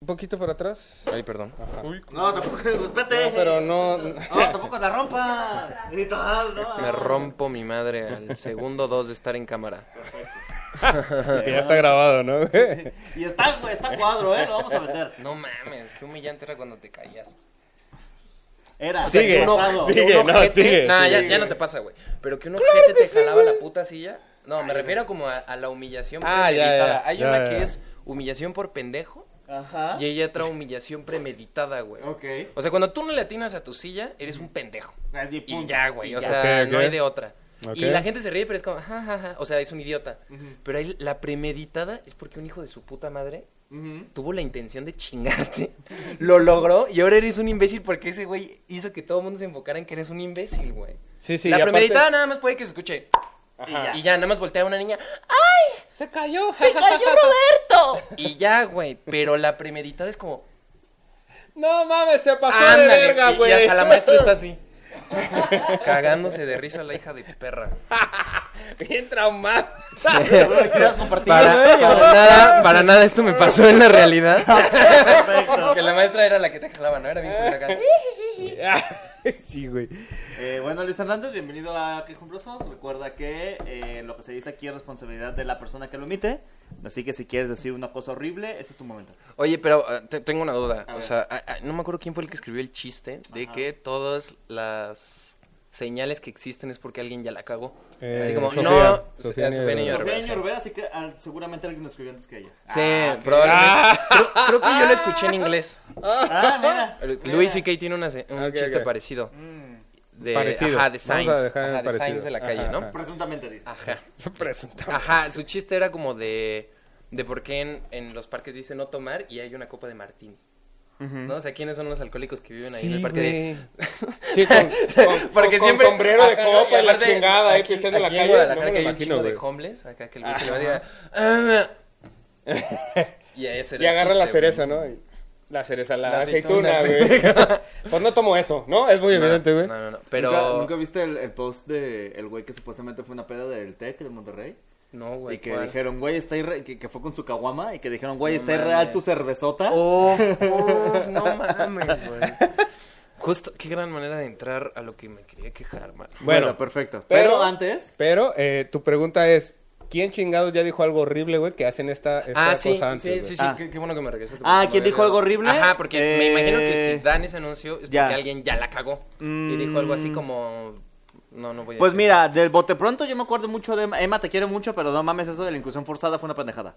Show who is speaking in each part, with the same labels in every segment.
Speaker 1: Un poquito para atrás.
Speaker 2: Ay, perdón.
Speaker 3: Uy, no, tampoco. Espérate.
Speaker 1: No, pero no.
Speaker 3: No, tampoco la rompas. Ni todas, no.
Speaker 2: Me rompo mi madre al segundo dos de estar en cámara.
Speaker 1: Que ya está grabado, ¿no?
Speaker 3: Y está, güey, está cuadro, ¿eh? Lo vamos a vender.
Speaker 2: No mames, qué humillante era cuando te callas.
Speaker 3: Era.
Speaker 1: Sigue,
Speaker 3: el pasado.
Speaker 1: sigue.
Speaker 2: Que un
Speaker 1: no,
Speaker 2: ojete-
Speaker 1: sigue,
Speaker 2: Nah, ya,
Speaker 3: sigue.
Speaker 2: ya no te pasa, güey. Pero que un ojete te jalaba la puta silla. No, me refiero como a, a la humillación
Speaker 1: Ah, ya,
Speaker 2: premeditada.
Speaker 1: ya,
Speaker 2: Hay
Speaker 1: ya,
Speaker 2: una
Speaker 1: ya.
Speaker 2: que es humillación por pendejo
Speaker 3: Ajá.
Speaker 2: y hay otra humiliación premeditada, güey.
Speaker 3: Ok.
Speaker 2: O sea, cuando tú no le atinas a tu silla, eres un pendejo.
Speaker 3: Así,
Speaker 2: Y
Speaker 3: pum.
Speaker 2: ya, güey. O
Speaker 3: Y
Speaker 2: sea,
Speaker 1: Ok, ok.
Speaker 2: no hay de otra.
Speaker 1: Ok.
Speaker 2: Y la gente se ríe, pero es como, ja, ja, ja. O sea, es un idiota. Pero ahí la premeditada es porque un hijo de su puta madre
Speaker 3: Ujú.
Speaker 2: tuvo la intención de chingarte. Lo logró y ahora eres un imbécil porque ese güey hizo que todo el mundo se enfocara en que eres un imbécil, güey.
Speaker 1: Sí, sí,
Speaker 2: La
Speaker 1: y aparte-
Speaker 2: premeditada nada más puede que se escuche.
Speaker 3: Ajá.
Speaker 2: Y ya, nada más voltea a una niña.
Speaker 1: Se cayó.
Speaker 2: ¡Ay, cayó Roberto! "Oh", Y ya, güey. Pero la premeditada es como.
Speaker 1: No mames, se pasó de
Speaker 2: "Ándale",
Speaker 1: verga,
Speaker 2: y-
Speaker 1: güey.
Speaker 2: Y hasta la maestra está así. Cagándose de risa la hija de perra.
Speaker 1: bien traumada.
Speaker 3: Seguro que quieras compartir.
Speaker 2: Para, para nada, para nada esto me pasó en la realidad. Que la maestra era la que te jalaba, ¿no? Era bien culera acá.
Speaker 1: sí, güey.
Speaker 3: Eh, bueno, Luis Hernández, bienvenido a Quejumbrosos. Recuerda que eh, lo que se dice aquí es responsabilidad de la persona que lo emite. Así que si quieres decir una cosa horrible, ese es tu momento.
Speaker 2: Oye, pero eh, te- tengo una duda.
Speaker 3: A
Speaker 2: o
Speaker 3: ver.
Speaker 2: sea, a- a- no me acuerdo quién fue el que escribió el chiste de
Speaker 3: Ajá.
Speaker 2: que todas las señales que existen es porque alguien ya la cagó.
Speaker 1: Eh,
Speaker 2: Así como,
Speaker 1: Sofía,
Speaker 2: no,
Speaker 1: Sofía
Speaker 2: eh, Sofía
Speaker 1: Niño Rivera.
Speaker 2: Niño Rivera,
Speaker 3: Sofía
Speaker 2: sí.
Speaker 3: Niño Rivera, así que ah, seguramente alguien lo escribió antes que ella.
Speaker 2: Sí,
Speaker 3: Ah, ok.
Speaker 2: probablemente. Creo, creo que yo lo escuché en inglés.
Speaker 3: Ah, mira.
Speaker 2: El-
Speaker 3: mira.
Speaker 2: Louis C.K. tiene una se- un
Speaker 1: Ok,
Speaker 2: chiste
Speaker 1: ok.
Speaker 2: parecido.
Speaker 3: Mm,
Speaker 2: De,
Speaker 1: Parecido.
Speaker 2: Ajá, de
Speaker 1: Vamos a
Speaker 2: Sainz.
Speaker 1: dejar
Speaker 2: Ajá, de
Speaker 1: parecido.
Speaker 2: Sainz de la calle,
Speaker 1: Ajá,
Speaker 2: ¿no?
Speaker 1: ajá.
Speaker 3: Presuntamente dices.
Speaker 2: Ajá.
Speaker 1: Se presentó.
Speaker 2: Ajá, su chiste era como de, de por qué en, en los parques dice no tomar y hay una copa de martini. ¿No? O sea, ¿quiénes son los alcohólicos que viven ahí en el parque de...
Speaker 1: Sí, con, con-
Speaker 2: Porque
Speaker 1: con
Speaker 2: siempre-
Speaker 1: sombrero de
Speaker 2: Ajá,
Speaker 1: copa
Speaker 2: no,
Speaker 1: y la
Speaker 2: aparte,
Speaker 1: chingada ahí
Speaker 2: aquí-
Speaker 1: pisteando en la
Speaker 2: pues, aquí en
Speaker 1: calle.
Speaker 2: Guadalajara
Speaker 1: no me
Speaker 2: que
Speaker 1: lo
Speaker 2: hay un
Speaker 1: imagino,
Speaker 2: chingo de
Speaker 1: güey.
Speaker 2: homeless, acá que el güey se le va a decir, "Ah". Y, ahí ese era
Speaker 1: Y
Speaker 2: el
Speaker 1: agarra la
Speaker 2: chiste, este,
Speaker 1: cereza,
Speaker 2: güey.
Speaker 1: ¿no? Y- La cereza, la,
Speaker 2: La aceituna,
Speaker 1: aceituna, güey. pues no tomo eso, ¿no? Es muy evidente, güey.
Speaker 2: No, no, no,
Speaker 3: ¿Nunca,
Speaker 2: pero...
Speaker 3: nunca viste el, el post de el güey que supuestamente fue una peda del TEC de Monterrey?
Speaker 2: No, güey,
Speaker 3: y que
Speaker 2: ¿cuál?
Speaker 3: dijeron, güey, está irre... que, que fue con su caguama y que dijeron, güey,
Speaker 2: No
Speaker 3: está irreal
Speaker 2: mames. Oh,
Speaker 3: tu cervezota.
Speaker 2: Uf, uf, no mames, güey. Justo, qué gran manera de entrar a lo que me quería quejar, man.
Speaker 1: Bueno,
Speaker 3: perfecto. Pero,
Speaker 1: pero-
Speaker 3: antes,
Speaker 1: Pero eh, tu pregunta es, ¿quién chingados ya dijo algo horrible, güey, que hacen esta, esta
Speaker 2: Ah,
Speaker 1: cosa
Speaker 2: sí,
Speaker 1: antes?
Speaker 2: sí,
Speaker 1: güey?
Speaker 2: sí, sí,
Speaker 3: Ah.
Speaker 2: qué, qué bueno que me regresaste.
Speaker 3: Ah,
Speaker 2: porque
Speaker 3: ¿quién
Speaker 2: me había
Speaker 3: dijo algo
Speaker 2: olvidado.
Speaker 3: horrible?
Speaker 2: Ajá, porque me
Speaker 3: Eh,
Speaker 2: imagino que si dan ese anuncio es porque
Speaker 3: ya. Mm.
Speaker 2: alguien ya la cagó. Y dijo algo así como... No, no voy a
Speaker 3: pues
Speaker 2: decir.
Speaker 3: mira, del bote pronto yo me acuerdo mucho de Emma- Emma, te quiero mucho, pero no mames, eso de la inclusión forzada fue una pendejada.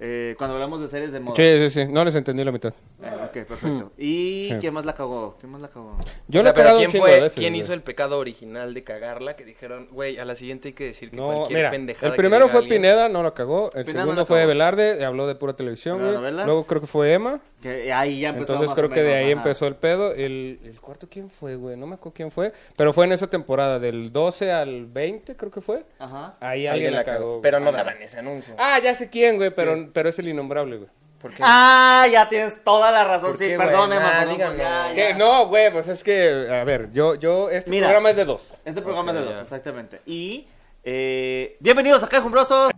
Speaker 3: Eh, cuando hablamos de series de moda.
Speaker 1: Sí, sí, sí, no les entendí la mitad.
Speaker 3: Ah, ok, perfecto. ¿Y
Speaker 1: Sí.
Speaker 3: quién más la cagó? ¿Quién más la cagó?
Speaker 1: Yo lo
Speaker 2: O sea,
Speaker 1: he
Speaker 2: pero
Speaker 1: cagado un
Speaker 2: ¿quién
Speaker 1: chingo
Speaker 2: fue-
Speaker 1: de veces,
Speaker 2: ¿Quién
Speaker 1: güey.
Speaker 2: hizo el pecado original de cagarla? Que dijeron, güey, a la siguiente hay que decir que
Speaker 1: No,
Speaker 2: cualquier
Speaker 1: mira,
Speaker 2: pendejada
Speaker 1: el
Speaker 2: que
Speaker 1: primero
Speaker 2: diga
Speaker 1: fue
Speaker 2: alguien-
Speaker 1: Pineda, no la cagó. El
Speaker 3: Pineda no
Speaker 1: segundo
Speaker 3: la
Speaker 1: fue
Speaker 3: cagó.
Speaker 1: Velarde, habló de pura televisión,
Speaker 3: Las
Speaker 1: güey.
Speaker 3: novelas.
Speaker 1: Luego creo que fue Emma.
Speaker 3: Que ahí ya empezó
Speaker 1: Entonces
Speaker 3: más
Speaker 1: creo
Speaker 3: o
Speaker 1: que de
Speaker 3: menos,
Speaker 1: ahí
Speaker 3: ajá.
Speaker 1: empezó el pedo. El, el cuarto, ¿quién fue, güey? No me acuerdo quién fue. Pero fue en esa temporada, del 12 al 20, creo que fue.
Speaker 3: Ajá.
Speaker 1: Ahí alguien, la cagó. güey.
Speaker 2: Pero no daban ese anuncio.
Speaker 1: Ah, ya sé quién, güey, pero, pero es el innombrable, güey.
Speaker 2: ¿Por qué?
Speaker 3: Ah, ya tienes toda la razón.
Speaker 2: ¿Por
Speaker 3: Sí,
Speaker 2: qué, güey?
Speaker 3: perdón, Emma.
Speaker 2: Nah,
Speaker 3: perdón,
Speaker 2: díganlo.
Speaker 3: ya,
Speaker 1: Que
Speaker 3: ya.
Speaker 1: no, güey, pues es que, a ver, yo, yo, este
Speaker 3: Mira.
Speaker 1: programa es de dos.
Speaker 3: Este programa
Speaker 2: Ok,
Speaker 3: es de
Speaker 2: ya.
Speaker 3: dos, exactamente. Y eh, bienvenidos a Quejumbrosos.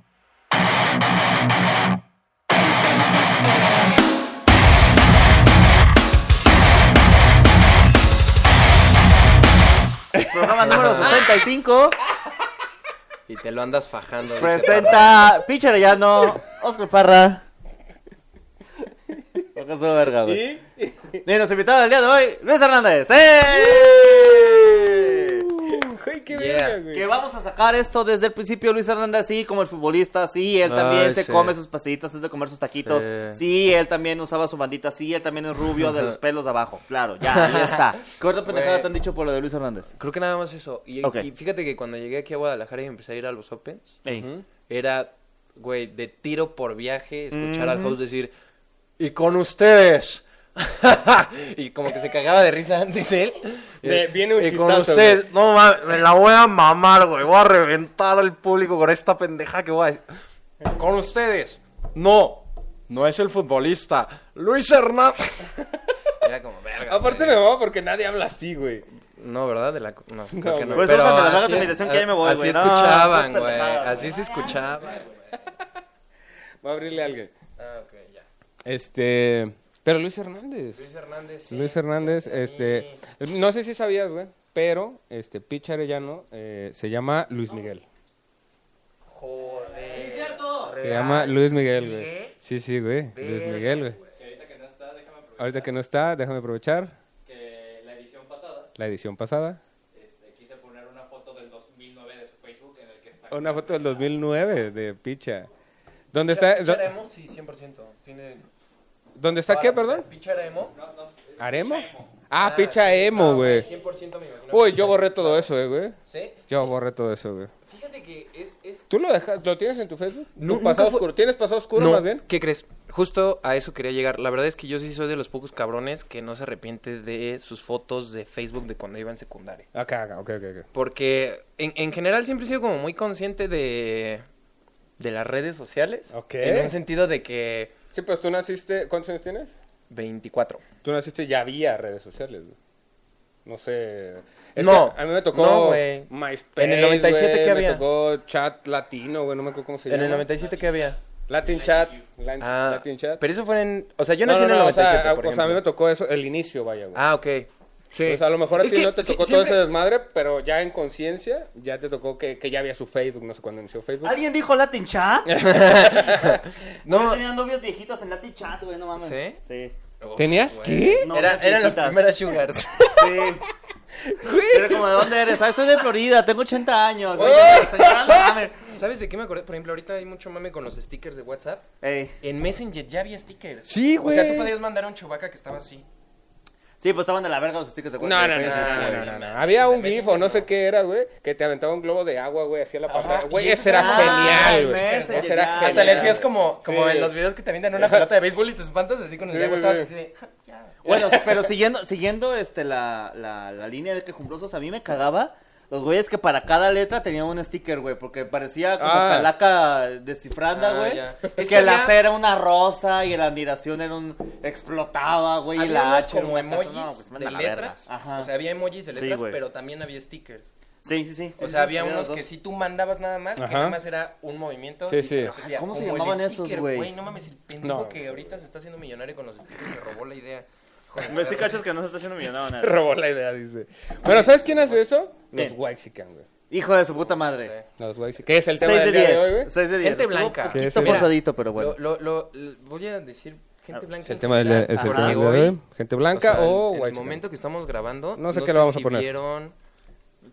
Speaker 3: Programa número 65
Speaker 2: Y te lo andas fajando. dice
Speaker 3: presenta Piche Arellano, Oscar Parra. Lo que estuvo verga, güey.
Speaker 1: Y
Speaker 3: Y nos invitado el día de hoy, Luis Hernández. ¡Eh!
Speaker 1: Güey, qué
Speaker 2: Yeah.
Speaker 1: verga, güey.
Speaker 3: Que vamos a sacar esto desde el principio, Luis Hernández, sí, como el futbolista, sí, él
Speaker 2: Ay,
Speaker 3: también se
Speaker 2: sí.
Speaker 3: come sus pasitas, es de comer sus taquitos,
Speaker 2: Sí.
Speaker 3: sí. él también usaba su bandita, sí, él también es rubio de los pelos de abajo, claro, ya, ahí está. ¿Qué otra pendejada
Speaker 2: Güey.
Speaker 3: te han dicho por lo de Luis Hernández?
Speaker 2: Creo que nada más eso. Y,
Speaker 3: Ok.
Speaker 2: y fíjate que cuando llegué aquí a Guadalajara y empecé a ir a los Opens,
Speaker 3: Ey.
Speaker 2: era, güey, de tiro por viaje, escuchar al host decir, y con ustedes. y como que se cagaba de risa antes él. Eh,
Speaker 1: De-
Speaker 2: Y-
Speaker 1: viene un
Speaker 2: Y con
Speaker 1: chistazo,
Speaker 2: ustedes, no mames, me la voy a mamar, güey. Voy a reventar al público con esta pendeja que voy a decir. Con ustedes, no, no es el futbolista, Luis Hernández. Era como, verga.
Speaker 1: Aparte me
Speaker 2: güey.
Speaker 1: mamá porque nadie habla así, güey.
Speaker 2: No, ¿verdad? De la... No, creo que no.
Speaker 3: Pues
Speaker 2: Pero
Speaker 3: déjame la larga
Speaker 2: así es-
Speaker 3: terminación que ya me voy,
Speaker 2: Así
Speaker 3: güey. No,
Speaker 2: escuchaban,
Speaker 3: pues,
Speaker 2: güey.
Speaker 3: pendejada,
Speaker 2: Así se escuchaba.
Speaker 1: Va a abrirle a alguien.
Speaker 2: Ah, ok, ya.
Speaker 1: Este, Pero Luis Hernández.
Speaker 4: Luis Hernández. sí.
Speaker 1: Luis Hernández, este, no sé si sabías, güey, pero este Picha Arellano eh, se llama Luis Miguel.
Speaker 4: Joder.
Speaker 3: ¡Sí, cierto!
Speaker 1: Se llama Luis Miguel, güey.
Speaker 4: ¿Qué?
Speaker 1: Sí, sí, güey. Luis Miguel, güey. Ahorita que no está, déjame aprovechar
Speaker 5: que la edición pasada
Speaker 1: la edición pasada.
Speaker 5: este, quise poner una foto del 2009 de su Facebook en el que está
Speaker 1: Una foto del 2009 de Picha. ¿Dónde está?
Speaker 4: ¿Pichar
Speaker 1: do-
Speaker 4: emo? Sí, 100%. Tiene...
Speaker 1: ¿Dónde está qué, perdón?
Speaker 4: ¿Pichar emo?
Speaker 1: ¿Aremo? Ah, Picha Emo, güey.
Speaker 4: 100% me imagino.
Speaker 1: Uy, yo borré todo eso, eh, güey.
Speaker 4: ¿Sí?
Speaker 1: Yo borré todo eso, güey.
Speaker 4: Fíjate que es... es...
Speaker 1: ¿Tú lo dejas, lo tienes en tu Facebook?
Speaker 2: No,
Speaker 1: ¿Tu pasado
Speaker 2: nunca fue-
Speaker 1: oscuro? ¿Tienes pasado oscuro
Speaker 2: No,
Speaker 1: más bien?
Speaker 2: ¿Qué crees? Justo a eso quería llegar. La verdad es que yo sí soy de los pocos cabrones que no se arrepiente de sus fotos de Facebook de cuando iba en secundaria.
Speaker 1: Acá, acá, ok, ok, ok.
Speaker 2: Porque en, en general siempre he sido como muy consciente de, de las redes sociales.
Speaker 1: Ok.
Speaker 2: En un sentido de que
Speaker 1: Sí, pues tú naciste, ¿cuántos años tienes?
Speaker 2: 24.
Speaker 1: Tú naciste ya había redes sociales, güey. No sé.
Speaker 2: No,
Speaker 1: que a mí me tocó
Speaker 2: no, güey.
Speaker 1: MySpace.
Speaker 2: En el 97
Speaker 1: güey,
Speaker 2: que
Speaker 1: Me
Speaker 2: había.
Speaker 1: tocó chat latino, güey. No me acuerdo cómo se
Speaker 2: ¿En
Speaker 1: llama.
Speaker 2: el 97 qué había?
Speaker 1: Latin chat. Lan-
Speaker 2: Ah,
Speaker 1: Latin chat.
Speaker 2: pero eso fue en... O sea, yo
Speaker 1: No,
Speaker 2: nací
Speaker 1: no,
Speaker 2: en el
Speaker 1: no, o sea,
Speaker 2: 97,
Speaker 1: a-
Speaker 2: por
Speaker 1: o sea, a mí me
Speaker 2: ejemplo.
Speaker 1: tocó eso, el inicio, vaya, güey.
Speaker 2: Ah, ok. Sí.
Speaker 1: O sea, a lo mejor a
Speaker 2: Es
Speaker 1: ti
Speaker 2: que
Speaker 1: no te
Speaker 2: si-
Speaker 1: tocó
Speaker 2: siempre-
Speaker 1: todo ese desmadre, pero ya en conciencia, ya te tocó que, que ya había su Facebook, no sé cuándo inició Facebook.
Speaker 3: ¿Alguien dijo Latin Chat? No. Yo
Speaker 2: No,
Speaker 3: tenía novios viejitos en Latin Chat, güey, no mames.
Speaker 2: ¿Sí?
Speaker 3: Sí.
Speaker 1: ¿Tenías qué?
Speaker 3: No,
Speaker 2: Era-
Speaker 3: las
Speaker 2: eran las
Speaker 3: viejitas.
Speaker 2: primeras sugars.
Speaker 3: Sí. Era como, ¿de dónde eres? Ah, soy de Florida, tengo 80 años. Oye, señora, no mames.
Speaker 2: ¿Sabes de qué me acordé? Por ejemplo, ahorita hay mucho mame con los stickers de WhatsApp.
Speaker 3: Ey.
Speaker 2: En Messenger ya había stickers.
Speaker 1: Sí, güey.
Speaker 2: O sea, tú podías mandar a un chubaca que estaba así.
Speaker 3: Sí, pues estaban de la verga los stickers de
Speaker 1: No,
Speaker 3: WhatsApp.
Speaker 1: no, no,
Speaker 3: Sí, sí, sí,
Speaker 1: no,
Speaker 3: güey.
Speaker 1: no, no, no. Había un
Speaker 2: Messenger,
Speaker 1: GIF o no
Speaker 2: no.
Speaker 1: sé qué era, güey, que te aventaba un globo de agua, güey, hacia la
Speaker 2: Ajá,
Speaker 1: pantalla. Güey,
Speaker 2: y eso
Speaker 1: ese Ah, era
Speaker 2: era-
Speaker 3: Ah,
Speaker 1: genial,
Speaker 3: el
Speaker 1: güey.
Speaker 3: Messenger,
Speaker 1: Ese era
Speaker 3: ya.
Speaker 1: genial.
Speaker 2: Hasta le hacías
Speaker 1: güey.
Speaker 2: como, como
Speaker 1: Sí.
Speaker 2: en los videos que te avientan una pelota de béisbol y te espantas así con el
Speaker 1: Sí,
Speaker 2: de agua.
Speaker 1: sí,
Speaker 2: Estabas
Speaker 1: sí.
Speaker 2: así de, "Ja, ya".
Speaker 3: Bueno, sí, pero siguiendo, siguiendo este, la, la, la línea de quejumbrosos, a mí me cagaba los güeyes que para cada letra tenían un sticker, güey, porque parecía como
Speaker 1: Ah.
Speaker 3: calaca descifranda,
Speaker 2: Ah,
Speaker 3: güey.
Speaker 2: ya.
Speaker 3: Es
Speaker 2: Es
Speaker 3: que
Speaker 2: que
Speaker 3: el
Speaker 2: había-
Speaker 3: hacer era una rosa y la admiración era un... explotaba, güey, y
Speaker 2: Había
Speaker 3: la
Speaker 2: unos
Speaker 3: H era
Speaker 2: como
Speaker 3: una
Speaker 2: emojis
Speaker 3: casa- no, pues, manda
Speaker 2: de
Speaker 3: la verga.
Speaker 2: letras.
Speaker 3: Ajá.
Speaker 2: O sea, había emojis de
Speaker 3: Sí,
Speaker 2: letras,
Speaker 3: güey.
Speaker 2: pero también había stickers.
Speaker 3: sí, sí, sí.
Speaker 2: O sea,
Speaker 3: sí, sí,
Speaker 2: había
Speaker 3: los
Speaker 2: unos
Speaker 3: dos.
Speaker 2: que sí tú mandabas nada más, que
Speaker 1: Ajá.
Speaker 2: nada más era un movimiento.
Speaker 1: Sí,
Speaker 2: y
Speaker 1: sí.
Speaker 2: te lo pedía,
Speaker 3: Ay, ¿cómo se
Speaker 2: como el
Speaker 3: llamaban esos,
Speaker 2: sticker,
Speaker 3: güey?
Speaker 2: No mames, el pendejo
Speaker 1: No.
Speaker 2: que ahorita se está haciendo millonario con los stickers se robó la idea. Joder,
Speaker 3: Me sí cachas que no se está haciendo millonario nada.
Speaker 1: Robó la idea, dice. Bueno, ¿sabes quién hace eso? Los
Speaker 3: ¿Quién?
Speaker 1: Waxican, güey.
Speaker 3: Hijo de su puta
Speaker 2: no
Speaker 3: madre.
Speaker 2: sé.
Speaker 1: Los Waxican. ¿Qué es el tema
Speaker 3: 6 de
Speaker 1: del día de hoy,
Speaker 3: 10.
Speaker 1: güey?
Speaker 3: 6 de 10.
Speaker 2: Gente blanca.
Speaker 1: Sí,
Speaker 3: Poquito
Speaker 1: sí. Ah,
Speaker 3: forzadito, pero bueno.
Speaker 2: Lo, lo, lo- lo- voy a decir gente blanca.
Speaker 1: Es el tema del día, es el
Speaker 2: Porque
Speaker 1: tema del día
Speaker 2: hoy,
Speaker 1: de hoy. Gente blanca
Speaker 2: o, sea,
Speaker 1: o,
Speaker 2: en- en el
Speaker 1: Waxican.
Speaker 2: momento que estamos grabando,
Speaker 1: No sé qué le vamos a
Speaker 2: si
Speaker 1: poner.
Speaker 2: vieron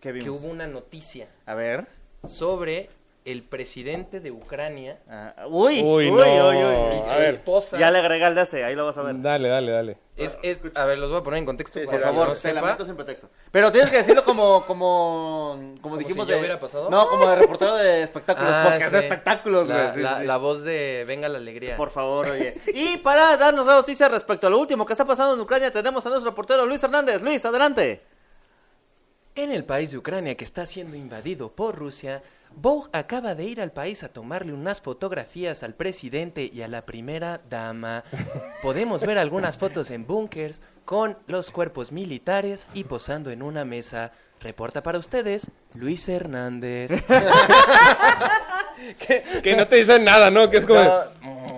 Speaker 3: ¿Qué
Speaker 2: que
Speaker 3: vimos?
Speaker 2: hubo una noticia
Speaker 3: A ver.
Speaker 2: sobre el presidente de Ucrania
Speaker 3: Ah, uy,
Speaker 1: Uy,
Speaker 3: uy,
Speaker 1: no.
Speaker 3: uy, uy.
Speaker 2: y su
Speaker 1: a ver.
Speaker 2: esposa.
Speaker 3: Ya le agrega el DC, ahí lo vas a ver.
Speaker 1: Dale, dale, dale.
Speaker 3: Ah,
Speaker 2: es, es- a ver, los voy a poner en contexto.
Speaker 3: Por
Speaker 2: para
Speaker 3: favor,
Speaker 2: que no
Speaker 3: te
Speaker 2: sepa.
Speaker 3: lamento sin pretexto. Pero tienes que decirlo como, como, como, dijimos
Speaker 2: si ya
Speaker 3: de.
Speaker 2: hubiera pasado?
Speaker 3: No, como de reportero de espectáculos,
Speaker 2: Ah,
Speaker 3: porque es de
Speaker 2: sí.
Speaker 3: espectáculos,
Speaker 2: La-
Speaker 3: güey. sí,
Speaker 2: la,
Speaker 3: sí.
Speaker 2: la voz de Venga la Alegría.
Speaker 3: Por favor, oye. Y para darnos la noticia respecto a lo último que está pasando en Ucrania, tenemos a nuestro reportero Luis Hernández. Luis, adelante.
Speaker 2: En el país de Ucrania que está siendo invadido por Rusia, Vogue acaba de ir al país a tomarle unas fotografías al presidente y a la primera dama. Podemos ver algunas fotos en búnkers con los cuerpos militares y posando en una mesa. Reporta para ustedes Luis Hernández.
Speaker 1: Que no te dicen nada, ¿no? Que es como...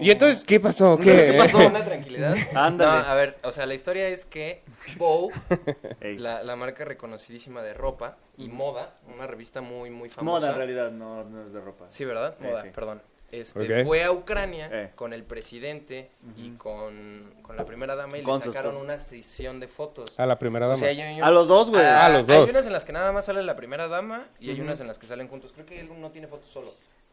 Speaker 1: ¿Y entonces qué pasó? ¿Qué,
Speaker 2: Una tranquilidad.
Speaker 3: Ándale.
Speaker 2: No, a ver, o sea, la historia es que Vogue,
Speaker 3: Ey.
Speaker 2: la, la marca reconocidísima de ropa y moda, una revista muy, muy famosa.
Speaker 3: Moda, en realidad, no, no es de ropa.
Speaker 2: Sí, ¿verdad?
Speaker 3: Eh,
Speaker 2: Moda,
Speaker 3: sí.
Speaker 2: perdón. Este,
Speaker 1: Ok.
Speaker 2: Fue a Ucrania
Speaker 3: Eh.
Speaker 2: con el presidente y con, con la primera dama y
Speaker 3: Con
Speaker 2: le
Speaker 3: su
Speaker 2: sacaron
Speaker 3: esposa.
Speaker 2: una sesión de fotos.
Speaker 1: A la primera
Speaker 2: O
Speaker 1: dama.
Speaker 2: sea, hay- hay-
Speaker 3: A los dos, güey.
Speaker 1: Ah, a los
Speaker 2: hay
Speaker 1: dos.
Speaker 2: unas en las que nada más sale la primera dama y hay unas en las que salen juntos. Creo que él no tiene fotos solo.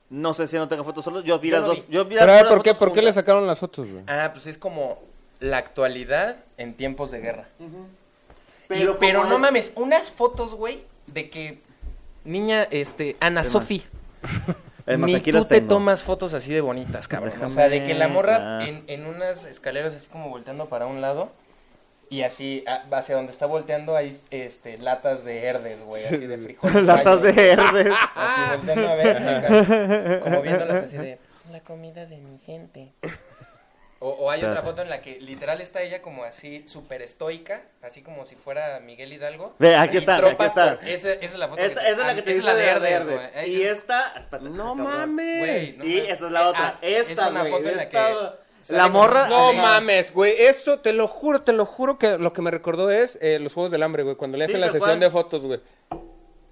Speaker 3: No sé si no tengo fotos solos. Yo vi
Speaker 2: Yo
Speaker 3: las
Speaker 2: no
Speaker 3: dos.
Speaker 2: vi.
Speaker 3: Yo vi las
Speaker 1: Pero a ver,
Speaker 3: puras
Speaker 1: ¿por qué,
Speaker 3: fotos
Speaker 1: ¿por qué le
Speaker 3: juntas.
Speaker 1: sacaron las fotos, güey?
Speaker 2: Ah, pues es como la actualidad en tiempos de guerra. Y-
Speaker 3: Pero
Speaker 2: Pero,
Speaker 3: como
Speaker 2: no
Speaker 3: es-
Speaker 2: mames, unas fotos, güey, de que niña, este, Ana
Speaker 3: más?
Speaker 2: Sofi.
Speaker 3: Es más,
Speaker 2: Ni
Speaker 3: aquí
Speaker 2: tú
Speaker 3: las
Speaker 2: te
Speaker 3: tengo.
Speaker 2: tomas fotos así de bonitas, cabrón.
Speaker 3: Déjame,
Speaker 2: o sea, de que la morra
Speaker 3: ah.
Speaker 2: en, en unas escaleras así como volteando para un lado y así a- hacia donde está volteando hay este, latas de herdes, güey, así de frijoles.
Speaker 3: Latas
Speaker 2: rayos.
Speaker 3: de herdes.
Speaker 2: Así volteando a ver, acá, como viéndolas así de la comida de mi gente. O, o hay otra
Speaker 3: Espérate.
Speaker 2: foto en la que literal está ella como así súper estoica, así como si fuera Miguel Hidalgo.
Speaker 3: Ve, aquí
Speaker 2: Y
Speaker 3: están,
Speaker 2: tropas
Speaker 3: aquí están.
Speaker 2: con- Esa, esa es la foto Ah,
Speaker 3: Esta, esa es la que te
Speaker 2: esa
Speaker 3: dice
Speaker 2: es la de herdes,
Speaker 3: Herdes.
Speaker 2: güey.
Speaker 3: Y
Speaker 2: Esa-
Speaker 3: esta. espérate,
Speaker 1: ¡No
Speaker 3: cabrón.
Speaker 1: mames!
Speaker 2: Güey, no
Speaker 3: y
Speaker 2: mames.
Speaker 3: esa es la otra.
Speaker 2: Ah,
Speaker 3: esta,
Speaker 2: es una
Speaker 3: güey,
Speaker 2: foto en la
Speaker 3: esta-
Speaker 2: que
Speaker 1: sale con-
Speaker 3: La
Speaker 2: Ah,
Speaker 3: morra. oh,
Speaker 1: No
Speaker 3: Ajá.
Speaker 1: mames, güey. Eso te lo juro, te lo juro que lo que me recordó es eh, los Juegos del Hambre, güey. Cuando le
Speaker 3: Sí,
Speaker 1: hacen la
Speaker 3: tal
Speaker 1: sesión
Speaker 3: cual.
Speaker 1: de fotos, güey.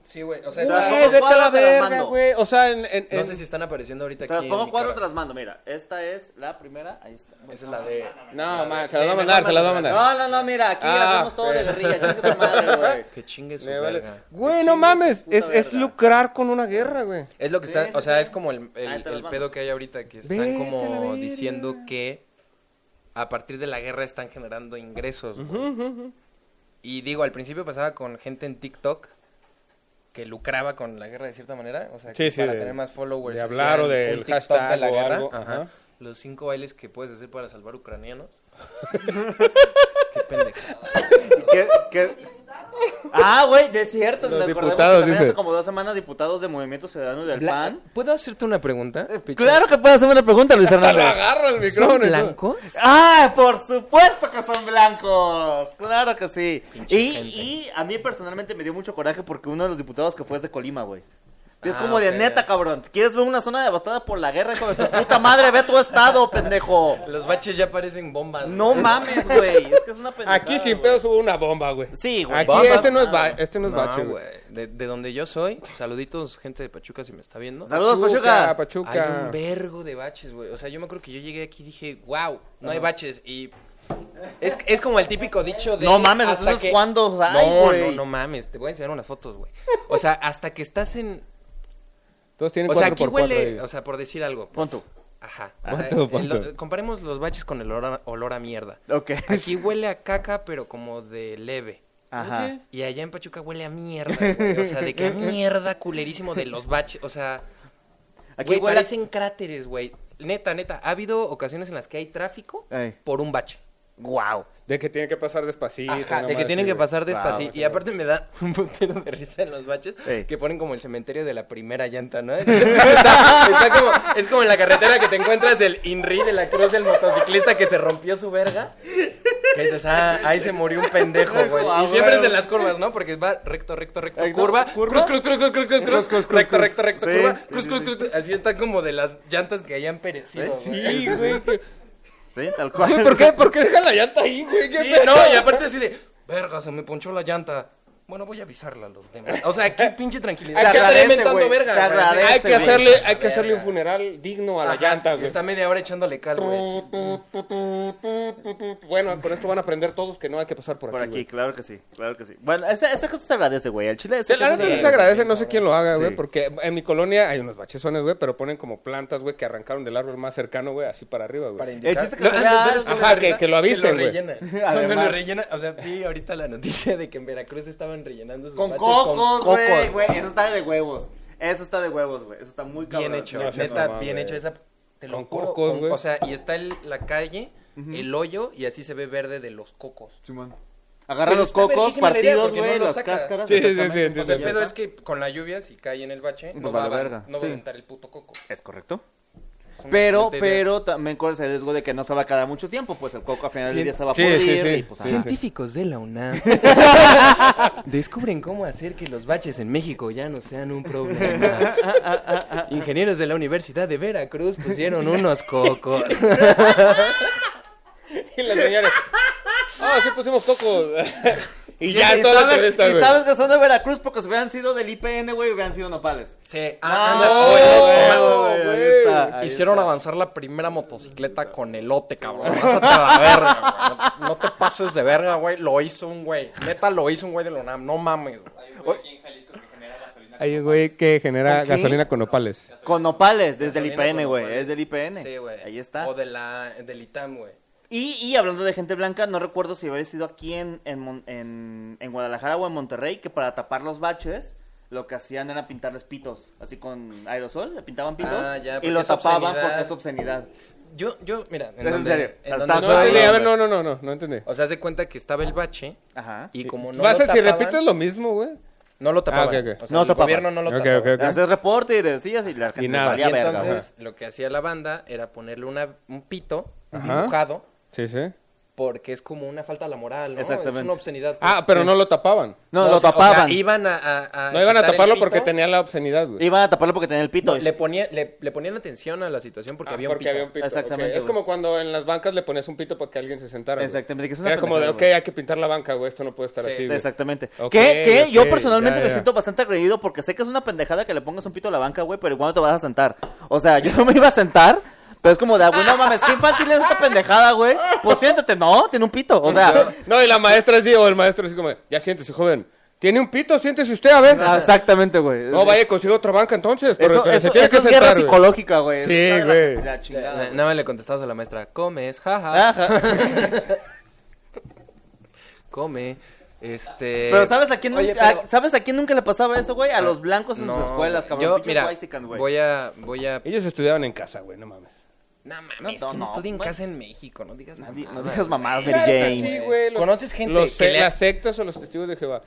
Speaker 1: Sí, güey. O sea,
Speaker 3: Te las
Speaker 1: güey, vete
Speaker 3: pongo
Speaker 1: a la
Speaker 3: cuadro, te las
Speaker 1: verga,
Speaker 3: mando.
Speaker 1: güey. O sea, en. en-
Speaker 2: No
Speaker 1: en-
Speaker 2: sé si están apareciendo ahorita
Speaker 3: Te
Speaker 2: aquí.
Speaker 3: las
Speaker 2: en
Speaker 3: pongo
Speaker 2: mi
Speaker 3: cuadro, te
Speaker 2: cámara.
Speaker 3: las mando. Mira, esta es la primera. Ahí está.
Speaker 2: Esa es la de.
Speaker 1: No, man, se las va a
Speaker 2: Sí, mejor
Speaker 1: mandar, se las va a
Speaker 2: mándasela.
Speaker 1: mandar.
Speaker 3: No, no, no, mira, aquí
Speaker 1: Ah,
Speaker 3: hacemos todo de
Speaker 1: pero-
Speaker 3: guerrilla. Chingue su madre, güey.
Speaker 2: Que chingue su
Speaker 1: Le vale-
Speaker 2: verga.
Speaker 1: Güey, no
Speaker 3: Chingue
Speaker 1: mames.
Speaker 3: su puta
Speaker 1: Es, es
Speaker 3: verga.
Speaker 1: lucrar con una guerra, güey.
Speaker 2: Es lo que
Speaker 3: Sí,
Speaker 2: está, o
Speaker 3: sí,
Speaker 2: sea,
Speaker 3: sí.
Speaker 2: es como el, el-
Speaker 3: Ahí te las
Speaker 2: el
Speaker 3: mando.
Speaker 2: pedo que hay ahorita, que están
Speaker 1: Vete a la
Speaker 2: como
Speaker 1: verga.
Speaker 2: diciendo que a partir de la guerra están generando ingresos. güey. Y digo, al principio pasaba con gente en TikTok que lucraba con la guerra de cierta manera, o sea,
Speaker 1: Sí,
Speaker 2: que
Speaker 1: sí,
Speaker 2: para
Speaker 1: de-
Speaker 2: tener más followers.
Speaker 1: de
Speaker 2: hacían
Speaker 1: hablar o
Speaker 2: un
Speaker 1: del
Speaker 2: TikTok
Speaker 1: hashtag
Speaker 2: de la
Speaker 1: o
Speaker 2: guerra.
Speaker 1: algo,
Speaker 2: Ajá.
Speaker 1: ajá.
Speaker 2: Los cinco bailes que puedes hacer para salvar ucranianos. Qué pendejada.
Speaker 3: ¿Qué, qué? Ah, güey, de cierto.
Speaker 1: Los
Speaker 3: me acordamos
Speaker 1: diputados,
Speaker 3: que también
Speaker 1: dice.
Speaker 3: Hace como dos semanas, diputados de Movimiento Ciudadano del PAN.
Speaker 2: ¿Puedo hacerte una pregunta?
Speaker 1: Eh,
Speaker 2: Picha?
Speaker 3: Claro que puedes hacerme una pregunta, Luis
Speaker 1: Hasta lo
Speaker 3: Hernández.
Speaker 1: agarra el
Speaker 2: ¿Son
Speaker 1: micrófono. y todo.
Speaker 2: blancos?
Speaker 3: ¡Ah! ¡Por supuesto que son blancos! ¡Claro que sí!
Speaker 2: Pinche
Speaker 3: Y,
Speaker 2: gente.
Speaker 3: y a mí personalmente me dio mucho coraje porque uno de los diputados que fue es de Colima, güey. Y Es
Speaker 2: Ah,
Speaker 3: como de
Speaker 2: ok.
Speaker 3: neta, cabrón. ¿Quieres ver una zona devastada por la guerra? hijo de tu puta madre, ve tu estado, pendejo.
Speaker 2: Los baches ya parecen bombas.
Speaker 3: No
Speaker 2: güey.
Speaker 3: mames, güey. Es que es una pendejada.
Speaker 1: Aquí sin
Speaker 3: güey.
Speaker 1: pedos hubo una bomba, güey.
Speaker 3: Sí, güey.
Speaker 1: Aquí
Speaker 2: Bomba.
Speaker 1: este no es, ba
Speaker 3: Ah.
Speaker 1: este no es bache,
Speaker 2: No,
Speaker 1: güey.
Speaker 2: güey. De, de donde yo soy, saluditos, gente de Pachuca, si me está viendo.
Speaker 3: Saludos, Pachuca.
Speaker 2: Hay
Speaker 1: Pachuca.
Speaker 2: un vergo de baches, güey. O sea, yo me acuerdo que yo llegué aquí y dije, wow, no hay baches. Y es, es como el típico dicho de.
Speaker 3: No mames,
Speaker 2: hasta
Speaker 3: entonces
Speaker 2: que-
Speaker 3: ¿cuándo hay,
Speaker 2: no,
Speaker 3: güey?
Speaker 2: no, no mames. Te voy a enseñar unas fotos, güey. O sea, hasta que estás en.
Speaker 1: Todos tienen
Speaker 2: O sea,
Speaker 1: cuatro
Speaker 2: aquí
Speaker 1: por cuatro.
Speaker 2: huele.
Speaker 1: ahí.
Speaker 2: O sea, por decir algo.
Speaker 3: Pon
Speaker 2: Pues,
Speaker 3: tú.
Speaker 2: Ajá.
Speaker 1: Pon
Speaker 2: O sea,
Speaker 1: tú,
Speaker 2: el-
Speaker 1: pon tú.
Speaker 2: comparemos los baches con el olor a, olor a mierda.
Speaker 3: Ok.
Speaker 2: Aquí huele a caca, pero como de leve.
Speaker 3: Ajá.
Speaker 2: Y allá en Pachuca huele a mierda, güey. O sea, de que a mierda culerísimo de los baches. O sea,
Speaker 3: Aquí
Speaker 2: güey,
Speaker 3: huele-
Speaker 2: parecen cráteres, güey. Neta, neta, ha habido ocasiones en las que hay tráfico
Speaker 3: Ey.
Speaker 2: por un bache.
Speaker 3: Wow.
Speaker 1: De que tiene que pasar despacito.
Speaker 2: Ajá,
Speaker 1: una
Speaker 2: de que
Speaker 1: madre
Speaker 2: tienen
Speaker 1: así,
Speaker 2: que
Speaker 1: güey.
Speaker 2: pasar despacito.
Speaker 1: Ah,
Speaker 2: y aparte me da un puntero de risa en los baches
Speaker 3: Ey.
Speaker 2: que ponen como el cementerio de la primera llanta, ¿no? Entonces, está- está como- es como en la carretera que te encuentras el INRI de la cruz del motociclista que se rompió su verga. Que dices, ah, ahí se murió un pendejo, güey.
Speaker 3: Ah,
Speaker 2: Y siempre
Speaker 3: bueno.
Speaker 2: es en las curvas, ¿no? Porque va recto, recto, recto,
Speaker 3: Recto,
Speaker 2: curva,
Speaker 3: curva.
Speaker 2: cruz, cruz, cruz, cruz, cruz, cruz,
Speaker 3: cruz, cruz,
Speaker 2: recto,
Speaker 3: cruz.
Speaker 2: recto, recto,
Speaker 3: Sí,
Speaker 2: curva,
Speaker 3: sí,
Speaker 2: cruz,
Speaker 3: sí,
Speaker 2: cruz,
Speaker 3: sí.
Speaker 2: cruz, cruz. Así está como de las llantas que hayan perecido, güey.
Speaker 1: Sí, güey. que-
Speaker 3: Sí, tal
Speaker 1: Güey,
Speaker 3: cual.
Speaker 1: ¿por qué? ¿Por qué deja la llanta ahí, güey? ¿Qué
Speaker 2: Sí,
Speaker 1: pedo?
Speaker 2: no, y aparte así de, verga, se me ponchó la llanta. Bueno, voy a avisarla a los demás. O sea, qué pinche tranquilidad.
Speaker 1: Hay que andar
Speaker 3: agradece,
Speaker 1: inventando
Speaker 3: güey,
Speaker 1: verga,
Speaker 3: se
Speaker 1: güey.
Speaker 3: agradece,
Speaker 1: Hay que
Speaker 3: güey.
Speaker 1: hacerle, hay
Speaker 2: Verga.
Speaker 1: que hacerle un funeral digno a la llanta, güey.
Speaker 2: Está media hora echándole cal, güey.
Speaker 1: Bueno, con esto van a aprender todos que no hay que pasar por,
Speaker 3: Por
Speaker 1: aquí.
Speaker 3: aquí,
Speaker 1: güey.
Speaker 3: claro que sí, claro que sí. Bueno, ese, ese gesto se agradece, güey. El chile ese
Speaker 1: Sí, la
Speaker 3: gesto
Speaker 1: neta sí se
Speaker 3: agradece.
Speaker 1: agradece, no sé quién lo haga, güey,
Speaker 3: Sí.
Speaker 1: porque en mi colonia hay unos bachezones, güey, pero ponen como plantas, güey, que arrancaron del árbol más cercano, güey, así para arriba, güey.
Speaker 3: El chiste que
Speaker 2: Lo-
Speaker 3: se
Speaker 2: ah,
Speaker 3: vea-
Speaker 2: ¿no sabes cuál es la
Speaker 1: Ajá, que-
Speaker 2: risa?
Speaker 1: que lo avisen,
Speaker 2: lo
Speaker 1: güey.
Speaker 2: rellena. Cuando
Speaker 3: Además.
Speaker 2: lo rellena, o sea, vi ahorita la noticia de que en Veracruz estaban rellenando sus
Speaker 3: Con
Speaker 2: baches
Speaker 3: cocos,
Speaker 2: con
Speaker 3: güey,
Speaker 2: cocos.
Speaker 3: güey. Eso está de huevos. Eso está de huevos, güey. Eso está muy cabrón.
Speaker 2: Bien hecho,
Speaker 1: No seas
Speaker 2: neta,
Speaker 1: mamá,
Speaker 2: bien
Speaker 1: güey.
Speaker 2: hecho esa. Te lo
Speaker 1: Con
Speaker 2: juro,
Speaker 1: cocos,
Speaker 2: con-
Speaker 1: güey.
Speaker 2: O sea, y está el- la calle, el hoyo, y así se ve verde de los cocos.
Speaker 3: Agarra
Speaker 2: Pero
Speaker 3: los
Speaker 2: está
Speaker 3: cocos
Speaker 2: verguísima la idea
Speaker 3: partidos,
Speaker 2: porque
Speaker 3: güey,
Speaker 2: no lo
Speaker 3: las
Speaker 2: saca.
Speaker 3: cáscaras.
Speaker 1: Sí, sí, sí,
Speaker 3: exactamente.
Speaker 1: entiendo.
Speaker 2: O sea, el
Speaker 1: Pues Ya
Speaker 2: pedo es que con la lluvia, si cae en el bache, no,
Speaker 3: Pues
Speaker 2: va, a
Speaker 3: vale
Speaker 2: van-
Speaker 3: verga,
Speaker 2: no va
Speaker 3: sí.
Speaker 2: a aventar el puto coco.
Speaker 3: Es correcto.
Speaker 2: Es una
Speaker 3: Pero,
Speaker 2: excelente idea.
Speaker 3: pero también corres el riesgo de que no se va a quedar mucho tiempo, pues el coco al final
Speaker 1: Sí,
Speaker 3: del día se va a
Speaker 1: sí,
Speaker 3: pudrir
Speaker 1: sí, sí.
Speaker 3: y pues,
Speaker 1: Sí.
Speaker 3: ajá.
Speaker 2: Científicos de la UNAM descubren cómo hacer que los baches en México ya no sean un problema. Ingenieros de la Universidad de Veracruz pusieron unos cocos.
Speaker 1: Y las señores, ah, sí pusimos coco. y ya,
Speaker 3: y
Speaker 1: toda la
Speaker 3: sabes,
Speaker 1: entrevista,
Speaker 3: y
Speaker 1: güey.
Speaker 3: sabes que son de Veracruz porque si hubieran sido del IPN, güey, hubieran sido nopales.
Speaker 2: Sí, Ah,
Speaker 1: no, güey,
Speaker 3: güey,
Speaker 1: ¡Oh! güey.
Speaker 3: ahí está, ahí
Speaker 2: Hicieron
Speaker 3: está.
Speaker 2: avanzar la primera motocicleta con elote, cabrón. Pásate a la verga, güey. No, no te pases de verga, güey. Lo hizo un güey. Neta, lo hizo un güey de la UNAM. No mames. güey.
Speaker 5: Hay un güey aquí en Jalisco que genera gasolina.
Speaker 1: Hay un güey que genera
Speaker 3: Ok.
Speaker 1: gasolina con nopales.
Speaker 3: Con nopales, desde el
Speaker 2: Gasolina con
Speaker 3: IPN, güey.
Speaker 2: nopales.
Speaker 3: Es del IPN.
Speaker 2: Sí, güey.
Speaker 3: Ahí está.
Speaker 2: O de la, del ITAM, güey.
Speaker 3: Y, y hablando de gente blanca, no recuerdo si había sido aquí en, en, Mon- en- en Guadalajara o en Monterrey, que para tapar los baches, lo que hacían era pintarles pitos, así con aerosol, le pintaban pitos
Speaker 2: Ah, ya,
Speaker 3: y
Speaker 2: porque
Speaker 3: lo
Speaker 2: es
Speaker 3: tapaban
Speaker 2: obscenidad.
Speaker 3: porque es obscenidad.
Speaker 2: Yo, yo, mira.
Speaker 3: Es en serio. Hasta
Speaker 1: No,
Speaker 2: donde-
Speaker 3: No, no,
Speaker 1: entendí,
Speaker 3: no,
Speaker 1: a ver, no, no, no, no, no entendí.
Speaker 2: O sea, se cuenta que estaba el bache
Speaker 3: Ajá.
Speaker 2: y como
Speaker 1: Vas
Speaker 2: no lo
Speaker 1: a si
Speaker 2: tapaban,
Speaker 1: repites lo mismo, güey.
Speaker 2: no lo tapaban.
Speaker 1: Ah, ok, ok.
Speaker 2: O sea,
Speaker 3: No
Speaker 2: el
Speaker 3: tapaban.
Speaker 2: gobierno no lo
Speaker 1: Ok,
Speaker 2: tapaba.
Speaker 1: ok, ok.
Speaker 3: Haces reporte y decías y la gente
Speaker 1: nada.
Speaker 2: Y
Speaker 3: valía verga,
Speaker 2: entonces
Speaker 3: güey.
Speaker 2: lo que hacía la banda era ponerle una, un pito
Speaker 1: Ajá.
Speaker 2: dibujado
Speaker 1: Sí, sí.
Speaker 2: porque es como una falta a la moral, ¿no?
Speaker 3: Exactamente.
Speaker 2: Es una obscenidad. pues.
Speaker 1: Ah, pero no lo tapaban.
Speaker 3: No,
Speaker 2: o
Speaker 3: lo
Speaker 2: sea- o sea,
Speaker 3: tapaban.
Speaker 2: iban a,
Speaker 3: Ah,
Speaker 2: a-
Speaker 1: No iban a
Speaker 2: quitar el
Speaker 1: taparlo
Speaker 2: pito.
Speaker 1: porque tenía la obscenidad, güey.
Speaker 3: Iban a taparlo porque tenía el pito.
Speaker 2: No, le, ponía, le, le ponían atención a la situación
Speaker 1: Ah,
Speaker 2: porque había un pito.
Speaker 1: pito,
Speaker 3: Exactamente,
Speaker 1: ok. Es
Speaker 3: güey.
Speaker 1: como cuando en las bancas le ponías un pito para que alguien se sentara. güey.
Speaker 3: Exactamente, que es una
Speaker 1: Era como de, ok,
Speaker 3: pendejada, güey.
Speaker 1: hay que pintar la banca, güey. Esto no puede estar
Speaker 2: Sí,
Speaker 1: así, güey.
Speaker 3: Exactamente.
Speaker 1: Ok,
Speaker 3: que que
Speaker 1: ok,
Speaker 3: yo personalmente
Speaker 1: ya,
Speaker 3: me
Speaker 1: ya.
Speaker 3: siento bastante agredido porque sé que es una pendejada que le pongas un pito a la banca, güey, pero ¿cuándo te vas a sentar? O sea, yo no me iba a sentar, pero es como de, "Ah, güey, no mames, qué infantil es esta pendejada, güey. Pues siéntate, no, tiene un pito. O sea,
Speaker 1: No, y la maestra así, o el maestro así como, de, ya siéntese, joven. ¿Tiene un pito? Siéntese usted, a ver.
Speaker 3: ah, exactamente, güey.
Speaker 1: No, vaya, consiga otra banca entonces. pero-
Speaker 3: Eso,
Speaker 1: pero
Speaker 3: eso-
Speaker 1: se tiene
Speaker 3: eso
Speaker 1: que
Speaker 3: es guerra
Speaker 1: sentar, güey.
Speaker 3: psicológica, güey.
Speaker 1: Sí,
Speaker 3: Eso es la-
Speaker 1: güey.
Speaker 3: la
Speaker 2: Na-
Speaker 3: chingada,
Speaker 2: na-
Speaker 3: güey.
Speaker 2: Nada más le contestabas a la maestra, comes, jaja,
Speaker 3: Ajá.
Speaker 2: eh, come, este...
Speaker 3: Pero ¿sabes a quién,
Speaker 2: Oye,
Speaker 3: nunca,
Speaker 2: pero- Ah,
Speaker 3: a- ¿sabes a quién nunca le pasaba eso, güey? A los blancos en
Speaker 2: No,
Speaker 3: sus escuelas, cabrón.
Speaker 2: Yo,
Speaker 3: pinches
Speaker 2: mira,
Speaker 3: guaysican, güey.
Speaker 2: voy a, voy a...
Speaker 1: Ellos estudiaban en casa, güey, no mames.
Speaker 2: No
Speaker 3: No,
Speaker 2: mames,
Speaker 3: no,
Speaker 2: ¿quién
Speaker 3: no,
Speaker 2: estudia en
Speaker 3: güey.
Speaker 2: casa en México? No digas
Speaker 3: No di-
Speaker 2: mamadas.
Speaker 3: no digas mamadas, Mary
Speaker 1: Claro que
Speaker 3: Jane.
Speaker 1: sí, güey. los-
Speaker 2: ¿Conoces gente
Speaker 1: los
Speaker 2: que
Speaker 1: se-
Speaker 2: le ha-
Speaker 1: ¿Las sectas o los testigos de Jehová?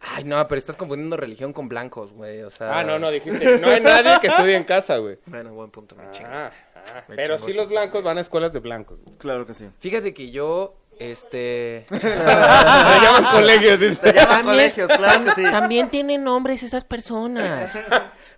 Speaker 2: Ay, no, pero estás confundiendo religión con blancos, güey, o sea...
Speaker 1: Ah, no, no, dijiste. No hay nadie que estudie en casa, güey.
Speaker 2: Bueno, buen punto, me
Speaker 1: Ah,
Speaker 2: chingaste.
Speaker 1: ah,
Speaker 2: Me
Speaker 1: pero
Speaker 2: chingaste.
Speaker 1: sí los blancos van a escuelas de blancos. güey.
Speaker 3: Claro que sí.
Speaker 2: Fíjate que yo, este...
Speaker 1: Se llaman colegios,
Speaker 3: Se
Speaker 1: dice.
Speaker 3: llaman colegios, claro que sí.
Speaker 6: También tienen nombres esas personas.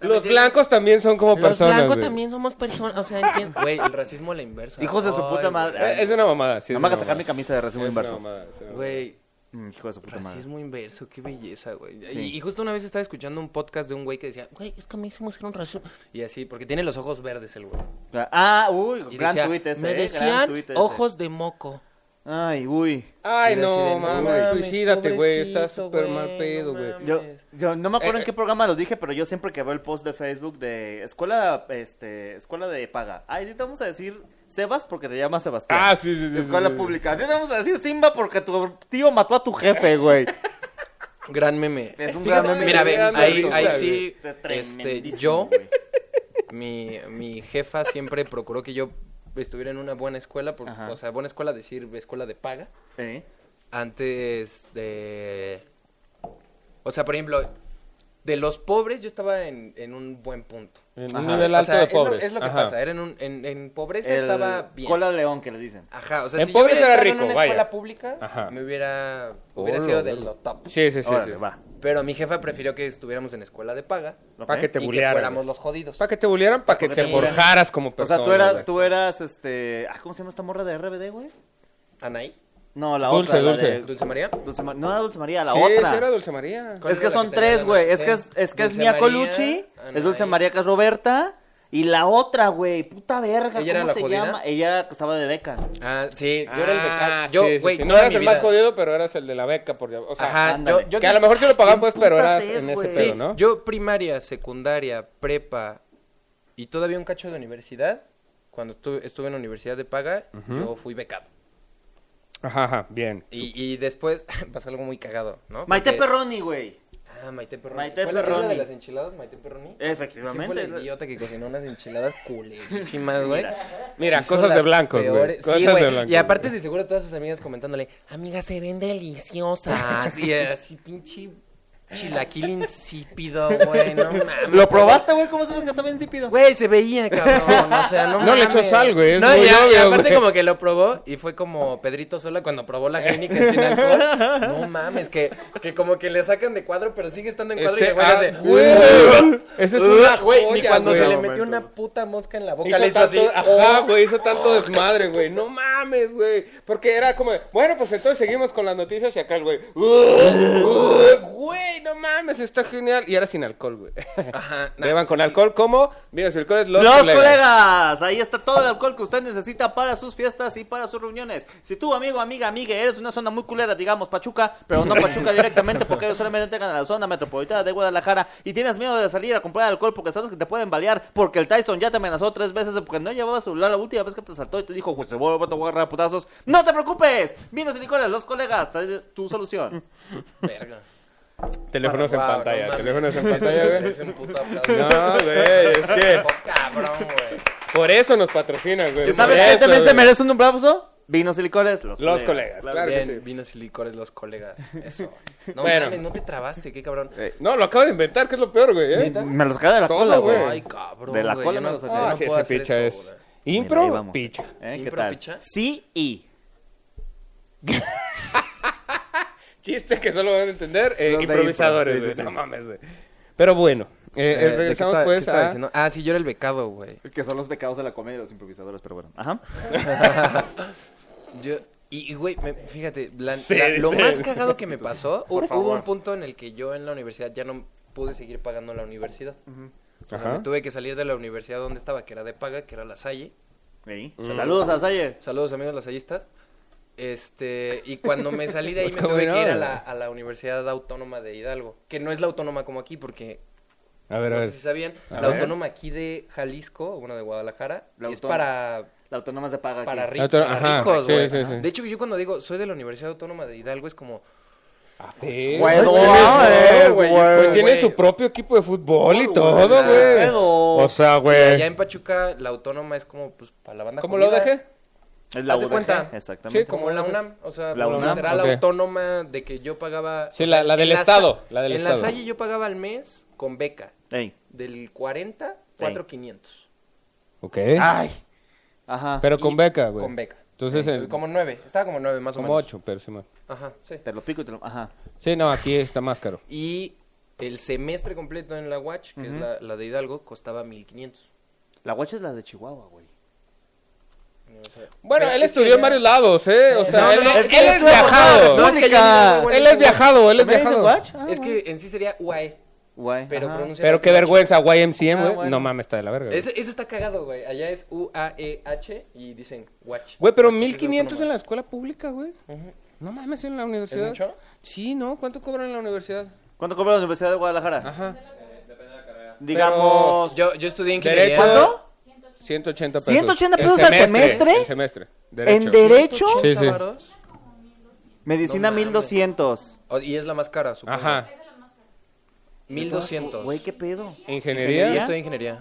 Speaker 1: Los blancos también son como
Speaker 6: Los
Speaker 1: personas.
Speaker 6: blancos
Speaker 1: güey.
Speaker 6: también somos personas. O sea, entiendo.
Speaker 2: Güey, el racismo a la inversa.
Speaker 3: Hijos de su
Speaker 2: Ay,
Speaker 3: puta madre.
Speaker 1: Eh, Es una mamada, sí.
Speaker 3: no
Speaker 1: es
Speaker 3: me
Speaker 1: una
Speaker 3: hagas sacar mi
Speaker 1: mamada.
Speaker 3: camisa de racismo
Speaker 1: Es una
Speaker 3: inverso.
Speaker 1: mamada, es una mamada.
Speaker 2: Güey,
Speaker 3: Mm, Hijo de su puta madre.
Speaker 2: Racismo inverso, qué belleza, güey.
Speaker 3: Sí.
Speaker 2: Y, y justo una vez estaba escuchando un podcast de un güey que decía,
Speaker 6: Güey, es que a mí se me hicieron razón.
Speaker 2: y así, porque tiene los ojos verdes el güey.
Speaker 3: Ah, uy,
Speaker 2: Y
Speaker 3: gran
Speaker 2: decía,
Speaker 3: tuit ese.
Speaker 6: Me
Speaker 3: eh, gran
Speaker 6: decían
Speaker 3: tuit ese.
Speaker 6: ojos de moco.
Speaker 3: Ay, uy.
Speaker 1: Ay,
Speaker 2: Y así de,
Speaker 1: no,
Speaker 2: no
Speaker 1: mames.
Speaker 2: mames,
Speaker 1: Suicídate, güey. Estás
Speaker 2: pobrecito,
Speaker 1: súper
Speaker 2: güey,
Speaker 1: mal
Speaker 2: no
Speaker 1: pedo, güey.
Speaker 2: mames.
Speaker 3: Yo, yo no me acuerdo
Speaker 1: Eh,
Speaker 3: en qué programa lo dije, pero yo siempre que veo el post de Facebook de escuela, este, escuela de paga. Ay, ahorita vamos a decir Sebas porque te llamas Sebastián.
Speaker 1: Ah, sí, sí, sí.
Speaker 3: Escuela
Speaker 1: sí, sí.
Speaker 3: pública. Ahorita vamos a decir Simba porque tu tío mató a tu jefe, güey.
Speaker 2: Gran meme.
Speaker 3: Es un
Speaker 1: Fíjate,
Speaker 3: gran meme.
Speaker 2: Mira, ve,
Speaker 1: gran
Speaker 2: ahí,
Speaker 1: meme.
Speaker 2: ahí
Speaker 1: Risa,
Speaker 2: sí,
Speaker 3: Está
Speaker 2: este,
Speaker 3: tremendísimo,
Speaker 2: yo,
Speaker 3: güey.
Speaker 2: mi, mi jefa siempre procuró que yo estuviera en una buena escuela, por-
Speaker 3: Ajá.
Speaker 2: o sea, buena escuela decir escuela de paga,
Speaker 3: ¿Eh?
Speaker 2: antes de... O sea, por ejemplo, de los pobres yo estaba en, en un buen punto.
Speaker 1: En un
Speaker 3: Ajá.
Speaker 1: nivel
Speaker 2: O
Speaker 1: alto
Speaker 2: sea,
Speaker 1: de
Speaker 2: es lo-
Speaker 1: pobres.
Speaker 2: Es lo, que
Speaker 1: Ajá.
Speaker 2: pasa, era en, un- en, en pobreza
Speaker 3: El
Speaker 2: estaba bien.
Speaker 3: Cola de león que le dicen.
Speaker 2: Ajá, o sea,
Speaker 1: En
Speaker 2: si yo hubiera
Speaker 1: pobreza era
Speaker 2: estado en
Speaker 1: rico,
Speaker 2: una
Speaker 1: vaya.
Speaker 2: escuela pública,
Speaker 1: Ajá.
Speaker 2: me hubiera,
Speaker 1: Oh,
Speaker 2: hubiera
Speaker 1: lo
Speaker 2: sido de
Speaker 1: verga.
Speaker 2: lo top.
Speaker 1: Sí, sí, sí.
Speaker 3: Órale,
Speaker 1: sí.
Speaker 3: va.
Speaker 2: Pero mi jefa prefirió que estuviéramos en escuela de paga
Speaker 1: Para que te
Speaker 2: y que
Speaker 1: bulearan.
Speaker 2: fuéramos los jodidos.
Speaker 1: Para que te bulieran, para que
Speaker 2: que
Speaker 1: te
Speaker 2: te bulieran.
Speaker 1: forjaras como
Speaker 3: O
Speaker 1: persona.
Speaker 3: sea, tú eras,
Speaker 1: güey.
Speaker 3: tú eras, este... Ah, ¿cómo se llama esta morra de RBD, güey?
Speaker 2: ¿Anaí?
Speaker 3: No, la
Speaker 1: Dulce,
Speaker 3: otra. la
Speaker 1: dulce.
Speaker 3: de-
Speaker 2: ¿Dulce María?
Speaker 3: Dulce Ma- No era Dulce María, la
Speaker 1: sí,
Speaker 3: otra.
Speaker 1: sí era Dulce María.
Speaker 2: ¿Cuál
Speaker 3: Es que
Speaker 2: era la
Speaker 3: son
Speaker 2: que te
Speaker 3: tres,
Speaker 2: daban?
Speaker 3: güey. Es que es,
Speaker 2: Sí.
Speaker 3: es que es
Speaker 2: Dulce
Speaker 3: Mia
Speaker 2: María,
Speaker 3: Colucci,
Speaker 2: Anaí.
Speaker 3: es Dulce María que es Roberta, y la otra, güey. Puta verga,
Speaker 2: ¿Ella era
Speaker 3: ¿cómo
Speaker 2: la
Speaker 3: se
Speaker 2: jodida?
Speaker 3: llama? Ella que estaba de beca.
Speaker 2: Ah, sí, yo era el
Speaker 1: Ah,
Speaker 2: becario.
Speaker 1: sí,
Speaker 2: Yo,
Speaker 1: sí,
Speaker 2: güey,
Speaker 1: sí. no
Speaker 2: toda
Speaker 1: eras
Speaker 2: mi
Speaker 1: el más
Speaker 2: vida-
Speaker 1: jodido, pero eras el de la beca. Porque, o sea,
Speaker 2: Ajá,
Speaker 3: Ándale.
Speaker 2: yo, yo
Speaker 1: que a lo mejor sí lo pagaban, pues, pero eras
Speaker 3: putas es,
Speaker 1: en ese
Speaker 3: güey?
Speaker 2: Sí,
Speaker 1: pedo, ¿no?
Speaker 2: yo primaria, secundaria, prepa y todavía un cacho de universidad, cuando estu- estuve, en la universidad de paga, yo fui becado.
Speaker 1: Ajá, ajá, bien.
Speaker 2: Y, y después pasa algo muy cagado, ¿no?
Speaker 3: Maite
Speaker 2: Porque-
Speaker 3: Perroni, güey.
Speaker 2: Ah, Maite Perroni. Eh,
Speaker 3: Maite
Speaker 2: ¿Fue la- es la
Speaker 3: Perroni.
Speaker 2: de las enchiladas, Maite Perroni? ¿Quién fue
Speaker 3: Efectivamente.
Speaker 2: la idiota que cocinó unas enchiladas culerísimas, güey?
Speaker 1: Mira,
Speaker 2: Y son
Speaker 1: cosas de
Speaker 2: las
Speaker 1: blancos, güey.
Speaker 2: peores- Sí,
Speaker 1: Cosas
Speaker 2: güey.
Speaker 1: de blancos,
Speaker 2: Y aparte de seguro todas sus amigas comentándole, amiga, se ven deliciosas. Y así, pinche chilaquil insípido, güey, no mames.
Speaker 3: ¿Lo probaste, güey? ¿Cómo sabes que estaba insípido?
Speaker 2: Güey, se veía, cabrón, o sea, no
Speaker 1: No le
Speaker 2: mames.
Speaker 1: echó sal, güey, es
Speaker 2: No,
Speaker 1: muy
Speaker 2: y, a- y
Speaker 1: obvio,
Speaker 2: aparte
Speaker 1: güey.
Speaker 2: como que lo probó y fue como Pedrito Sola cuando probó la clínica sin alcohol. No mames, que, que como que le sacan de cuadro, pero sigue estando en cuadro y
Speaker 1: Ese-
Speaker 2: el güey
Speaker 1: ah,
Speaker 2: hace...
Speaker 1: güey. Ese es una
Speaker 2: güey, ni
Speaker 1: joya,
Speaker 2: cuando
Speaker 1: güey.
Speaker 2: se le metió una puta mosca en la boca
Speaker 1: Hizo ah,
Speaker 2: le hizo
Speaker 1: tanto-
Speaker 2: así.
Speaker 1: ajá,
Speaker 2: "Oh".
Speaker 1: güey, hizo tanto desmadre, güey. No mames, güey. Porque era como, bueno, pues entonces seguimos con las noticias y acá el güey. Güey, no mames, está genial. Y era sin alcohol, güey.
Speaker 2: Ajá, nah,
Speaker 1: Beban con alcohol, ¿cómo? Mira, si el alcohol es los,
Speaker 3: Los,
Speaker 1: colegas.
Speaker 3: colegas. ahí está todo el alcohol que usted necesita para sus fiestas y para sus reuniones. Si tú, amigo, amiga, amiga, eres una zona muy culera, digamos Pachuca, pero no Pachuca directamente porque ellos solamente entran a la zona metropolitana de Guadalajara y tienes miedo de salir a comprar alcohol porque sabes que te pueden balear porque el Tyson ya te amenazó tres veces porque no llevaba celular la última vez que te saltó y te dijo, pues te voy a te voy a agarrar a putazos. ¡No te preocupes! Vinos y licores, los colegas, trae tu solución.
Speaker 2: Verga.
Speaker 1: Teléfonos en
Speaker 2: Guau, no
Speaker 1: pantalla,
Speaker 2: mames.
Speaker 1: teléfonos en
Speaker 2: Eso sí
Speaker 1: pantalla, güey.
Speaker 2: merece un puto aplauso.
Speaker 1: No, güey, es que
Speaker 2: Oh, cabrón, güey.
Speaker 1: por eso nos patrocinan, güey.
Speaker 3: ¿Sabes
Speaker 1: Por
Speaker 3: qué
Speaker 1: eso,
Speaker 3: también se
Speaker 1: güey.
Speaker 3: merece un aplauso? Vinos y licores, los,
Speaker 1: Los colegas, claro que
Speaker 2: Bien,
Speaker 1: sí.
Speaker 2: vinos y licores los colegas. Eso. No
Speaker 1: Bueno. Eh,
Speaker 2: mames, no te trabaste, qué cabrón. Eh,
Speaker 1: No, lo acabo de inventar, que es lo peor, güey. ¿eh?
Speaker 3: Me los cae de la
Speaker 1: Todo,
Speaker 3: cola,
Speaker 1: güey.
Speaker 3: güey.
Speaker 2: Ay, cabrón.
Speaker 3: De la
Speaker 2: güey,
Speaker 3: cola
Speaker 2: yo
Speaker 3: me
Speaker 2: no,
Speaker 3: lo saqué.
Speaker 2: yo
Speaker 1: Ah,
Speaker 2: no
Speaker 1: sí,
Speaker 2: puedo
Speaker 1: ese
Speaker 2: hacer
Speaker 1: picha
Speaker 2: eso,
Speaker 1: es.
Speaker 2: güey.
Speaker 3: Mira, ahí
Speaker 1: Impro,
Speaker 3: vamos.
Speaker 1: picha.
Speaker 3: ¿Eh? ¿Qué
Speaker 2: Impro
Speaker 3: tal?
Speaker 2: picha.
Speaker 3: Sí y.
Speaker 1: Chiste que solo van a entender eh,
Speaker 2: Los de
Speaker 1: improvisadores, güey,
Speaker 2: impro, sí, sí,
Speaker 1: no
Speaker 2: sí.
Speaker 1: mames, güey. Pero bueno, eh, eh,
Speaker 2: ¿de qué
Speaker 1: regresamos
Speaker 2: estaba- qué
Speaker 1: pues
Speaker 2: estaba
Speaker 1: a...
Speaker 2: diciendo? Ah, sí, yo era el becado, güey.
Speaker 3: Que son los pecados de la comedia de los improvisadores, pero bueno. Ajá.
Speaker 2: Yo- y, y, güey, me- fíjate, la-
Speaker 1: Sí,
Speaker 2: la- lo
Speaker 1: sí.
Speaker 2: más cagado que me pasó, hu- hubo
Speaker 4: favor.
Speaker 2: un punto en el que yo en la universidad ya no pude seguir pagando la universidad. O sea,
Speaker 1: Ajá.
Speaker 2: me tuve que salir de la universidad donde estaba, que era de paga, que era La Salle.
Speaker 3: Sí. Mm. Saludos a Sayer.
Speaker 2: Saludos, amigos lasallistas. Este, y cuando me salí de ahí me
Speaker 1: What's
Speaker 2: tuve
Speaker 1: going
Speaker 2: que ir a
Speaker 1: on?
Speaker 2: la, a la Universidad Autónoma de Hidalgo, que no es la autónoma como aquí, porque
Speaker 1: A ver, a
Speaker 2: no
Speaker 1: ver.
Speaker 2: sé si sabían,
Speaker 1: A
Speaker 2: la
Speaker 1: ver.
Speaker 2: autónoma aquí de Jalisco, bueno, de Guadalajara,
Speaker 3: La
Speaker 2: es
Speaker 3: autónoma.
Speaker 2: para
Speaker 3: La autónoma se paga aquí.
Speaker 2: para, ri-
Speaker 1: Ah, tú-
Speaker 2: para
Speaker 1: ajá,
Speaker 2: ricos,
Speaker 1: sí,
Speaker 2: güey.
Speaker 1: sí, sí.
Speaker 2: De hecho, yo cuando digo soy de la Universidad Autónoma de Hidalgo es como, pues,
Speaker 1: Sí,
Speaker 4: Bueno,
Speaker 1: güey,
Speaker 4: ah,
Speaker 1: güey,
Speaker 4: güey.
Speaker 1: es como,
Speaker 2: Güey. Ah,
Speaker 1: Tienen su propio equipo de fútbol y
Speaker 2: Güey,
Speaker 1: todo,
Speaker 2: o sea,
Speaker 1: güey.
Speaker 3: pero-
Speaker 1: O sea,
Speaker 2: allá
Speaker 1: güey.
Speaker 2: en Pachuca la Autónoma es como pues para la banda
Speaker 1: ¿Cómo lo
Speaker 2: jodida.
Speaker 1: dejé?
Speaker 3: Es la
Speaker 2: Haz de
Speaker 3: UDG,
Speaker 2: cuenta.
Speaker 1: Sí,
Speaker 3: Exactamente.
Speaker 2: Como la UNAM, o sea,
Speaker 3: La
Speaker 2: la
Speaker 3: UNAM,
Speaker 2: literal
Speaker 1: ok.
Speaker 2: autónoma de que yo pagaba.
Speaker 1: Sí,
Speaker 2: o
Speaker 1: la-
Speaker 2: sea,
Speaker 1: la del
Speaker 2: en sa-
Speaker 1: estado, la del
Speaker 2: en
Speaker 1: estado.
Speaker 2: la Salle yo pagaba al mes con beca,
Speaker 3: Ey.
Speaker 2: del 40, 4500.
Speaker 1: Ok.
Speaker 3: Ay. Ajá.
Speaker 1: Pero con beca, güey.
Speaker 2: Ah, Con beca.
Speaker 1: Entonces,
Speaker 2: Sí,
Speaker 1: en-
Speaker 2: como 9, estaba como 9 más o
Speaker 1: Como
Speaker 2: menos.
Speaker 1: ocho, pero sí, man.
Speaker 2: Ajá, sí.
Speaker 3: Te lo pico y te lo... Ajá.
Speaker 1: Sí, no, aquí está más caro.
Speaker 2: Y el semestre completo en la Watch, que es la, la de Hidalgo, costaba 1500.
Speaker 3: La guacha es la de Chihuahua, güey.
Speaker 1: Bueno,
Speaker 2: Pero
Speaker 1: él
Speaker 2: es
Speaker 1: estudió
Speaker 2: que-
Speaker 1: en varios lados, ¿eh? O sea,
Speaker 2: no,
Speaker 1: él,
Speaker 2: no,
Speaker 1: él
Speaker 2: es que
Speaker 1: es
Speaker 2: estuvo-
Speaker 1: viajado.
Speaker 2: No, es que yo
Speaker 3: Mónica.
Speaker 2: no-
Speaker 1: él es viajado, él es
Speaker 3: ¿También dicen
Speaker 1: viajado.
Speaker 3: guach? Ah,
Speaker 2: es
Speaker 3: guay.
Speaker 2: que en sí sería UAE,
Speaker 3: Guay,
Speaker 2: pero
Speaker 3: ajá.
Speaker 2: pronunciado
Speaker 1: Pero qué
Speaker 2: como-
Speaker 1: vergüenza, YMCM,
Speaker 3: Ah,
Speaker 1: güey.
Speaker 3: bueno.
Speaker 1: No mames, está de la verga. güey.
Speaker 2: Ese, ese está cagado, güey. Allá es U-A-E-H y dicen Watch.
Speaker 1: Güey, pero
Speaker 2: Watch, es
Speaker 1: 1500 en
Speaker 2: autónoma.
Speaker 1: la escuela pública, güey. No mames, en la universidad.
Speaker 2: ¿Es mucho?
Speaker 1: Sí, ¿no? ¿Cuánto cobran en la universidad?
Speaker 3: ¿Cuánto cobra la Universidad de Guadalajara?
Speaker 1: Ajá.
Speaker 3: Digamos...
Speaker 2: Yo, yo estudié ingeniería.
Speaker 1: ¿Derecho? 180 pesos.
Speaker 3: 180
Speaker 1: El
Speaker 3: pesos al semestre.
Speaker 1: El semestre.
Speaker 3: ¿En derecho?
Speaker 1: Sí, sí.
Speaker 2: varos.
Speaker 3: Medicina
Speaker 2: No mames.
Speaker 3: 1200.
Speaker 2: O- Y es la más cara, supongo.
Speaker 1: Ajá.
Speaker 2: 1200.
Speaker 3: Güey, ¿qué pedo?
Speaker 1: Ingeniería,
Speaker 2: Yo
Speaker 3: ¿Ya?
Speaker 2: estudié ingeniería.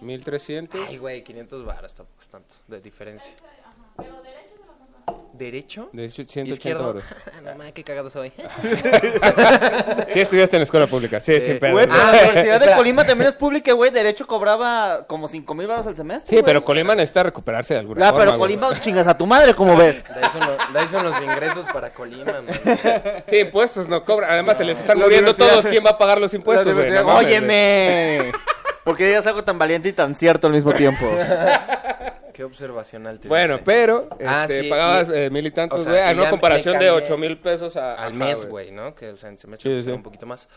Speaker 1: 1300.
Speaker 2: Ay, güey, 500 varos tampoco es tanto de diferencia. ¿Derecho?
Speaker 1: De hecho, 180
Speaker 2: ¿Izquierdo? Ah,
Speaker 1: euros.
Speaker 2: no mames, qué cagado soy.
Speaker 1: Sí, estudiaste en la escuela pública. Sí,
Speaker 2: Sí.
Speaker 1: sin pedo.
Speaker 3: Güey, pero
Speaker 2: Ah,
Speaker 3: la Universidad de
Speaker 2: espera.
Speaker 3: Colima también es pública, güey. Derecho cobraba como 5 mil baros al semestre.
Speaker 1: Sí,
Speaker 3: güey.
Speaker 1: pero Colima necesita recuperarse de alguna
Speaker 3: Ah,
Speaker 1: forma.
Speaker 3: pero
Speaker 1: güey.
Speaker 3: Colima, chingas a tu madre, como ves.
Speaker 2: De ahí, son los, de ahí son los ingresos para Colima, man.
Speaker 1: Sí, impuestos no cobran. Además, se les están
Speaker 4: La
Speaker 1: muriendo
Speaker 4: universidad-
Speaker 1: todos. ¿Quién va a pagar los impuestos, güey? No mames, güey.
Speaker 3: Óyeme. ¿Por qué digas algo tan valiente y tan cierto al mismo tiempo?
Speaker 2: Qué observacional te
Speaker 1: Bueno,
Speaker 2: dice.
Speaker 1: pero
Speaker 2: Ah,
Speaker 1: este,
Speaker 2: sí,
Speaker 1: pagabas
Speaker 2: y-
Speaker 1: eh, mil y tantos,
Speaker 2: o sea,
Speaker 1: güey.
Speaker 2: y
Speaker 1: a no
Speaker 2: ya
Speaker 1: comparación
Speaker 2: le
Speaker 1: de
Speaker 2: cambié
Speaker 1: ocho mil pesos a-
Speaker 2: al
Speaker 1: ajá,
Speaker 2: mes, güey, ¿no? Que, o sea, en semestre
Speaker 1: Sí,
Speaker 2: pues,
Speaker 1: sí.
Speaker 2: era un poquito más.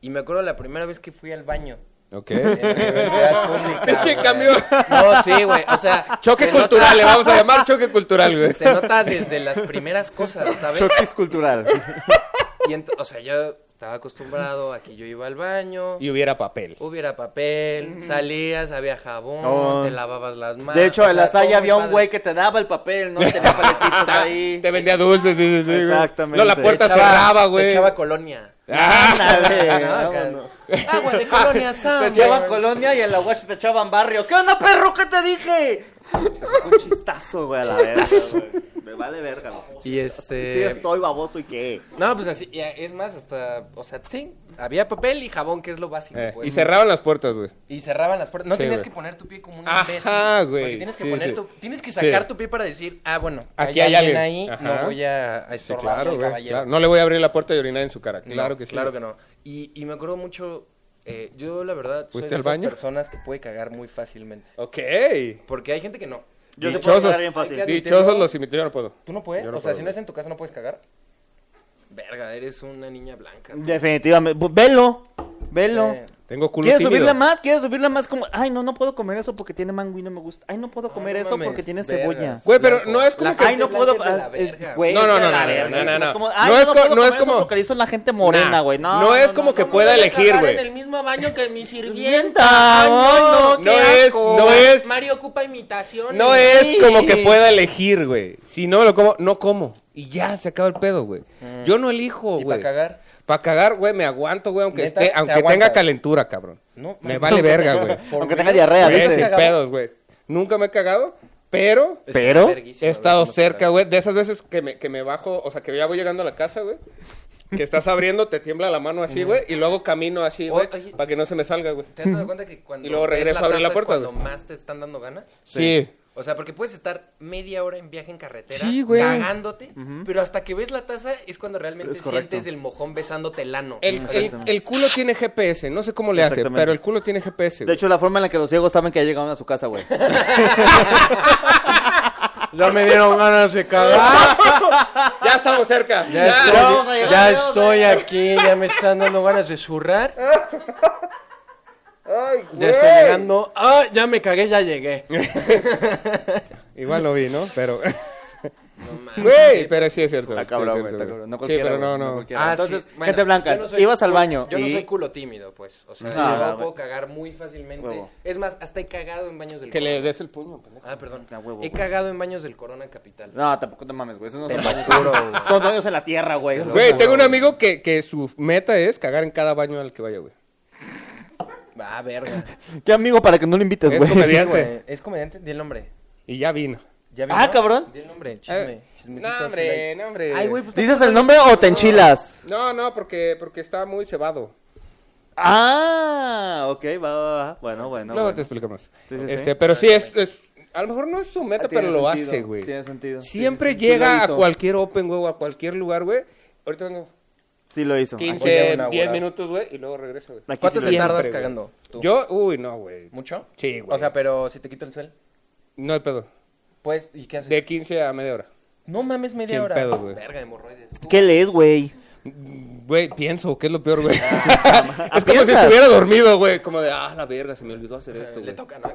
Speaker 2: Y me acuerdo la primera vez que fui al baño.
Speaker 1: Ok.
Speaker 2: En la universidad pública.
Speaker 1: Pinche
Speaker 2: güey.
Speaker 1: cambio.
Speaker 2: No, sí, güey. O sea,
Speaker 1: Choque
Speaker 2: se
Speaker 1: cultural, le vamos a llamar choque cultural, güey.
Speaker 2: nota- se nota desde las primeras cosas, ¿sabes?
Speaker 3: Choquis cultural.
Speaker 2: Y ent- o sea, yo estaba acostumbrado a que yo iba al baño,
Speaker 1: Y hubiera papel.
Speaker 2: hubiera papel, salías, había jabón,
Speaker 3: Oh.
Speaker 2: te lavabas las manos.
Speaker 3: De hecho,
Speaker 2: o
Speaker 3: en
Speaker 2: sea, oh,
Speaker 3: la
Speaker 2: todo muy
Speaker 3: Salle había un
Speaker 2: padre.
Speaker 3: güey que te daba el papel, ¿no? Tenía paletitas ahí.
Speaker 1: Te vendía dulces, sí, sí, sí, güey.
Speaker 3: Exactamente.
Speaker 1: No, la puerta
Speaker 2: Te echaba-
Speaker 1: cerraba, güey.
Speaker 2: Te echaba colonia.
Speaker 3: Ándale,
Speaker 1: Eh,
Speaker 2: Ah,
Speaker 3: vámonos.
Speaker 2: acá. Agua de colonia
Speaker 3: Te
Speaker 2: Sanborns.
Speaker 3: echaban colonia y en la guacha te echaban barrio. ¿Qué onda, perro? ¿Qué te dije? Es un chistazo, güey, a la verga, güey. Me vale verga, güey.
Speaker 2: Y
Speaker 1: Eh,
Speaker 3: Sí,
Speaker 2: este...
Speaker 3: estoy baboso y qué.
Speaker 2: No, pues así, y a- es más, hasta, o sea, sí, había papel y jabón, que es lo básico.
Speaker 1: Eh,
Speaker 2: pues.
Speaker 1: y cerraban las puertas, güey.
Speaker 2: Y cerraban las puertas. No
Speaker 1: Sí,
Speaker 2: tenías
Speaker 1: güey.
Speaker 2: que poner tu pie como un
Speaker 1: Ajá,
Speaker 2: imbécil.
Speaker 1: güey,
Speaker 2: porque Tienes que
Speaker 1: sí,
Speaker 2: poner
Speaker 1: sí.
Speaker 2: tu, tienes que
Speaker 1: Sí.
Speaker 2: sacar tu pie para decir, ah, bueno,
Speaker 1: Aquí hay alguien.
Speaker 2: ahí,
Speaker 1: Ajá.
Speaker 2: no voy a, a
Speaker 1: Sí,
Speaker 2: estorbar
Speaker 1: claro,
Speaker 2: al
Speaker 1: güey.
Speaker 2: caballero.
Speaker 1: claro. No le voy a abrir la puerta y orinar en su cara.
Speaker 2: No,
Speaker 1: Claro que sí.
Speaker 2: Claro que no. Y, y me acuerdo mucho, eh, yo la verdad soy
Speaker 1: ¿Fuiste
Speaker 2: de
Speaker 1: al
Speaker 2: esas
Speaker 1: baño?
Speaker 2: personas que puede cagar muy fácilmente.
Speaker 1: Ok.
Speaker 2: Porque hay gente que no.
Speaker 3: Yo se puedo
Speaker 1: Dichosos,
Speaker 3: cagar bien fácil.
Speaker 2: Di-
Speaker 1: dichosos los cimiterios, yo no puedo.
Speaker 2: ¿Tú no puedes?
Speaker 1: Yo no
Speaker 2: o sea,
Speaker 1: puedo,
Speaker 2: si no
Speaker 1: güey.
Speaker 2: es en tu casa, ¿no puedes cagar? Verga, eres una niña blanca.
Speaker 3: Definitivamente. Bu- Velo. Velo.
Speaker 2: Sí.
Speaker 1: Tengo culo
Speaker 3: ¿Quieres
Speaker 1: tímido.
Speaker 3: subirle más? ¿Quieres subirle más? Como, ay, no, no puedo comer eso porque tiene mango y no me gusta. Ay, no puedo
Speaker 2: Ay,
Speaker 3: comer
Speaker 2: no
Speaker 3: eso
Speaker 2: mames,
Speaker 3: porque tiene
Speaker 2: vergas.
Speaker 3: cebolla.
Speaker 1: Güey, pero no es como
Speaker 2: La-
Speaker 1: que...
Speaker 3: Ay, no
Speaker 2: Blanca
Speaker 3: puedo.
Speaker 2: es de la
Speaker 3: es-
Speaker 2: verga.
Speaker 3: es- güey,
Speaker 1: No, no,
Speaker 3: es de
Speaker 1: no,
Speaker 3: la
Speaker 1: no,
Speaker 3: verga,
Speaker 1: no, no,
Speaker 3: es
Speaker 1: no.
Speaker 3: como, ay,
Speaker 1: No es co-
Speaker 3: puedo
Speaker 1: no
Speaker 3: comer
Speaker 1: es
Speaker 3: eso
Speaker 1: como-
Speaker 3: porque le hizo la gente morena,
Speaker 1: Nah,
Speaker 3: güey. No,
Speaker 1: no es como que pueda elegir,
Speaker 6: cagar
Speaker 1: güey.
Speaker 6: en el mismo baño que mi
Speaker 3: Sienta,
Speaker 6: sirvienta.
Speaker 3: ay, no,
Speaker 1: No
Speaker 3: qué
Speaker 1: es,
Speaker 3: asco.
Speaker 1: no es,
Speaker 6: Mario ocupa imitaciones.
Speaker 1: no es como que
Speaker 3: Sí.
Speaker 1: pueda elegir, güey. Si no lo como, no como. Y ya, se acaba el pedo, güey. Yo no elijo,
Speaker 2: ¿Y
Speaker 1: güey.
Speaker 2: para cagar?
Speaker 1: Para cagar, güey, me aguanto, güey, aunque
Speaker 2: ¿Neta?
Speaker 1: esté,
Speaker 2: ¿Te
Speaker 1: aunque
Speaker 2: aguantas?
Speaker 1: tenga calentura, cabrón.
Speaker 2: No,
Speaker 1: me
Speaker 2: man.
Speaker 1: vale verga, güey.
Speaker 3: Aunque tenga diarrea,
Speaker 1: Güey,
Speaker 3: dice.
Speaker 1: sin pedos, güey. Nunca me he cagado, pero
Speaker 3: Pero-
Speaker 1: he estado cerca, güey. De esas veces que me, que me bajo, o sea, que ya voy llegando a la casa, güey. Que estás abriendo, te tiembla la mano así, güey. Y luego camino así,
Speaker 2: O-
Speaker 1: güey,
Speaker 2: oye.
Speaker 1: para que no se me salga, güey.
Speaker 2: ¿Te has dado cuenta que cuando
Speaker 1: Y luego
Speaker 2: ves
Speaker 1: regreso a abrir la
Speaker 2: taza es
Speaker 1: puerta,
Speaker 2: cuando
Speaker 1: güey.
Speaker 2: más te están dando ganas?
Speaker 1: Sí.
Speaker 2: O sea, porque puedes estar media hora en viaje en carretera
Speaker 1: Sí, güey.
Speaker 2: cagándote, pero hasta que ves la taza es cuando realmente
Speaker 4: Es correcto.
Speaker 2: sientes el mojón besándote el ano.
Speaker 1: El, el, el culo tiene GPS, no sé cómo le hace,
Speaker 3: Exactamente.
Speaker 1: pero el culo tiene GPS.
Speaker 3: De
Speaker 1: güey.
Speaker 3: hecho, la forma en la que los ciegos saben que ya llegaron a su casa, güey.
Speaker 4: Ya me dieron ganas de cagar.
Speaker 1: Ya estamos cerca.
Speaker 2: Ya
Speaker 1: Ya.
Speaker 2: estoy,
Speaker 3: vamos a
Speaker 2: ya
Speaker 3: llegar, ya vamos a
Speaker 2: estoy aquí, ya me están dando ganas de zurrar. ya estoy llegando. Ah, ya me cagué, ya llegué.
Speaker 1: Igual lo vi, ¿no? Pero.
Speaker 2: mames.
Speaker 1: Güey, pero sí es cierto.
Speaker 3: Está
Speaker 1: sí
Speaker 3: cabrón,
Speaker 1: es
Speaker 3: güey,
Speaker 1: cierto,
Speaker 3: está
Speaker 1: güey.
Speaker 3: cabrón. No
Speaker 1: sí,
Speaker 3: cualquiera,
Speaker 1: pero
Speaker 3: güey,
Speaker 1: no,
Speaker 3: no
Speaker 1: no.
Speaker 2: Ah,
Speaker 3: cualquiera. Entonces,
Speaker 2: bueno,
Speaker 3: gente blanca,
Speaker 2: yo no soy
Speaker 3: ibas al
Speaker 2: culo-
Speaker 3: baño
Speaker 2: Yo no
Speaker 3: y-
Speaker 2: soy culo tímido, pues. O sea,
Speaker 3: Ah,
Speaker 2: yo
Speaker 3: va,
Speaker 2: puedo
Speaker 3: güey.
Speaker 2: cagar muy fácilmente.
Speaker 3: Huevo.
Speaker 2: Es más, hasta he cagado en baños del
Speaker 1: Que le
Speaker 2: Corona.
Speaker 1: des el puño, pendejo.
Speaker 2: Ah, perdón.
Speaker 3: Ah, huevo,
Speaker 2: he
Speaker 3: güey.
Speaker 2: cagado en baños del Corona Capital.
Speaker 3: No, tampoco te mames, güey. Esos no son baños. Son baños en la tierra, güey. O sea,
Speaker 1: Güey, tengo un amigo que, que su meta es cagar en cada baño al que vaya, güey.
Speaker 2: Ah, verga.
Speaker 3: ¿Qué amigo para que no lo invites,
Speaker 1: Es
Speaker 3: Pues, güey?
Speaker 1: comediante.
Speaker 2: Sí, güey, Es comediante, di el nombre.
Speaker 1: Y ya vino.
Speaker 2: ¿Ya
Speaker 3: Ah, cabrón.
Speaker 2: Di el nombre,
Speaker 1: Eh,
Speaker 2: chisme. chismecito así, like.
Speaker 1: no, hombre.
Speaker 2: Ay, güey, pues
Speaker 3: ¿Dices el nombre o te enchilas?
Speaker 1: No, no, porque, porque está muy cebado.
Speaker 3: Ah, ok, va, va, va. Bueno, bueno.
Speaker 1: Luego
Speaker 3: bueno.
Speaker 1: te explicamos.
Speaker 3: Sí, sí, sí.
Speaker 1: este, Pero sí, es, es- a lo mejor no es su meta,
Speaker 3: Ah,
Speaker 1: pero
Speaker 3: tiene
Speaker 1: lo
Speaker 3: sentido,
Speaker 1: hace, güey.
Speaker 3: Tiene sentido.
Speaker 1: Siempre
Speaker 3: Sí, sí, sí. Sí
Speaker 1: llega
Speaker 3: lo
Speaker 1: a
Speaker 3: hizo.
Speaker 1: cualquier open, güey, o a cualquier lugar, güey. Ahorita vengo
Speaker 3: Sí lo hizo.
Speaker 2: Aquí llevo
Speaker 1: 15,
Speaker 2: una
Speaker 1: 10
Speaker 2: bola.
Speaker 1: minutos, güey, y luego regreso, güey.
Speaker 3: Aquí
Speaker 2: ¿Cuánto
Speaker 3: sí
Speaker 2: te
Speaker 3: lo hizo.
Speaker 2: tardas
Speaker 1: Siempre, güey.
Speaker 2: cagando? tú?
Speaker 1: Yo, uy, no, güey.
Speaker 2: ¿Mucho?
Speaker 1: Sí, güey.
Speaker 2: O sea, pero si te quito el suel,
Speaker 1: No hay pedo.
Speaker 2: pues, ¿y qué haces?
Speaker 1: De 15 a media hora.
Speaker 2: No mames, media
Speaker 1: Sin
Speaker 2: hora.
Speaker 1: pedos, güey.
Speaker 2: Verga, hemorroides. Tú.
Speaker 3: ¿Qué lees, güey?
Speaker 1: Güey, pienso, que es lo peor, güey. es como si
Speaker 3: ¿piensas?
Speaker 1: estuviera dormido, güey. Como de, ah, la verga, se me olvidó hacer
Speaker 3: Eh,
Speaker 1: esto,
Speaker 2: Le
Speaker 1: güey.
Speaker 2: toca, ¿no?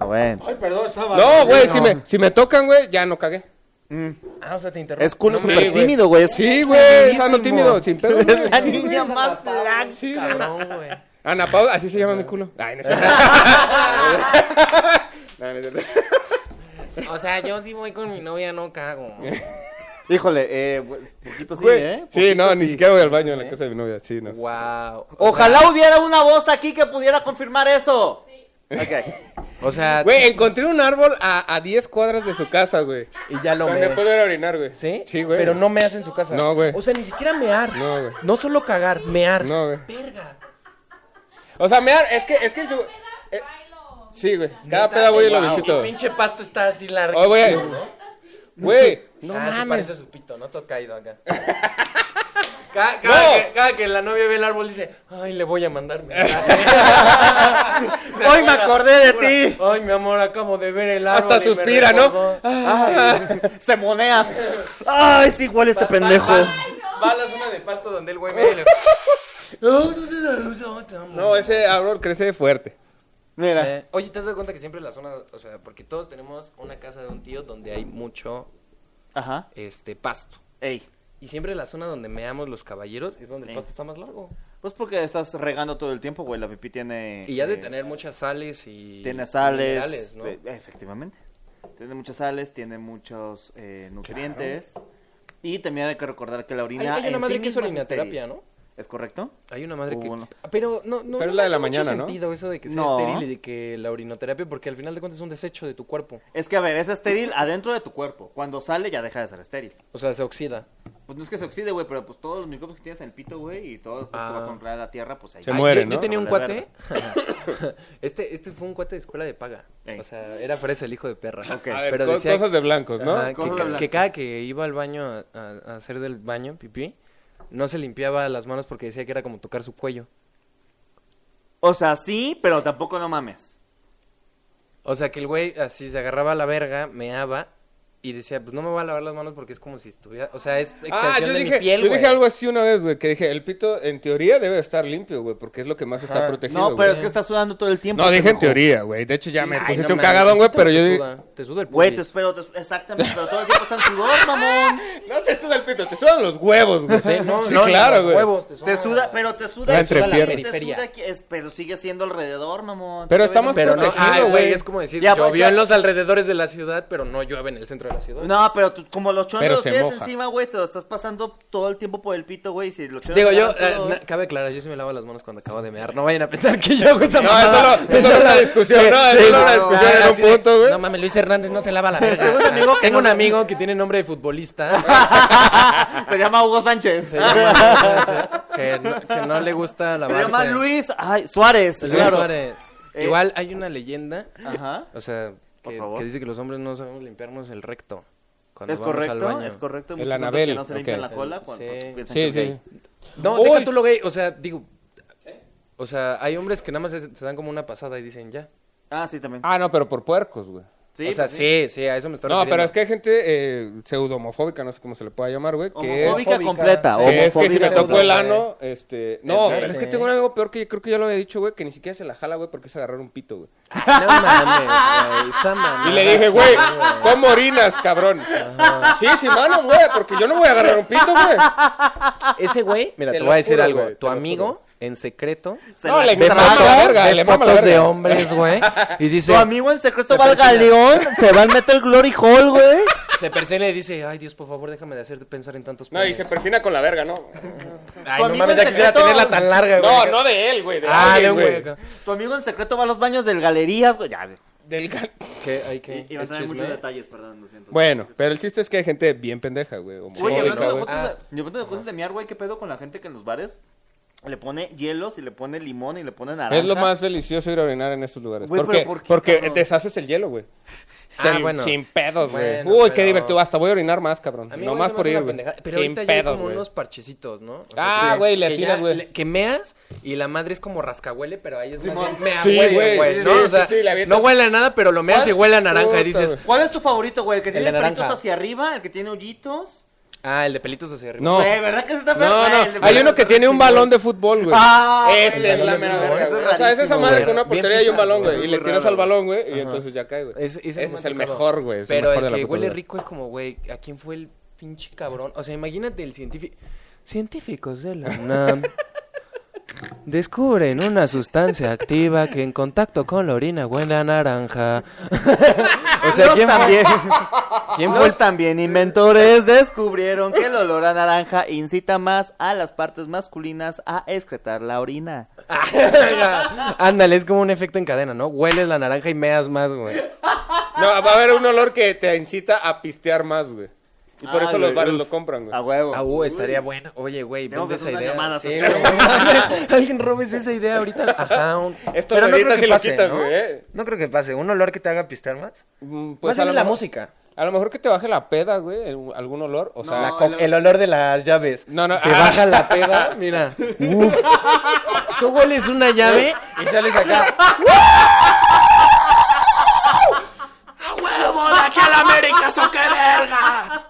Speaker 3: A ver.
Speaker 1: No, güey, si me, si me tocan, güey, ya no cagué.
Speaker 2: Ah, o sea, te interrumpo.
Speaker 3: Es culo
Speaker 1: No me-
Speaker 3: súper
Speaker 1: Sí, güey.
Speaker 3: tímido, güey.
Speaker 1: Sí, güey, sano tímido, sin pedo. güey.
Speaker 3: Es la niña más blanca.
Speaker 1: Sí, güey.
Speaker 2: Cabrón, güey.
Speaker 1: Ana Paula, así se llama mi culo. Ay, no es cierto.
Speaker 3: ¿eh?
Speaker 1: No, no es cierto.
Speaker 2: O sea, yo sí voy con mi novia, no cago.
Speaker 3: Híjole, eh, pues, poquito sí, ¿eh?
Speaker 1: Sí, no, ni siquiera voy al baño en la casa de mi novia. Sí, no.
Speaker 2: Wow.
Speaker 3: Ojalá hubiera una voz aquí que pudiera confirmar eso. Ok.
Speaker 2: O sea,
Speaker 1: Güey, encontré un árbol a, a 10 cuadras de su casa, güey.
Speaker 2: y ya lo
Speaker 1: Donde
Speaker 2: me.
Speaker 1: puedo ir a orinar, güey.
Speaker 2: ¿Sí?
Speaker 1: Sí, güey.
Speaker 2: Pero no meas en su casa.
Speaker 1: No, güey.
Speaker 2: O sea, ni siquiera mear.
Speaker 1: No, güey.
Speaker 2: No solo cagar, mear.
Speaker 1: No, güey.
Speaker 2: Verga.
Speaker 1: O sea, me da- es que, es que en su... eh, sí, güey. Cada
Speaker 2: Neta,
Speaker 1: peda voy y lo
Speaker 2: wow.
Speaker 1: visito.
Speaker 2: El pinche pasto está así largo.
Speaker 1: Oye, güey. Güey.
Speaker 2: No
Speaker 1: No
Speaker 2: ah, sí
Speaker 1: mames.
Speaker 2: parece su pito, no te ha caído acá. Cada, cada que, cada que la novia ve el árbol dice, ay, le voy a mandar mensaje. Se
Speaker 3: Hoy me
Speaker 2: acuerda,
Speaker 3: acordé de
Speaker 2: se
Speaker 3: ti.
Speaker 2: acuerda, Ay, mi amor, acabo de ver el árbol.
Speaker 1: Hasta
Speaker 2: y me
Speaker 1: suspira, ¿no?
Speaker 2: recordó".
Speaker 3: Se monea. Ay, es igual este
Speaker 2: Va- va-
Speaker 3: pendejo.
Speaker 2: Va, va a la zona de pasto donde el güey ve y le...
Speaker 1: No, ese árbol crece fuerte.
Speaker 3: Mira.
Speaker 2: Sí. Oye, ¿te has dado cuenta que siempre la zona, o sea, porque todos tenemos una casa de un tío donde hay mucho
Speaker 3: Ajá.
Speaker 2: este pasto.
Speaker 3: Ey.
Speaker 2: Y siempre la zona donde meamos los caballeros es donde el
Speaker 3: Sí.
Speaker 2: pasto está más largo.
Speaker 3: Pues porque estás regando todo el tiempo, güey. La pipí tiene.
Speaker 2: Y ya de
Speaker 3: eh,
Speaker 2: tener muchas sales y
Speaker 3: Tiene sales.
Speaker 2: minerales, ¿no?
Speaker 3: eh, Efectivamente. Tiene muchas sales, tiene muchos eh, nutrientes. Y también hay que recordar que la
Speaker 2: Hay,
Speaker 3: orina.
Speaker 2: hay una
Speaker 3: en
Speaker 2: madre
Speaker 3: sí
Speaker 2: que es
Speaker 3: misma
Speaker 2: orinoterapia,
Speaker 3: estéril.
Speaker 2: ¿no?
Speaker 3: ¿Es correcto?
Speaker 2: Hay una madre
Speaker 3: Hubo
Speaker 2: que...
Speaker 3: uno.
Speaker 2: Pero no, no,
Speaker 1: Pero es
Speaker 2: no
Speaker 1: la
Speaker 2: me
Speaker 1: de la
Speaker 2: hace mucho
Speaker 1: mañana, ¿no?
Speaker 2: sentido eso de que sea
Speaker 3: No.
Speaker 2: estéril y de que la orinoterapia, porque al final de cuentas es un desecho de tu cuerpo.
Speaker 3: Es que, a ver, es estéril adentro de tu cuerpo. Cuando sale, ya deja de ser estéril.
Speaker 2: O sea, se oxida.
Speaker 3: Pues no es que se oxide, güey, pero pues todos los microbios que tienes en el pito, güey, y todo pues, que va
Speaker 2: Ah.
Speaker 3: a comprar la tierra, pues ahí.
Speaker 1: Se
Speaker 2: Ah,
Speaker 1: muere,
Speaker 2: yo, yo
Speaker 1: ¿no?
Speaker 2: tenía un
Speaker 3: Se vuelve
Speaker 2: cuate. este, este fue un cuate de escuela de paga.
Speaker 3: Ey.
Speaker 2: O sea, era fresa el hijo de perra.
Speaker 3: Ok.
Speaker 1: A ver, co- cosas de blancos, ¿no?
Speaker 2: Ajá, que,
Speaker 3: Cosas de
Speaker 2: ca-
Speaker 3: blanco.
Speaker 2: que cada que iba al baño a, a- a hacer del baño, pipí, no se limpiaba las manos porque decía que era como tocar su cuello.
Speaker 3: O sea, sí, pero tampoco no mames.
Speaker 2: O sea, que el güey así se agarraba a la verga, meaba y decía, pues no me voy a lavar las manos porque es como si estuviera... O sea, es extensión
Speaker 1: Ah, yo
Speaker 2: de
Speaker 1: dije,
Speaker 2: mi piel,
Speaker 1: yo
Speaker 2: güey.
Speaker 1: dije algo así una vez, güey, que dije, el pito en teoría debe estar limpio, güey, porque es lo que más está
Speaker 2: Ajá.
Speaker 1: protegido,
Speaker 3: No, pero
Speaker 1: güey.
Speaker 3: es que estás sudando todo el tiempo.
Speaker 1: No, dije en
Speaker 3: pendejo.
Speaker 1: teoría, güey. De hecho, ya me
Speaker 2: Ay,
Speaker 1: pusiste
Speaker 2: no
Speaker 1: un
Speaker 2: mames,
Speaker 1: cagadón, güey, pero
Speaker 2: te
Speaker 1: yo dije...
Speaker 2: suda, Te suda el
Speaker 3: Güey, te
Speaker 2: pubis.
Speaker 3: espero, te- exactamente, pero todo el tiempo están sudor, mamón.
Speaker 1: No te suda el pito, te sudan los huevos, güey.
Speaker 2: Sí, no,
Speaker 1: sí,
Speaker 2: no,
Speaker 1: claro,
Speaker 2: los
Speaker 1: güey.
Speaker 2: huevos, te
Speaker 3: Te
Speaker 2: suda-
Speaker 3: suda, pero te suda
Speaker 1: La
Speaker 3: aquí,
Speaker 1: entrepierna.
Speaker 3: te suda
Speaker 2: Periferia.
Speaker 3: aquí, es- pero sigue siendo alrededor, mamón.
Speaker 1: Pero
Speaker 3: Sí,
Speaker 1: estamos
Speaker 3: güey,
Speaker 2: Pero no,
Speaker 1: protegido,
Speaker 2: ay, güey,
Speaker 1: güey.
Speaker 2: es como decir,
Speaker 3: Ya,
Speaker 2: llovió
Speaker 3: güey, ya.
Speaker 2: en los alrededores de la ciudad, pero no llueve en el centro de la ciudad.
Speaker 3: no- No, pero tú- como los chones
Speaker 1: Pero
Speaker 3: los
Speaker 1: se
Speaker 3: tienes
Speaker 1: moja.
Speaker 3: encima, güey, te lo estás pasando todo el tiempo por el pito, güey, y si los chones
Speaker 2: Digo,
Speaker 3: te
Speaker 2: yo,
Speaker 3: agarran
Speaker 2: eh,
Speaker 3: sudor-
Speaker 2: na- cabe aclarar, yo sí me lavo las manos cuando acabo de mear. No vayan a pensar que yo hago esa
Speaker 1: No, eso,
Speaker 2: mamada.
Speaker 1: lo- eso era una discusión, ¿no? Eso era una
Speaker 2: no,
Speaker 1: discusión en
Speaker 2: no,
Speaker 1: un
Speaker 2: así de-
Speaker 1: punto, güey.
Speaker 2: No mames, Luis Hernández no se lava la verga.
Speaker 3: Ah, Tengo un amigo que
Speaker 2: Tengo
Speaker 3: no
Speaker 2: un
Speaker 3: se-
Speaker 2: amigo que tiene nombre de futbolista.
Speaker 3: Se llama Hugo Sánchez.
Speaker 2: se llama- que, no, que no le gusta
Speaker 3: Se
Speaker 2: lavarse.
Speaker 3: llama Luis ay, Suárez.
Speaker 2: Luis
Speaker 3: claro.
Speaker 2: Suárez.
Speaker 3: Eh.
Speaker 2: Igual hay una leyenda,
Speaker 3: Ajá.
Speaker 2: o sea,
Speaker 3: Por
Speaker 2: que,
Speaker 3: favor.
Speaker 2: que dice que los hombres no sabemos limpiarnos el recto. Cuando
Speaker 3: Es
Speaker 2: vamos al
Speaker 3: correcto,
Speaker 2: baño.
Speaker 3: es correcto.
Speaker 1: El
Speaker 3: Muchos hombres
Speaker 1: Anabel,
Speaker 3: que no se limpian
Speaker 1: ok.
Speaker 3: la cola cuando
Speaker 2: Sí.
Speaker 3: piensan que
Speaker 1: Sí,
Speaker 3: es
Speaker 1: sí.
Speaker 3: gay.
Speaker 2: No,
Speaker 1: ¡Uy!
Speaker 2: deja tú lo gay. O sea, digo. O sea, hay hombres que nada más se, se dan como una pasada y dicen ya.
Speaker 3: Ah, sí, también.
Speaker 1: Ah, no, pero por puercos, güey.
Speaker 3: Sí,
Speaker 2: o sea,
Speaker 3: pues sí.
Speaker 2: sí, sí, a eso me estoy
Speaker 1: No,
Speaker 2: refiriendo.
Speaker 1: pero es que hay gente eh, pseudomofóbica, no sé cómo se le pueda llamar, güey. Que es,
Speaker 3: Homofóbica completa.
Speaker 1: que es que si me
Speaker 3: homofóbica
Speaker 1: tocó el
Speaker 2: pseudo,
Speaker 1: ano, este... No,
Speaker 2: Exacto.
Speaker 1: pero es que tengo un amigo peor que yo creo que ya lo había dicho, güey, que ni siquiera se la jala, güey, porque es agarrar un pito, güey.
Speaker 2: No mames, güey, esa mamada.
Speaker 1: Y le dije, güey, ¿cómo orinas, cabrón? Sí, sin manos, güey, porque yo no voy a agarrar un pito, güey.
Speaker 2: Ese güey, mira,
Speaker 1: Te
Speaker 2: te,
Speaker 1: lo
Speaker 2: voy a decir
Speaker 1: juro,
Speaker 2: algo.
Speaker 1: güey, te
Speaker 2: tu
Speaker 1: lo
Speaker 2: amigo, en secreto,
Speaker 3: Se
Speaker 1: no,
Speaker 3: la-
Speaker 1: le-
Speaker 2: ve
Speaker 1: mama
Speaker 2: fotos-
Speaker 1: la verga,
Speaker 2: ve
Speaker 1: le mama la
Speaker 2: fotos de
Speaker 1: verga.
Speaker 2: hombres, güey, y dice,
Speaker 3: Tu amigo en secreto
Speaker 2: se
Speaker 3: va al
Speaker 2: persina.
Speaker 3: galeón, se va al Metal Glory Hall, güey.
Speaker 2: se persina y dice, ay, Dios, por favor, déjame de hacer pensar en tantos
Speaker 1: No, y se
Speaker 2: penes".
Speaker 1: persina con la verga, ¿no?
Speaker 2: Ay,
Speaker 3: Tu
Speaker 2: no
Speaker 3: amigo
Speaker 2: mames,
Speaker 3: en
Speaker 2: ya quisiera
Speaker 3: secreto-
Speaker 2: tenerla tan larga, güey.
Speaker 1: No, no de él, güey, de
Speaker 2: Ah, de
Speaker 1: alguien,
Speaker 2: un güey acá.
Speaker 3: Tu amigo en secreto va a los baños del galerías, güey. Ya,
Speaker 1: Del gan-
Speaker 2: ¿Qué? Ay, qué.
Speaker 3: Y va a
Speaker 2: ¿Es
Speaker 3: tener
Speaker 2: chisme?
Speaker 3: muchos detalles, perdón, lo siento.
Speaker 1: Bueno, pero el chiste es que hay gente bien pendeja, güey. homofóbica,
Speaker 3: Oye, hablando de
Speaker 1: güey. Ah.
Speaker 3: fotos de- y hablando de cosas de miar, güey, ¿qué pedo con la gente que en los bares le pone hielos y le pone limón y le pone naranja?
Speaker 1: Es lo más delicioso ir a orinar en estos lugares.
Speaker 3: Güey,
Speaker 1: ¿Por
Speaker 3: pero
Speaker 1: qué?
Speaker 3: ¿por qué,
Speaker 1: Porque
Speaker 3: cabrón?
Speaker 1: deshaces el hielo, güey.
Speaker 2: Ah,
Speaker 1: Sin-
Speaker 2: bueno.
Speaker 1: Sin pedos, güey.
Speaker 2: Bueno,
Speaker 1: Uy, qué
Speaker 2: pero-
Speaker 1: divertido. Hasta voy a orinar más, cabrón.
Speaker 2: A mí,
Speaker 1: no
Speaker 2: güey,
Speaker 1: más
Speaker 2: se me
Speaker 1: por
Speaker 2: hace
Speaker 1: ir,
Speaker 2: una
Speaker 1: güey.
Speaker 2: pendejada. Pero
Speaker 1: Sin
Speaker 2: ahorita ya hay
Speaker 1: pedos,
Speaker 2: como
Speaker 1: güey.
Speaker 2: unos parchecitos, ¿no? O
Speaker 1: Ah,
Speaker 2: que-
Speaker 1: güey, le
Speaker 2: que
Speaker 1: atinas,
Speaker 2: ya-
Speaker 1: güey.
Speaker 2: le- Que meas y la madre es como rascahuele, pero ahí es más
Speaker 3: Simón.
Speaker 2: bien mea
Speaker 1: Sí,
Speaker 2: huele,
Speaker 1: güey,
Speaker 2: güey,
Speaker 1: sí,
Speaker 2: ¿no?
Speaker 1: sí,
Speaker 2: O sea,
Speaker 1: sí, sí, le avientas-
Speaker 2: no huele a nada, pero lo meas y huele a naranja y
Speaker 1: Puta,
Speaker 2: dices,
Speaker 1: güey.
Speaker 3: ¿Cuál es tu favorito, güey? ¿El que
Speaker 2: El
Speaker 3: tiene
Speaker 2: de
Speaker 3: pelitos
Speaker 2: naranja.
Speaker 3: hacia arriba? ¿El que tiene hoyitos?
Speaker 2: ah, el de pelitos hacia arriba.
Speaker 1: No.
Speaker 3: Güey, ¿verdad que se está feo?
Speaker 1: No,
Speaker 3: Güey, el
Speaker 1: no.
Speaker 3: de
Speaker 1: Hay
Speaker 3: pelitos
Speaker 1: uno que
Speaker 3: está
Speaker 1: tiene un
Speaker 3: chingón.
Speaker 1: balón de fútbol, güey.
Speaker 3: Ah,
Speaker 1: Esa
Speaker 3: güey,
Speaker 1: es la mera
Speaker 3: no,
Speaker 1: verga.
Speaker 3: ese es
Speaker 1: güey. O sea, es esa
Speaker 3: rarísimo,
Speaker 1: madre
Speaker 2: güey.
Speaker 1: con una
Speaker 2: Bien
Speaker 1: portería y un
Speaker 2: fijas,
Speaker 1: balón,
Speaker 2: güey.
Speaker 1: güey. Y
Speaker 3: Es
Speaker 1: le
Speaker 3: muy
Speaker 1: tiras
Speaker 3: raro,
Speaker 1: al balón, güey. Y entonces ya cae, güey.
Speaker 2: Ese, ese no me
Speaker 1: es el
Speaker 2: ha tocado.
Speaker 1: mejor, güey. es el
Speaker 2: Pero
Speaker 1: mejor
Speaker 2: el,
Speaker 1: de la
Speaker 2: que
Speaker 1: puta
Speaker 2: huele
Speaker 1: vida.
Speaker 2: rico es como, güey, ¿a quién fue el pinche cabrón? O sea, imagínate el científico. Científicos de la UNAM descubren una sustancia activa que en contacto con la orina huele a naranja. o sea,
Speaker 3: Los
Speaker 2: ¿quién fue,
Speaker 3: también,
Speaker 2: quién fue el-
Speaker 3: los también inventores descubrieron que el olor a naranja incita más a las partes masculinas a excretar la orina.
Speaker 2: Ándale, es como un efecto en cadena, ¿no? Hueles la naranja y meas más, güey.
Speaker 1: No, va a haber un olor que te incita a pistear más, güey. Y por
Speaker 3: Ah,
Speaker 1: eso los
Speaker 3: güey,
Speaker 1: bares
Speaker 3: uf.
Speaker 1: lo compran, güey.
Speaker 3: A huevo.
Speaker 2: Ah, uh, estaría bueno. Oye, güey,
Speaker 3: Tengo
Speaker 2: vende
Speaker 3: que
Speaker 2: esa
Speaker 3: hacer una
Speaker 2: idea. Sí,
Speaker 3: llamada.
Speaker 2: güey. Alguien robes esa idea ahorita. Ajá. un-
Speaker 1: Esto
Speaker 2: Pero
Speaker 1: lo
Speaker 2: no creo
Speaker 1: editas
Speaker 2: que
Speaker 1: y lo
Speaker 2: pase,
Speaker 1: quitas,
Speaker 2: ¿no?
Speaker 1: güey, ¿eh?
Speaker 2: No creo que pase. ¿Un olor que te haga pistear más?
Speaker 1: Mm,
Speaker 2: Pues
Speaker 1: a lo
Speaker 2: la
Speaker 1: mejor-
Speaker 2: música.
Speaker 1: A lo mejor que te baje la peda, güey. el- Algún olor. O sea,
Speaker 2: La co- el olor de las llaves.
Speaker 1: No, no,
Speaker 2: Te
Speaker 1: ah.
Speaker 2: baja la peda, mira. Uf. Tú hueles una llave y sales acá.
Speaker 6: ¡Huevo de aquí a la América, eso qué verga!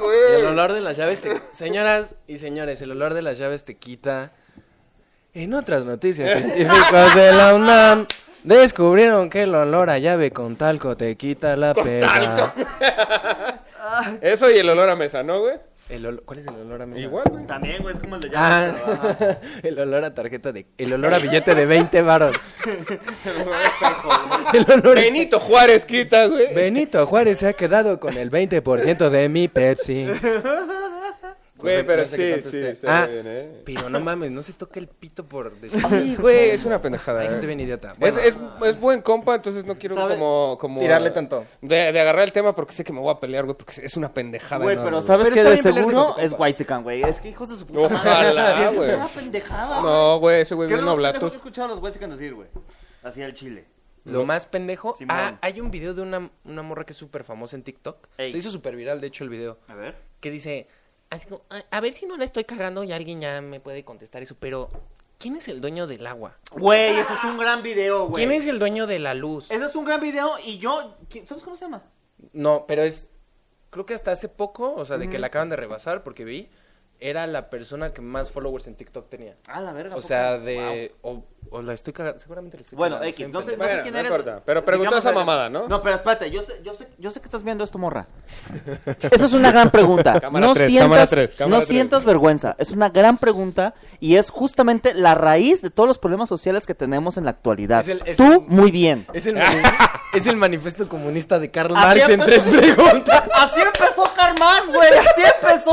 Speaker 2: Y el olor de las llaves te... Señoras y señores, el olor de las llaves te quita... En otras noticias, científicos de la UNAM descubrieron que el olor a llave con talco te quita la peda.
Speaker 1: Eso y el olor a mesa, ¿no, güey?
Speaker 2: El olo- ¿Cuál es el olor a mesa?
Speaker 1: Igual, güey.
Speaker 3: También, güey, es como el de
Speaker 2: Ah,
Speaker 3: llaves, pero, ajá.
Speaker 2: el olor a tarjeta de... El olor a billete de 20 varos. el olor a-
Speaker 1: Benito Juárez quita, güey.
Speaker 2: Benito Juárez se ha quedado con el 20% de mi Pepsi.
Speaker 1: Güey, pero
Speaker 2: No sé qué
Speaker 1: sí,
Speaker 2: tanto
Speaker 1: sí,
Speaker 2: esté.
Speaker 1: está
Speaker 2: Ah,
Speaker 1: bien, ¿eh?
Speaker 2: Pero no mames, no se toca el pito por decir.
Speaker 1: Sí, güey, es una pendejada.
Speaker 2: Ay,
Speaker 1: ¿eh?
Speaker 2: gente bien idiota.
Speaker 1: Es,
Speaker 2: Bueno,
Speaker 1: es, es buen compa, entonces no quiero
Speaker 3: ¿Sabe?
Speaker 1: como, como...
Speaker 2: Tirarle tanto.
Speaker 1: De, de agarrar el tema porque sé que me voy a pelear, güey, porque es una pendejada.
Speaker 3: Güey,
Speaker 1: enorme,
Speaker 3: pero
Speaker 1: Ah, güey.
Speaker 3: ¿sabes
Speaker 2: Pero
Speaker 3: que
Speaker 2: está
Speaker 3: De
Speaker 2: bien pelear con tu
Speaker 3: seguro
Speaker 2: compa.
Speaker 3: es Whitezican, güey. Es que hijos de su puta
Speaker 1: Ojalá,
Speaker 3: madre. Es
Speaker 1: güey.
Speaker 3: una pendejada.
Speaker 1: No, güey, ese güey
Speaker 3: ¿Qué es
Speaker 1: bien
Speaker 3: lo que hemos
Speaker 1: noblatos.
Speaker 3: escuchado a los Whitezican decir, güey? Así al chile.
Speaker 2: lo más pendejo.
Speaker 3: Simón.
Speaker 2: Ah, hay un video de una, una morra que es súper famosa en TikTok.
Speaker 3: Ey.
Speaker 2: Se hizo súper viral, de hecho, el video.
Speaker 3: A ver.
Speaker 2: Que dice: así como, "A- A ver si no la estoy cagando y alguien ya me puede contestar eso, pero ¿quién es el dueño del agua?
Speaker 3: Güey, ese es un gran video, güey.
Speaker 2: ¿Quién es el dueño de la luz?
Speaker 3: Ese es un gran video y yo... ¿quién- ¿Sabes cómo se llama?
Speaker 2: No, pero es. Creo que hasta hace poco, o sea, de que la acaban de rebasar, porque vi, era la persona que más followers en TikTok tenía.
Speaker 3: Ah, la verga.
Speaker 2: O
Speaker 3: ¿poco?
Speaker 2: sea,
Speaker 3: Wow.
Speaker 2: de. O, o la estoy cagando. Seguramente la estoy
Speaker 3: Bueno,
Speaker 2: cagando,
Speaker 3: X,
Speaker 2: soy
Speaker 3: no sé,
Speaker 2: un
Speaker 3: no sé
Speaker 1: Bueno,
Speaker 3: quién
Speaker 1: no
Speaker 3: eres.
Speaker 1: importa, pero preguntó
Speaker 3: Digamos,
Speaker 1: esa mamada, ¿no?
Speaker 3: No, pero espérate, yo sé, yo sé, yo sé que estás viendo esto, morra. Esa es una gran pregunta.
Speaker 1: Cámara
Speaker 3: no
Speaker 1: tres,
Speaker 3: sientas,
Speaker 1: cámara tres, cámara
Speaker 3: no
Speaker 1: tres.
Speaker 3: sientas vergüenza. Es una gran pregunta y es justamente la raíz de todos los problemas sociales que tenemos en la actualidad.
Speaker 2: Es el- es
Speaker 3: Tú,
Speaker 2: el-
Speaker 3: muy bien.
Speaker 2: pendejo. Es el, mani- es el manifiesto comunista de Karl
Speaker 3: Así
Speaker 2: Marx en
Speaker 3: empezó-
Speaker 2: tres preguntas.
Speaker 3: Así empezó Karl Marx, güey. Así empezó,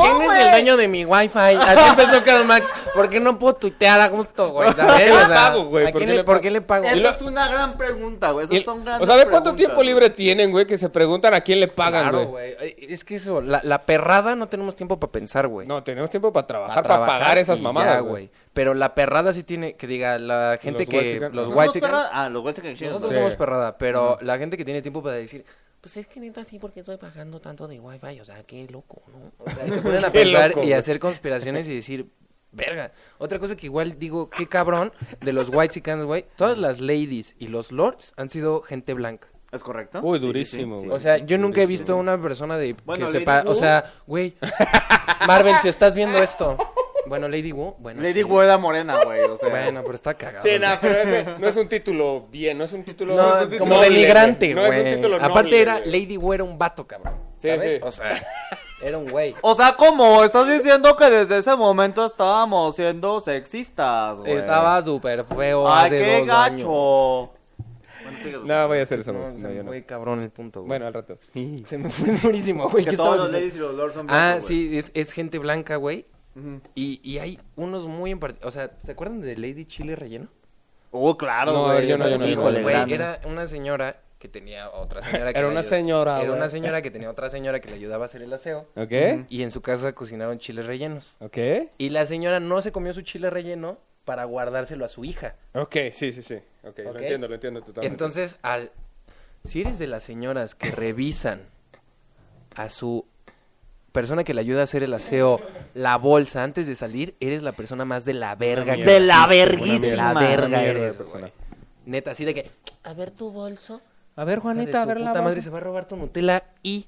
Speaker 2: ¿Quién es
Speaker 3: güey.
Speaker 2: el dueño de mi wifi? Así empezó Karl Marx. ¿Por qué no puedo tuitear a gusto, güey? ¿Sabes?
Speaker 1: qué le
Speaker 2: O sea,
Speaker 1: pago, güey?
Speaker 2: ¿a
Speaker 1: ¿Por qué
Speaker 2: quién le-
Speaker 1: le
Speaker 2: ¿Por
Speaker 1: pago?
Speaker 2: qué le pago?
Speaker 1: Y
Speaker 3: Esa
Speaker 1: lo-
Speaker 3: es una gran pregunta, güey. Esas
Speaker 1: Y-
Speaker 3: son grandes
Speaker 1: o sea, ¿de cuánto
Speaker 3: preguntas,
Speaker 1: tiempo
Speaker 3: güey.
Speaker 1: libre tienen, güey? Que se preguntan a quién le pagan,
Speaker 2: Claro,
Speaker 1: güey.
Speaker 2: güey. Eh, Es que eso, la, la perrada no tenemos tiempo para pensar, güey.
Speaker 1: no, tenemos tiempo para trabajar,
Speaker 2: Pa'
Speaker 1: para
Speaker 2: trabajar
Speaker 1: pagar esas
Speaker 2: y
Speaker 1: mamadas,
Speaker 2: ya,
Speaker 1: güey.
Speaker 2: Pero la perrada sí tiene, que diga, la gente
Speaker 1: Los white
Speaker 2: que,
Speaker 1: chicken-
Speaker 2: los
Speaker 1: ¿No
Speaker 2: white
Speaker 3: ¿No somos
Speaker 2: chickens,
Speaker 3: perra- Ah, los White Chicken Chicks,
Speaker 2: nosotros
Speaker 1: Sí.
Speaker 3: güey.
Speaker 2: somos perrada, pero la gente que tiene tiempo para decir, pues es que neta sí, porque estoy pagando tanto de wifi? O sea, qué loco, ¿no? O sea, se ponen a
Speaker 1: Qué
Speaker 2: pensar
Speaker 1: loco,
Speaker 2: y
Speaker 1: güey.
Speaker 2: hacer conspiraciones y decir, verga. Otra cosa que igual digo, qué cabrón, de los white chickens, güey, todas las ladies y los lords han sido gente blanca.
Speaker 3: ¿Es correcto?
Speaker 1: Uy,
Speaker 3: Sí, sí,
Speaker 1: durísimo,
Speaker 3: sí, sí,
Speaker 1: güey.
Speaker 2: O
Speaker 3: sí,
Speaker 2: sea,
Speaker 3: sí.
Speaker 2: yo nunca he visto una persona de
Speaker 3: Bueno,
Speaker 2: que
Speaker 3: Lady
Speaker 2: sepa, o
Speaker 3: Wu.
Speaker 2: sea, güey, Marvel, si estás viendo esto, bueno, Lady Wu, bueno,
Speaker 3: Lady
Speaker 2: sí.
Speaker 3: Wu era morena, güey. O sea,
Speaker 2: bueno, pero está cagado.
Speaker 1: Sí,
Speaker 2: güey.
Speaker 1: nada, pero ese no es un título bien, no es un título...
Speaker 2: No,
Speaker 1: es un título
Speaker 2: como
Speaker 1: noble,
Speaker 2: denigrante,
Speaker 1: No es un
Speaker 2: güey.
Speaker 1: título
Speaker 2: Aparte
Speaker 1: noble,
Speaker 2: era,
Speaker 1: güey.
Speaker 2: Lady Wu era un vato, cabrón.
Speaker 1: Sí,
Speaker 2: ¿Sabes?
Speaker 1: sí.
Speaker 2: O sea, era un güey.
Speaker 3: O sea, ¿cómo? Estás diciendo que desde ese momento estábamos siendo sexistas, güey.
Speaker 2: Estaba súper feo
Speaker 3: Ay,
Speaker 2: hace
Speaker 3: qué
Speaker 2: dos
Speaker 3: gacho.
Speaker 2: años.
Speaker 3: Bueno, sigue.
Speaker 1: No, voy a hacer eso. No,
Speaker 2: No,
Speaker 1: no, yo
Speaker 2: se
Speaker 1: no.
Speaker 2: muy cabrón el punto, güey.
Speaker 1: Bueno, al rato.
Speaker 2: se me fue durísimo, güey.
Speaker 3: Que
Speaker 2: ¿qué
Speaker 3: todos
Speaker 2: estaba diciendo?
Speaker 3: los ladies y los lords son
Speaker 2: Ah,
Speaker 3: blancos, güey.
Speaker 2: sí, es, es gente blanca, güey. y, y hay unos muy en part- O sea, ¿se acuerdan de Lady Chile relleno?
Speaker 3: Uh, claro,
Speaker 1: No, a
Speaker 3: güey.
Speaker 1: ver, yo no,
Speaker 3: esa-
Speaker 1: yo no, yo no,
Speaker 3: Híjole,
Speaker 1: yo no.
Speaker 2: Güey,
Speaker 3: gran-
Speaker 2: era una señora que tenía otra señora que
Speaker 1: Era
Speaker 2: le
Speaker 1: una
Speaker 2: ayud-
Speaker 1: señora,
Speaker 2: Era
Speaker 1: güey.
Speaker 2: una señora que tenía otra señora que le ayudaba a hacer el aseo.
Speaker 1: ¿Ok?
Speaker 2: Y en su casa cocinaron chiles rellenos.
Speaker 1: ¿Ok?
Speaker 2: Y la señora no se comió su chile relleno para guardárselo a su hija.
Speaker 1: Ok, sí, sí, sí. Ok, lo
Speaker 2: Ok.
Speaker 1: entiendo, lo entiendo totalmente.
Speaker 2: Entonces, al si eres de las señoras que revisan a su persona que le ayuda a hacer el aseo, la bolsa antes de salir, eres la persona más de la verga que
Speaker 3: De la
Speaker 2: existe,
Speaker 3: verguísima.
Speaker 2: De la verga
Speaker 1: mierda
Speaker 3: Una
Speaker 1: de
Speaker 2: eres,
Speaker 1: persona.
Speaker 2: güey. Neta, así de que,
Speaker 6: A ver tu bolso.
Speaker 2: a ver, Juanita, a ver la madre se va a robar tu Nutella y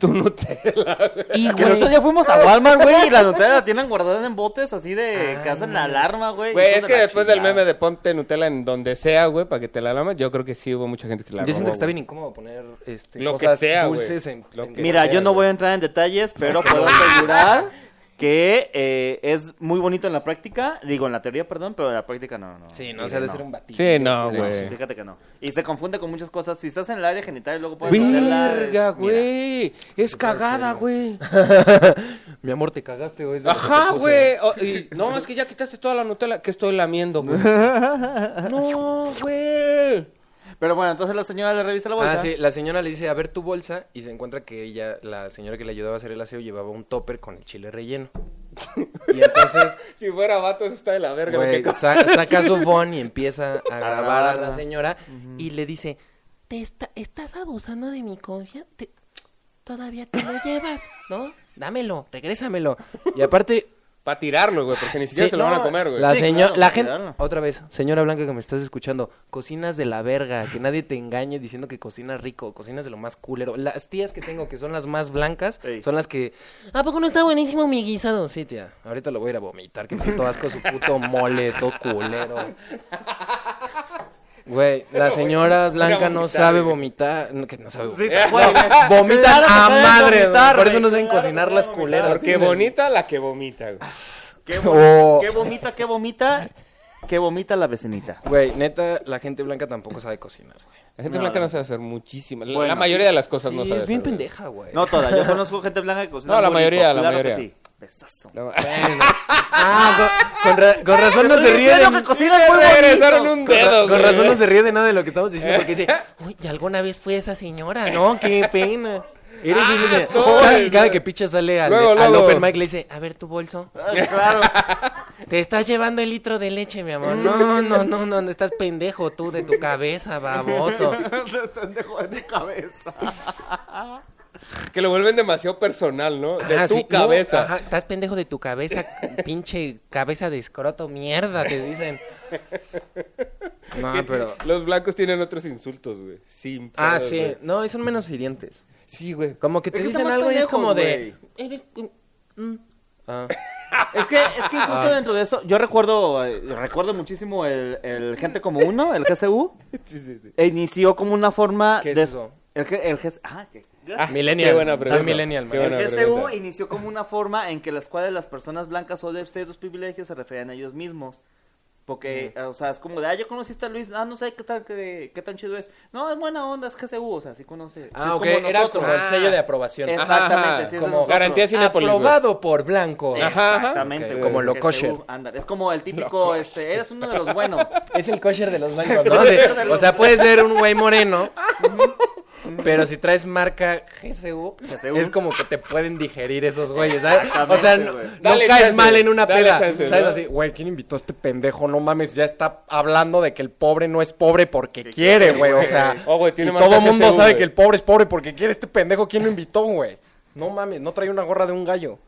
Speaker 1: tu Nutella.
Speaker 2: y
Speaker 3: Que el otro
Speaker 2: güey.
Speaker 3: día fuimos a Walmart, güey, y la Nutella la tienen guardada en botes así de que hacen la alarma, güey.
Speaker 1: Ah, Güey,
Speaker 3: hijos
Speaker 1: es
Speaker 3: de
Speaker 1: que
Speaker 3: la
Speaker 1: después del
Speaker 3: chingada.
Speaker 1: meme de ponte Nutella en donde sea, güey, para que te la lamas, yo creo que sí hubo mucha gente que la
Speaker 2: Yo siento
Speaker 1: robó,
Speaker 2: que está
Speaker 1: güey.
Speaker 2: bien incómodo poner este,
Speaker 1: Lo que
Speaker 2: cosas
Speaker 1: sea, güey.
Speaker 2: dulces en,
Speaker 1: Lo
Speaker 2: en-
Speaker 1: que
Speaker 3: Mira, yo no voy a entrar en detalles, pero puedo asegurar que eh, es muy bonito en la práctica. Digo, en la teoría, perdón, pero en la práctica no. no
Speaker 2: Sí, no, o sea, ha de ser un batido.
Speaker 1: Sí, no,
Speaker 3: No, sí,
Speaker 1: güey.
Speaker 3: fíjate que no. Y se confunde con muchas cosas. Si estás en el área genital, luego puedes ponerla, es-
Speaker 1: Verga,
Speaker 3: mira.
Speaker 1: güey. Es cagada, güey.
Speaker 2: Mi amor, te cagaste, güey. es de lo que te
Speaker 1: Ajá,
Speaker 2: puse.
Speaker 1: güey. O- y- No, es que ya quitaste toda la Nutella que estoy lamiendo, güey. No, güey.
Speaker 3: Pero bueno, entonces la señora le revisa la bolsa.
Speaker 2: Ah, sí, la señora le dice, a ver tu bolsa, y se encuentra que ella, la señora que le ayudaba a hacer el aseo, llevaba un topper con el chile relleno. Y entonces,
Speaker 1: Si fuera vato, eso está de la verga.
Speaker 2: güey,
Speaker 1: lo que-
Speaker 2: sa- saca su phone y empieza a grabar a la
Speaker 3: grabarla.
Speaker 2: señora, y le dice,
Speaker 6: ¿Te esta- estás abusando de mi confianza? Te- Todavía te lo llevas, ¿no?
Speaker 2: dámelo, regrésamelo. Y aparte...
Speaker 1: Para tirarlo, güey, porque ni siquiera
Speaker 2: sí,
Speaker 1: se lo
Speaker 2: no,
Speaker 1: van a comer, güey.
Speaker 2: La
Speaker 3: Sí,
Speaker 2: señora,
Speaker 3: claro,
Speaker 2: la
Speaker 3: claro.
Speaker 2: gente, otra vez, señora Blanca que me estás escuchando, cocinas de la verga, que nadie te engañe diciendo que cocinas rico, cocinas de lo más culero. Las tías que tengo que son las más blancas,
Speaker 3: Ey.
Speaker 2: son las que
Speaker 6: ¿A poco no está buenísimo mi guisado?
Speaker 2: Sí, tía. Ahorita lo voy a ir a vomitar. Que puto asco su puto mole, todo culero. Güey, la señora Blanca no
Speaker 1: vomitar,
Speaker 2: sabe
Speaker 1: güey.
Speaker 2: vomitar. no, que no sabe
Speaker 3: Sí,
Speaker 2: vomitar.
Speaker 3: se fue.
Speaker 2: Vomitan
Speaker 3: Claro que
Speaker 2: a
Speaker 3: saben
Speaker 2: madre, güey.
Speaker 3: vomitar,
Speaker 2: Por eso no
Speaker 3: güey.
Speaker 2: saben cocinar las culeras.
Speaker 1: Porque bonita la que vomita, güey.
Speaker 3: Qué,
Speaker 2: Oh.
Speaker 3: bo- qué vomita, qué vomita, qué vomita la vecinita.
Speaker 2: Güey, neta, la gente blanca tampoco sabe cocinar, güey.
Speaker 1: La gente blanca no sabe hacer muchísimas. la- La
Speaker 3: Bueno.
Speaker 1: mayoría de las cosas no
Speaker 2: Sí,
Speaker 1: sabe
Speaker 2: es bien
Speaker 1: hacer, güey.
Speaker 2: pendeja, güey.
Speaker 3: No toda, yo conozco gente blanca que cocina
Speaker 1: No, la
Speaker 3: muy
Speaker 1: mayoría,
Speaker 3: rico,
Speaker 1: la
Speaker 3: claro
Speaker 1: mayoría.
Speaker 3: que sí. Besazo.
Speaker 1: No,
Speaker 2: Ah, con, con ra- con razón no se ríe de...
Speaker 3: Diciendo que cocina muy bonito.
Speaker 1: regresaron un
Speaker 2: Con, ra-
Speaker 1: dedo,
Speaker 2: con
Speaker 1: güey.
Speaker 2: razón no se ríe de nada de lo que estamos diciendo porque dice,
Speaker 6: Uy, ¿y alguna vez fue esa señora, no?
Speaker 2: no, qué pena. Eres
Speaker 1: Ah,
Speaker 2: ese-
Speaker 1: soy,
Speaker 2: cada, cada
Speaker 1: güey.
Speaker 2: que picha sale al,
Speaker 1: Luego,
Speaker 2: al
Speaker 1: luego.
Speaker 2: open mic le dice,
Speaker 6: A ver tu bolso.
Speaker 3: Ah, Claro.
Speaker 6: Te estás llevando el litro de leche, mi amor. No, no, no, no, no estás pendejo tú de tu cabeza, baboso.
Speaker 3: Pendejo de cabeza.
Speaker 1: Que lo vuelven demasiado personal, ¿no? De
Speaker 2: Ah,
Speaker 1: tu
Speaker 2: sí, no,
Speaker 1: cabeza.
Speaker 6: Ajá, estás pendejo de tu cabeza, pinche cabeza de escroto, mierda, te dicen.
Speaker 2: no,
Speaker 1: Que
Speaker 2: pero...
Speaker 1: Los blancos tienen otros insultos, güey. Sin
Speaker 2: Ah,
Speaker 1: pedos,
Speaker 2: sí.
Speaker 1: güey.
Speaker 2: No, y son menos hirientes.
Speaker 1: Sí, güey.
Speaker 2: Como que te
Speaker 3: que
Speaker 2: dicen
Speaker 3: estamos
Speaker 2: algo y es
Speaker 3: pendejos,
Speaker 2: como de...
Speaker 3: güey.
Speaker 6: Eres un-
Speaker 2: ah,
Speaker 3: Es que, es que justo
Speaker 1: Ah.
Speaker 3: dentro de eso, yo recuerdo, eh, recuerdo muchísimo el, el Gente Como Uno, el GCU,
Speaker 1: Sí, sí, sí.
Speaker 3: e inició como una forma
Speaker 2: ¿Qué es
Speaker 3: de...
Speaker 2: eso?
Speaker 3: El, G- el GCU, ah, ¿qué?
Speaker 2: millennial.
Speaker 1: Qué buena
Speaker 2: Soy
Speaker 1: pregunta.
Speaker 2: millennial, man.
Speaker 1: Qué buena
Speaker 3: el GCU
Speaker 1: pregunta.
Speaker 3: inició como una forma en que las cuales las personas blancas o de ciertos privilegios se referían a ellos mismos. Porque, eh, o sea, es como de, ah, yo conociste a Luis, ah, no sé qué tan, qué, qué tan chido es. No, es buena onda, es que se hubo, o sea, sí conoce. sí es
Speaker 2: Ah, ok, era
Speaker 3: nosotros.
Speaker 2: como el
Speaker 3: Ah,
Speaker 2: sello de aprobación.
Speaker 1: Ajá,
Speaker 3: Exactamente,
Speaker 1: ajá,
Speaker 3: sí es de
Speaker 2: como
Speaker 3: nosotros.
Speaker 1: garantía Cinépolis, güey.
Speaker 2: Aprobado por blanco.
Speaker 1: Ajá, ajá.
Speaker 3: Exactamente,
Speaker 2: Ok,
Speaker 3: güey,
Speaker 2: como
Speaker 3: es
Speaker 2: lo
Speaker 3: que
Speaker 2: kosher.
Speaker 3: según- ándale, es como el típico, este, eres uno de los buenos.
Speaker 2: Es el kosher de los blancos, ¿no? De- o sea, puede ser un güey moreno, pero si traes marca GCU,
Speaker 3: GCU.
Speaker 2: es como que te pueden digerir esos güeyes, ¿sabes? O sea, no,
Speaker 3: güey.
Speaker 2: no
Speaker 1: Dale
Speaker 2: caes
Speaker 1: chance,
Speaker 2: mal en una
Speaker 1: dale
Speaker 2: peda,
Speaker 1: chance,
Speaker 2: ¿sabes?
Speaker 1: ¿no?
Speaker 2: Así, güey, ¿quién invitó a este pendejo? No mames, ya está hablando de que el pobre no es pobre porque quiere, güey, o sea,
Speaker 1: Oh, güey, tiene
Speaker 2: y
Speaker 1: marca
Speaker 2: todo mundo
Speaker 1: GCU,
Speaker 2: sabe
Speaker 1: güey.
Speaker 2: que el pobre es pobre porque quiere este pendejo, ¿quién lo invitó, güey? No mames, no trae una gorra de un gallo.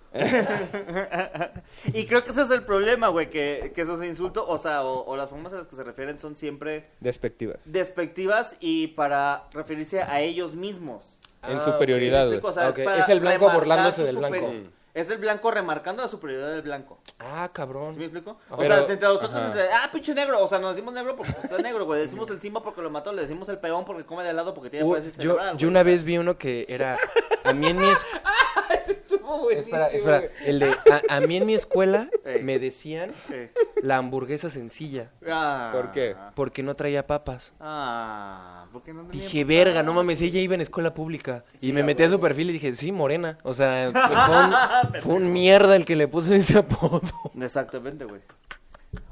Speaker 3: Y creo que ese es el problema, güey, que, que esos insultos, o sea, o, o las formas a las que se refieren son siempre
Speaker 1: Despectivas.
Speaker 3: despectivas y para referirse a ellos mismos.
Speaker 2: Ah,
Speaker 1: en
Speaker 2: ok.
Speaker 1: superioridad, güey.
Speaker 3: ¿Me explico? O sea,
Speaker 2: Ok,
Speaker 3: para
Speaker 2: es el blanco
Speaker 3: remarcar
Speaker 2: burlándose
Speaker 3: su
Speaker 2: del blanco. Mm.
Speaker 3: Es el blanco remarcando la superioridad del blanco.
Speaker 2: Ah, cabrón.
Speaker 3: ¿Sí me explico? O
Speaker 1: Pero-
Speaker 3: sea, entre nosotros,
Speaker 1: ajá.
Speaker 3: entre- ah, pinche negro. O sea, nos decimos negro porque está negro, güey. Le decimos el simba porque lo mató. Le decimos el peón porque come de helado porque tiene
Speaker 2: Uh,
Speaker 3: parálisis
Speaker 2: yo,
Speaker 3: cerebral,
Speaker 2: yo
Speaker 3: güey.
Speaker 2: una vez vi uno que era a mí en mi es- espera, espera, el de a, a mí en mi escuela
Speaker 3: Ey.
Speaker 2: me decían
Speaker 3: Eh,
Speaker 2: la hamburguesa sencilla
Speaker 3: ah,
Speaker 1: ¿Por qué?
Speaker 2: porque no traía papas.
Speaker 3: Ah, porque no tenía
Speaker 2: Dije,
Speaker 3: papá.
Speaker 2: verga, no mames, ella iba en escuela pública. Y me metí a su perfil y dije, sí, morena. O sea, fue un, fue un mierda el que le puso ese apodo.
Speaker 3: Exactamente, güey.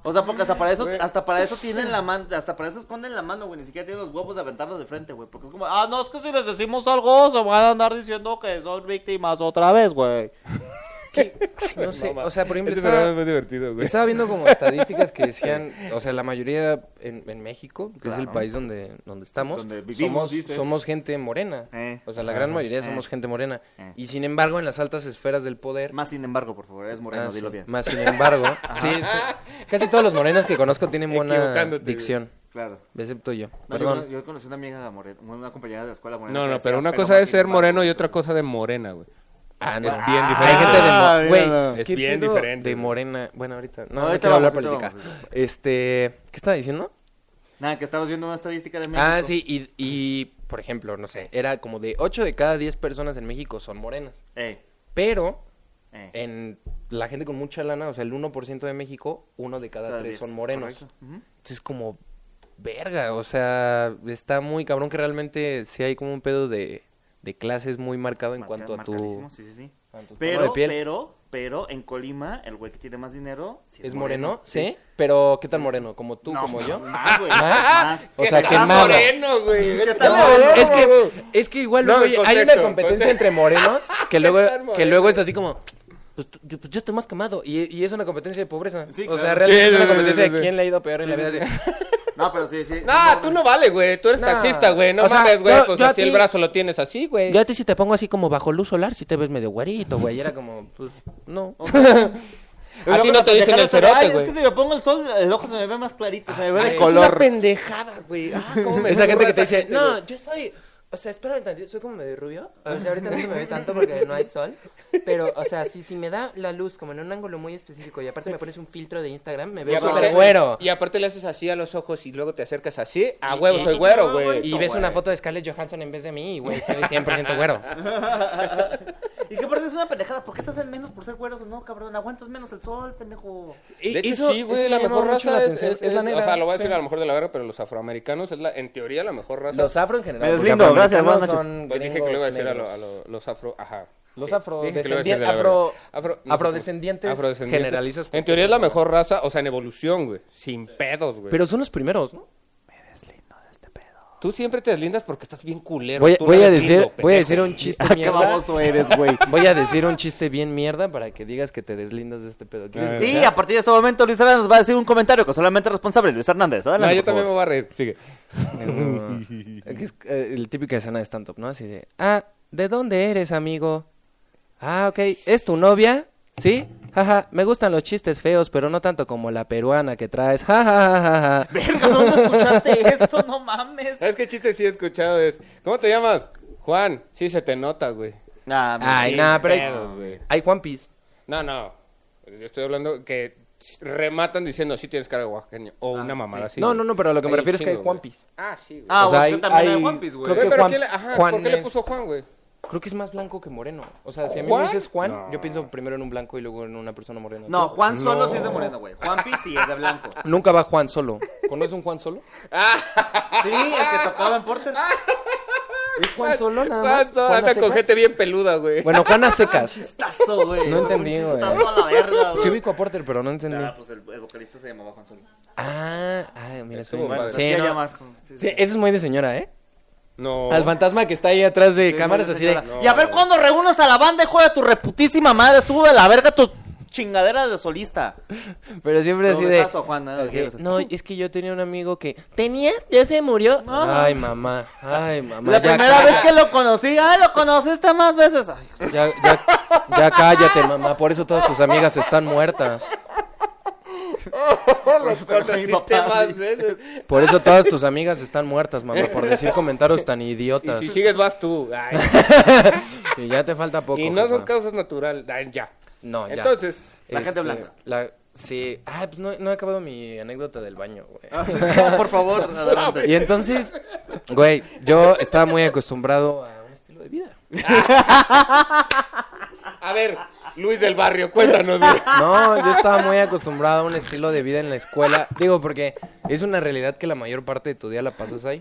Speaker 3: O sea, porque hasta para eso, hasta para eso tienen la mano, hasta para eso esconden la mano, güey. Ni siquiera tienen los huevos de aventarlos de frente, güey. Porque es como, ah, no, es que si les decimos algo, se van a andar diciendo que son víctimas otra vez, güey.
Speaker 2: Ay, no sé, o sea, por ejemplo,
Speaker 1: Este
Speaker 2: estaba-
Speaker 1: programa es muy divertido, güey.
Speaker 2: Estaba viendo como estadísticas que decían, o sea, la mayoría en, en México, que es el país donde, donde estamos,
Speaker 3: Donde vivimos,
Speaker 2: somos,
Speaker 3: dices.
Speaker 2: somos gente morena.
Speaker 3: Eh.
Speaker 2: O sea, la gran mayoría somos gente morena.
Speaker 3: Eh.
Speaker 2: Y sin embargo, en las altas esferas del poder...
Speaker 3: Más sin embargo, por favor, es moreno,
Speaker 2: Ah,
Speaker 3: dilo
Speaker 2: sí.
Speaker 3: bien.
Speaker 2: Más sin embargo, sí, casi todos los morenos que conozco tienen buena
Speaker 1: Equivocándote, güey.
Speaker 2: dicción,
Speaker 3: Claro.
Speaker 2: excepto yo.
Speaker 3: No,
Speaker 2: Perdón.
Speaker 3: yo, yo conocí una amiga morena, una compañera de la escuela morena.
Speaker 1: No,
Speaker 3: que
Speaker 1: no,
Speaker 3: decía,
Speaker 1: pero una
Speaker 3: "Pero
Speaker 1: cosa
Speaker 3: más
Speaker 1: es
Speaker 3: sin
Speaker 1: ser
Speaker 3: embargo".
Speaker 1: moreno y otra cosa de morena, güey.
Speaker 2: Ah, no.
Speaker 1: Es bien
Speaker 2: Hay
Speaker 1: diferente.
Speaker 2: gente de, mo-
Speaker 3: Ah,
Speaker 2: güey,
Speaker 3: mira,
Speaker 1: no.
Speaker 2: ¿qué
Speaker 1: Es bien
Speaker 2: pedo
Speaker 1: diferente,
Speaker 2: de
Speaker 1: güey.
Speaker 2: morena. Bueno, ahorita no,
Speaker 3: Ahorita
Speaker 2: no quiero hablar
Speaker 3: vamos, ahorita
Speaker 2: política. Este, ¿qué estaba diciendo?
Speaker 3: Nada, que estabas viendo una estadística de México.
Speaker 2: Ah, sí, y, y, por ejemplo, no sé, era como de 8 de cada 10 personas en México son morenas.
Speaker 3: Eh,
Speaker 2: Pero
Speaker 3: eh.
Speaker 1: Ah,
Speaker 2: en la gente con mucha lana, o sea, el 1% de México, uno de cada
Speaker 3: Cada
Speaker 2: tres
Speaker 3: diez,
Speaker 2: son
Speaker 3: es
Speaker 2: morenos.
Speaker 3: correcto. Ujú.
Speaker 2: Entonces, como, verga, o sea, está muy cabrón que realmente sí hay como un pedo de, de clases muy marcado en
Speaker 3: Marca-
Speaker 2: cuanto a tu.
Speaker 3: marcadísimo, sí, sí, sí.
Speaker 2: a tu tono de
Speaker 3: Pero,
Speaker 2: piel.
Speaker 3: pero, pero, en Colima, el güey que tiene más dinero... sí
Speaker 2: ¿Es moreno? ¿Sí?
Speaker 3: sí.
Speaker 2: Pero, ¿qué tan moreno? ¿Como tú,
Speaker 3: No,
Speaker 2: como yo?
Speaker 3: Más, güey,
Speaker 2: ¿Más?
Speaker 3: más.
Speaker 2: O sea,
Speaker 1: Estás
Speaker 2: quemado.
Speaker 1: moreno, güey. Vete
Speaker 3: tal
Speaker 1: a
Speaker 2: No,
Speaker 1: la
Speaker 3: moreno,
Speaker 1: verga,
Speaker 2: es que
Speaker 1: güey.
Speaker 2: es que igual
Speaker 1: No,
Speaker 2: luego
Speaker 1: en
Speaker 2: hay- hay
Speaker 1: contexto,
Speaker 2: una competencia
Speaker 1: contexto.
Speaker 2: entre morenos que luego
Speaker 1: Están
Speaker 2: que
Speaker 1: morenos.
Speaker 2: luego es así como pues, tú- yo, pues yo estoy más quemado y, y es una competencia de pobreza.
Speaker 3: Sí,
Speaker 2: o
Speaker 3: claro.
Speaker 2: sea,
Speaker 1: Sí,
Speaker 2: realmente es
Speaker 1: sí,
Speaker 2: una
Speaker 1: sí,
Speaker 2: competencia
Speaker 1: sí,
Speaker 2: de
Speaker 1: sí.
Speaker 2: quién le ha ido peor en la vida. así.
Speaker 3: No, pero sí, sí.
Speaker 1: No, tú no vale, güey. Tú eres
Speaker 2: No.
Speaker 1: taxista, güey. No
Speaker 2: O sea,
Speaker 1: mames, güey.
Speaker 2: yo-
Speaker 1: Pues
Speaker 2: yo a
Speaker 1: así el
Speaker 2: ti-
Speaker 1: brazo lo tienes así, güey.
Speaker 2: Yo a ti si te pongo así como bajo luz solar, si te ves medio güerito, güey, y era como pues no.
Speaker 1: A ti no te dicen el cerote,
Speaker 3: cerote,
Speaker 1: güey.
Speaker 3: Es que si me pongo el sol, el ojo se me ve más clarito, se me ve de
Speaker 2: es
Speaker 3: color.
Speaker 2: una pendejada, güey. Ah, cómo me
Speaker 1: Esa gente
Speaker 2: zurra
Speaker 1: que te
Speaker 2: esa
Speaker 1: dice,
Speaker 2: gente,
Speaker 1: "No,
Speaker 2: güey". yo soy o sea, espérame tantito, soy como medio rubio. O sea, ahorita no se me ve tanto porque no hay sol.
Speaker 6: Pero, o sea, si, si me da la luz como en un ángulo muy específico y aparte me pones un filtro de Instagram, me
Speaker 1: Y
Speaker 6: veo
Speaker 2: Ya,
Speaker 6: súper
Speaker 1: aparte,
Speaker 6: güey.
Speaker 2: güero.
Speaker 1: y aparte le haces así a los ojos y luego te acercas así. A huevo, soy güero, güey.
Speaker 2: Y ves una foto de Scarlett Johansson en vez de mí, güey, soy 100% güero.
Speaker 3: Y que aparte es una pendejada, ¿por qué se hacen menos por ser güeros o no, cabrón? Aguantas menos el sol, pendejo.
Speaker 1: De hecho,
Speaker 2: Eso-
Speaker 1: sí, güey.
Speaker 2: eso
Speaker 1: La
Speaker 2: me llamó
Speaker 1: mejor
Speaker 2: mucho
Speaker 1: raza
Speaker 2: la
Speaker 1: es,
Speaker 2: atención,
Speaker 1: es- es-
Speaker 2: la
Speaker 1: O
Speaker 2: neta,
Speaker 1: sea, lo voy a
Speaker 2: sí.
Speaker 1: decir a lo mejor de la verga, pero los afroamericanos es, la, en teoría, la mejor raza.
Speaker 2: Los afro en general.
Speaker 3: Me
Speaker 2: porque
Speaker 3: deslindo, gracias, buenas
Speaker 2: afroamericanos
Speaker 3: noches.
Speaker 2: son
Speaker 1: Pues dije que le iba a
Speaker 2: gringos,
Speaker 1: decir a, lo-
Speaker 2: negros.
Speaker 1: a lo- los afro. Ajá.
Speaker 2: Los
Speaker 1: Sí, dije que le iba a decir de
Speaker 2: afrodescendientes,
Speaker 1: la verga.
Speaker 2: afro,
Speaker 1: Afro- no sé
Speaker 2: afrodescendientes,
Speaker 1: cómo. Afrodescendientes.
Speaker 2: generalizas.
Speaker 1: En teoría es la mejor raza, o sea, en evolución, güey. Sin pedos, güey.
Speaker 2: Pero son los primeros, ¿no?
Speaker 1: tú siempre te deslindas porque estás bien culero.
Speaker 2: Voy,
Speaker 1: Tú
Speaker 2: voy
Speaker 1: no
Speaker 2: a
Speaker 1: eres
Speaker 2: decir,
Speaker 1: lindo,
Speaker 2: voy a
Speaker 1: pendejo.
Speaker 2: decir un chiste
Speaker 3: Ah, qué
Speaker 2: mierda.
Speaker 3: baboso eres, güey.
Speaker 2: Voy a decir un chiste bien mierda para que digas que te deslindas de este pedo. ¿Quieres
Speaker 1: A ver.
Speaker 2: escuchar?
Speaker 3: Y a partir de este momento, Luis Hernández nos va a decir un comentario que solamente es responsable, Luis Hernández.
Speaker 1: No,
Speaker 3: Adelante,
Speaker 1: yo
Speaker 3: por favor.
Speaker 1: también me voy a reír. Sigue.
Speaker 2: Que es eh, la típica escena de stand-up, ¿no? Así de, ah, ¿de dónde eres, amigo? Ah, ok, ¿es tu novia? ¿Sí? Jaja, me gustan los chistes feos, pero no tanto como la peruana que traes. Ja, ja, ja, ja, ja.
Speaker 3: Verga, ¿dónde escuchaste eso? No mames.
Speaker 1: ¿Sabes qué chiste sí he escuchado? Es, ¿cómo te llamas? Juan. Sí, se te nota, güey.
Speaker 3: Nah,
Speaker 2: Ay,
Speaker 3: sí,
Speaker 2: nada, pero hay-
Speaker 3: pedos, güey.
Speaker 2: hay One Piece.
Speaker 1: No, no. Yo estoy hablando que rematan diciendo, sí tienes cara de oaxaqueño. O una mamada así.
Speaker 2: Ah, No,
Speaker 1: güey.
Speaker 2: no, no, pero lo que me
Speaker 1: Hay
Speaker 2: refiero es que
Speaker 1: chingo,
Speaker 2: hay One
Speaker 1: güey.
Speaker 2: Piece.
Speaker 1: Ah, sí, güey.
Speaker 3: Ah,
Speaker 2: O sea,
Speaker 3: usted
Speaker 2: hay-
Speaker 3: también
Speaker 2: hay-
Speaker 3: hay One Piece, güey.
Speaker 2: creo
Speaker 1: Güey,
Speaker 2: que
Speaker 1: pero
Speaker 2: Juan-
Speaker 1: ¿quién le- ajá,
Speaker 2: Juan
Speaker 1: ¿por qué le
Speaker 2: es-
Speaker 1: puso Juan, güey?
Speaker 2: Creo que es más blanco que moreno. O sea, si a mí
Speaker 1: ¿Juan?
Speaker 2: me dices Juan, yo pienso primero en un blanco y luego en una persona morena.
Speaker 3: No, Juan solo sí es de moreno, güey. Juan Pi sí es de blanco.
Speaker 2: Nunca va Juan solo. ¿Conoces un Juan solo?
Speaker 3: Sí, el que tocaba en Porter.
Speaker 2: ¿Es Juan solo nada más?
Speaker 1: Juan
Speaker 2: ¿Juan a
Speaker 1: Ah, anda con
Speaker 2: secas?
Speaker 1: gente bien peluda, güey.
Speaker 2: Bueno, Juan a secas.
Speaker 3: Chistazo, güey.
Speaker 2: No entendí,
Speaker 3: Un
Speaker 2: güey.
Speaker 3: Chistazo a la verga, güey.
Speaker 2: Sí ubico a Porter, pero no entendí.
Speaker 3: Ah, pues el, el vocalista se llamaba Juan Solo.
Speaker 2: Ah, ah, mira,
Speaker 1: Estuvo padre.
Speaker 2: estoy mal.
Speaker 1: Se
Speaker 2: Sí,
Speaker 3: Así a
Speaker 2: no.
Speaker 3: llamar. Sí,
Speaker 2: Sí,
Speaker 3: sí.
Speaker 2: eso es muy de señora, ¿eh?
Speaker 1: No.
Speaker 2: Al fantasma que está ahí atrás de
Speaker 3: Sí,
Speaker 2: cámaras
Speaker 3: muy
Speaker 2: así
Speaker 3: señora.
Speaker 2: de...
Speaker 3: Y a ver cuándo reúnes a la banda, hijo de tu reputísima madre. Estuvo de la verga tu chingadera de solista.
Speaker 2: Pero siempre así de...
Speaker 3: Besazo, Juan, nada,
Speaker 2: así
Speaker 3: quiero
Speaker 2: de,
Speaker 3: besazo.
Speaker 2: no, es que yo tenía un amigo que... ¿Tenía? ¿Ya se murió?
Speaker 3: Ah.
Speaker 2: Ay, mamá. Ay, mamá.
Speaker 3: La
Speaker 2: ya
Speaker 3: primera
Speaker 2: cá-
Speaker 3: vez que lo conocí, ah, lo conociste más veces. Ay,
Speaker 2: Ya, ya, ya cállate, mamá. Por eso todas tus amigas están muertas.
Speaker 1: Los conociste más veces.
Speaker 2: Por eso todas tus amigas están muertas, mamá. Por decir comentarios tan
Speaker 1: Y
Speaker 2: idiotas.
Speaker 1: si sigues vas tú. Ay.
Speaker 2: Y ya te falta poco.
Speaker 1: Y no son
Speaker 2: jefa.
Speaker 1: causas naturales. Ay, ya. Eh.
Speaker 2: No, ya.
Speaker 1: Entonces,
Speaker 3: La gente blanca.
Speaker 2: Este, la- Sí. Ah, pues no, no he acabado mi anécdota del baño, güey.
Speaker 1: Ah.
Speaker 3: no, por favor, adelante.
Speaker 2: Y entonces, güey, yo estaba muy acostumbrado a un estilo de vida.
Speaker 1: a ver, Luis del Barrio, cuéntanos. güey.
Speaker 2: No, yo estaba muy acostumbrado a un estilo de vida en la escuela. Digo, porque es una realidad que la mayor parte de tu día la pasas ahí.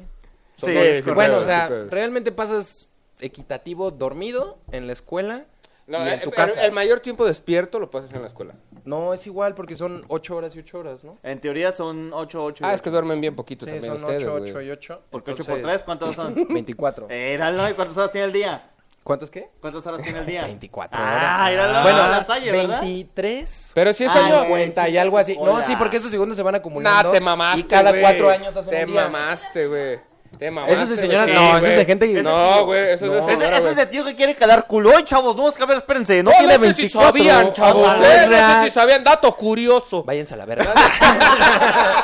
Speaker 1: Sí,
Speaker 3: Sí, es
Speaker 1: sí,
Speaker 3: correcto.
Speaker 2: Bueno, o
Speaker 1: sí,
Speaker 2: sea,
Speaker 1: claro.
Speaker 2: realmente pasas equitativo dormido en la escuela
Speaker 1: No,
Speaker 2: y en
Speaker 1: eh,
Speaker 2: tu
Speaker 1: pero
Speaker 2: casa.
Speaker 1: el mayor tiempo despierto lo pasas en la escuela.
Speaker 2: No, es igual porque son 8 horas y 8 horas, ¿no?
Speaker 3: En teoría son 8, 8.
Speaker 1: Ah, es que duermen bien poquito
Speaker 2: Sí,
Speaker 1: también
Speaker 2: son
Speaker 1: ustedes.
Speaker 2: 8,
Speaker 1: güey.
Speaker 2: 8 y 8.
Speaker 3: Porque 8 por 3, ¿cuántos son?
Speaker 2: 24.
Speaker 1: Eh.
Speaker 3: Éralo, ¿y cuántas horas tiene el día?
Speaker 2: ¿Cuántas qué?
Speaker 3: ¿Cuántas horas tiene el día?
Speaker 2: 24
Speaker 3: Ah,
Speaker 2: horas.
Speaker 3: éralo.
Speaker 2: Bueno,
Speaker 3: a la salle, ¿verdad?
Speaker 2: 23.
Speaker 1: Pero si es
Speaker 3: Ay,
Speaker 1: año.
Speaker 3: güey.
Speaker 2: 50 y algo así. No,
Speaker 3: Hola.
Speaker 2: sí, porque esos segundos se van
Speaker 1: Nah,
Speaker 2: acumulando.
Speaker 1: te mamaste.
Speaker 2: Y cada
Speaker 1: güey.
Speaker 2: cuatro años hacen
Speaker 1: Te
Speaker 2: un día.
Speaker 1: mamaste, güey. Te mamaste.
Speaker 2: Eso es de
Speaker 1: güey.
Speaker 2: señoras-
Speaker 1: Sí,
Speaker 2: no, eso es de
Speaker 1: güey.
Speaker 2: gente que-
Speaker 1: No, güey, eso es de
Speaker 3: Pues Ese,
Speaker 1: señora,
Speaker 3: ese
Speaker 1: güey.
Speaker 3: es el tío que quiere quedar culón, chavos. No, es que a ver, espérense. No
Speaker 1: No,
Speaker 3: tiene
Speaker 1: no sé si
Speaker 3: 24.
Speaker 1: sabían, chavos.
Speaker 2: Ah,
Speaker 1: eh,
Speaker 2: no, es
Speaker 1: No
Speaker 2: real.
Speaker 1: sé si sabían. Dato curioso.
Speaker 2: Váyanse a la verga.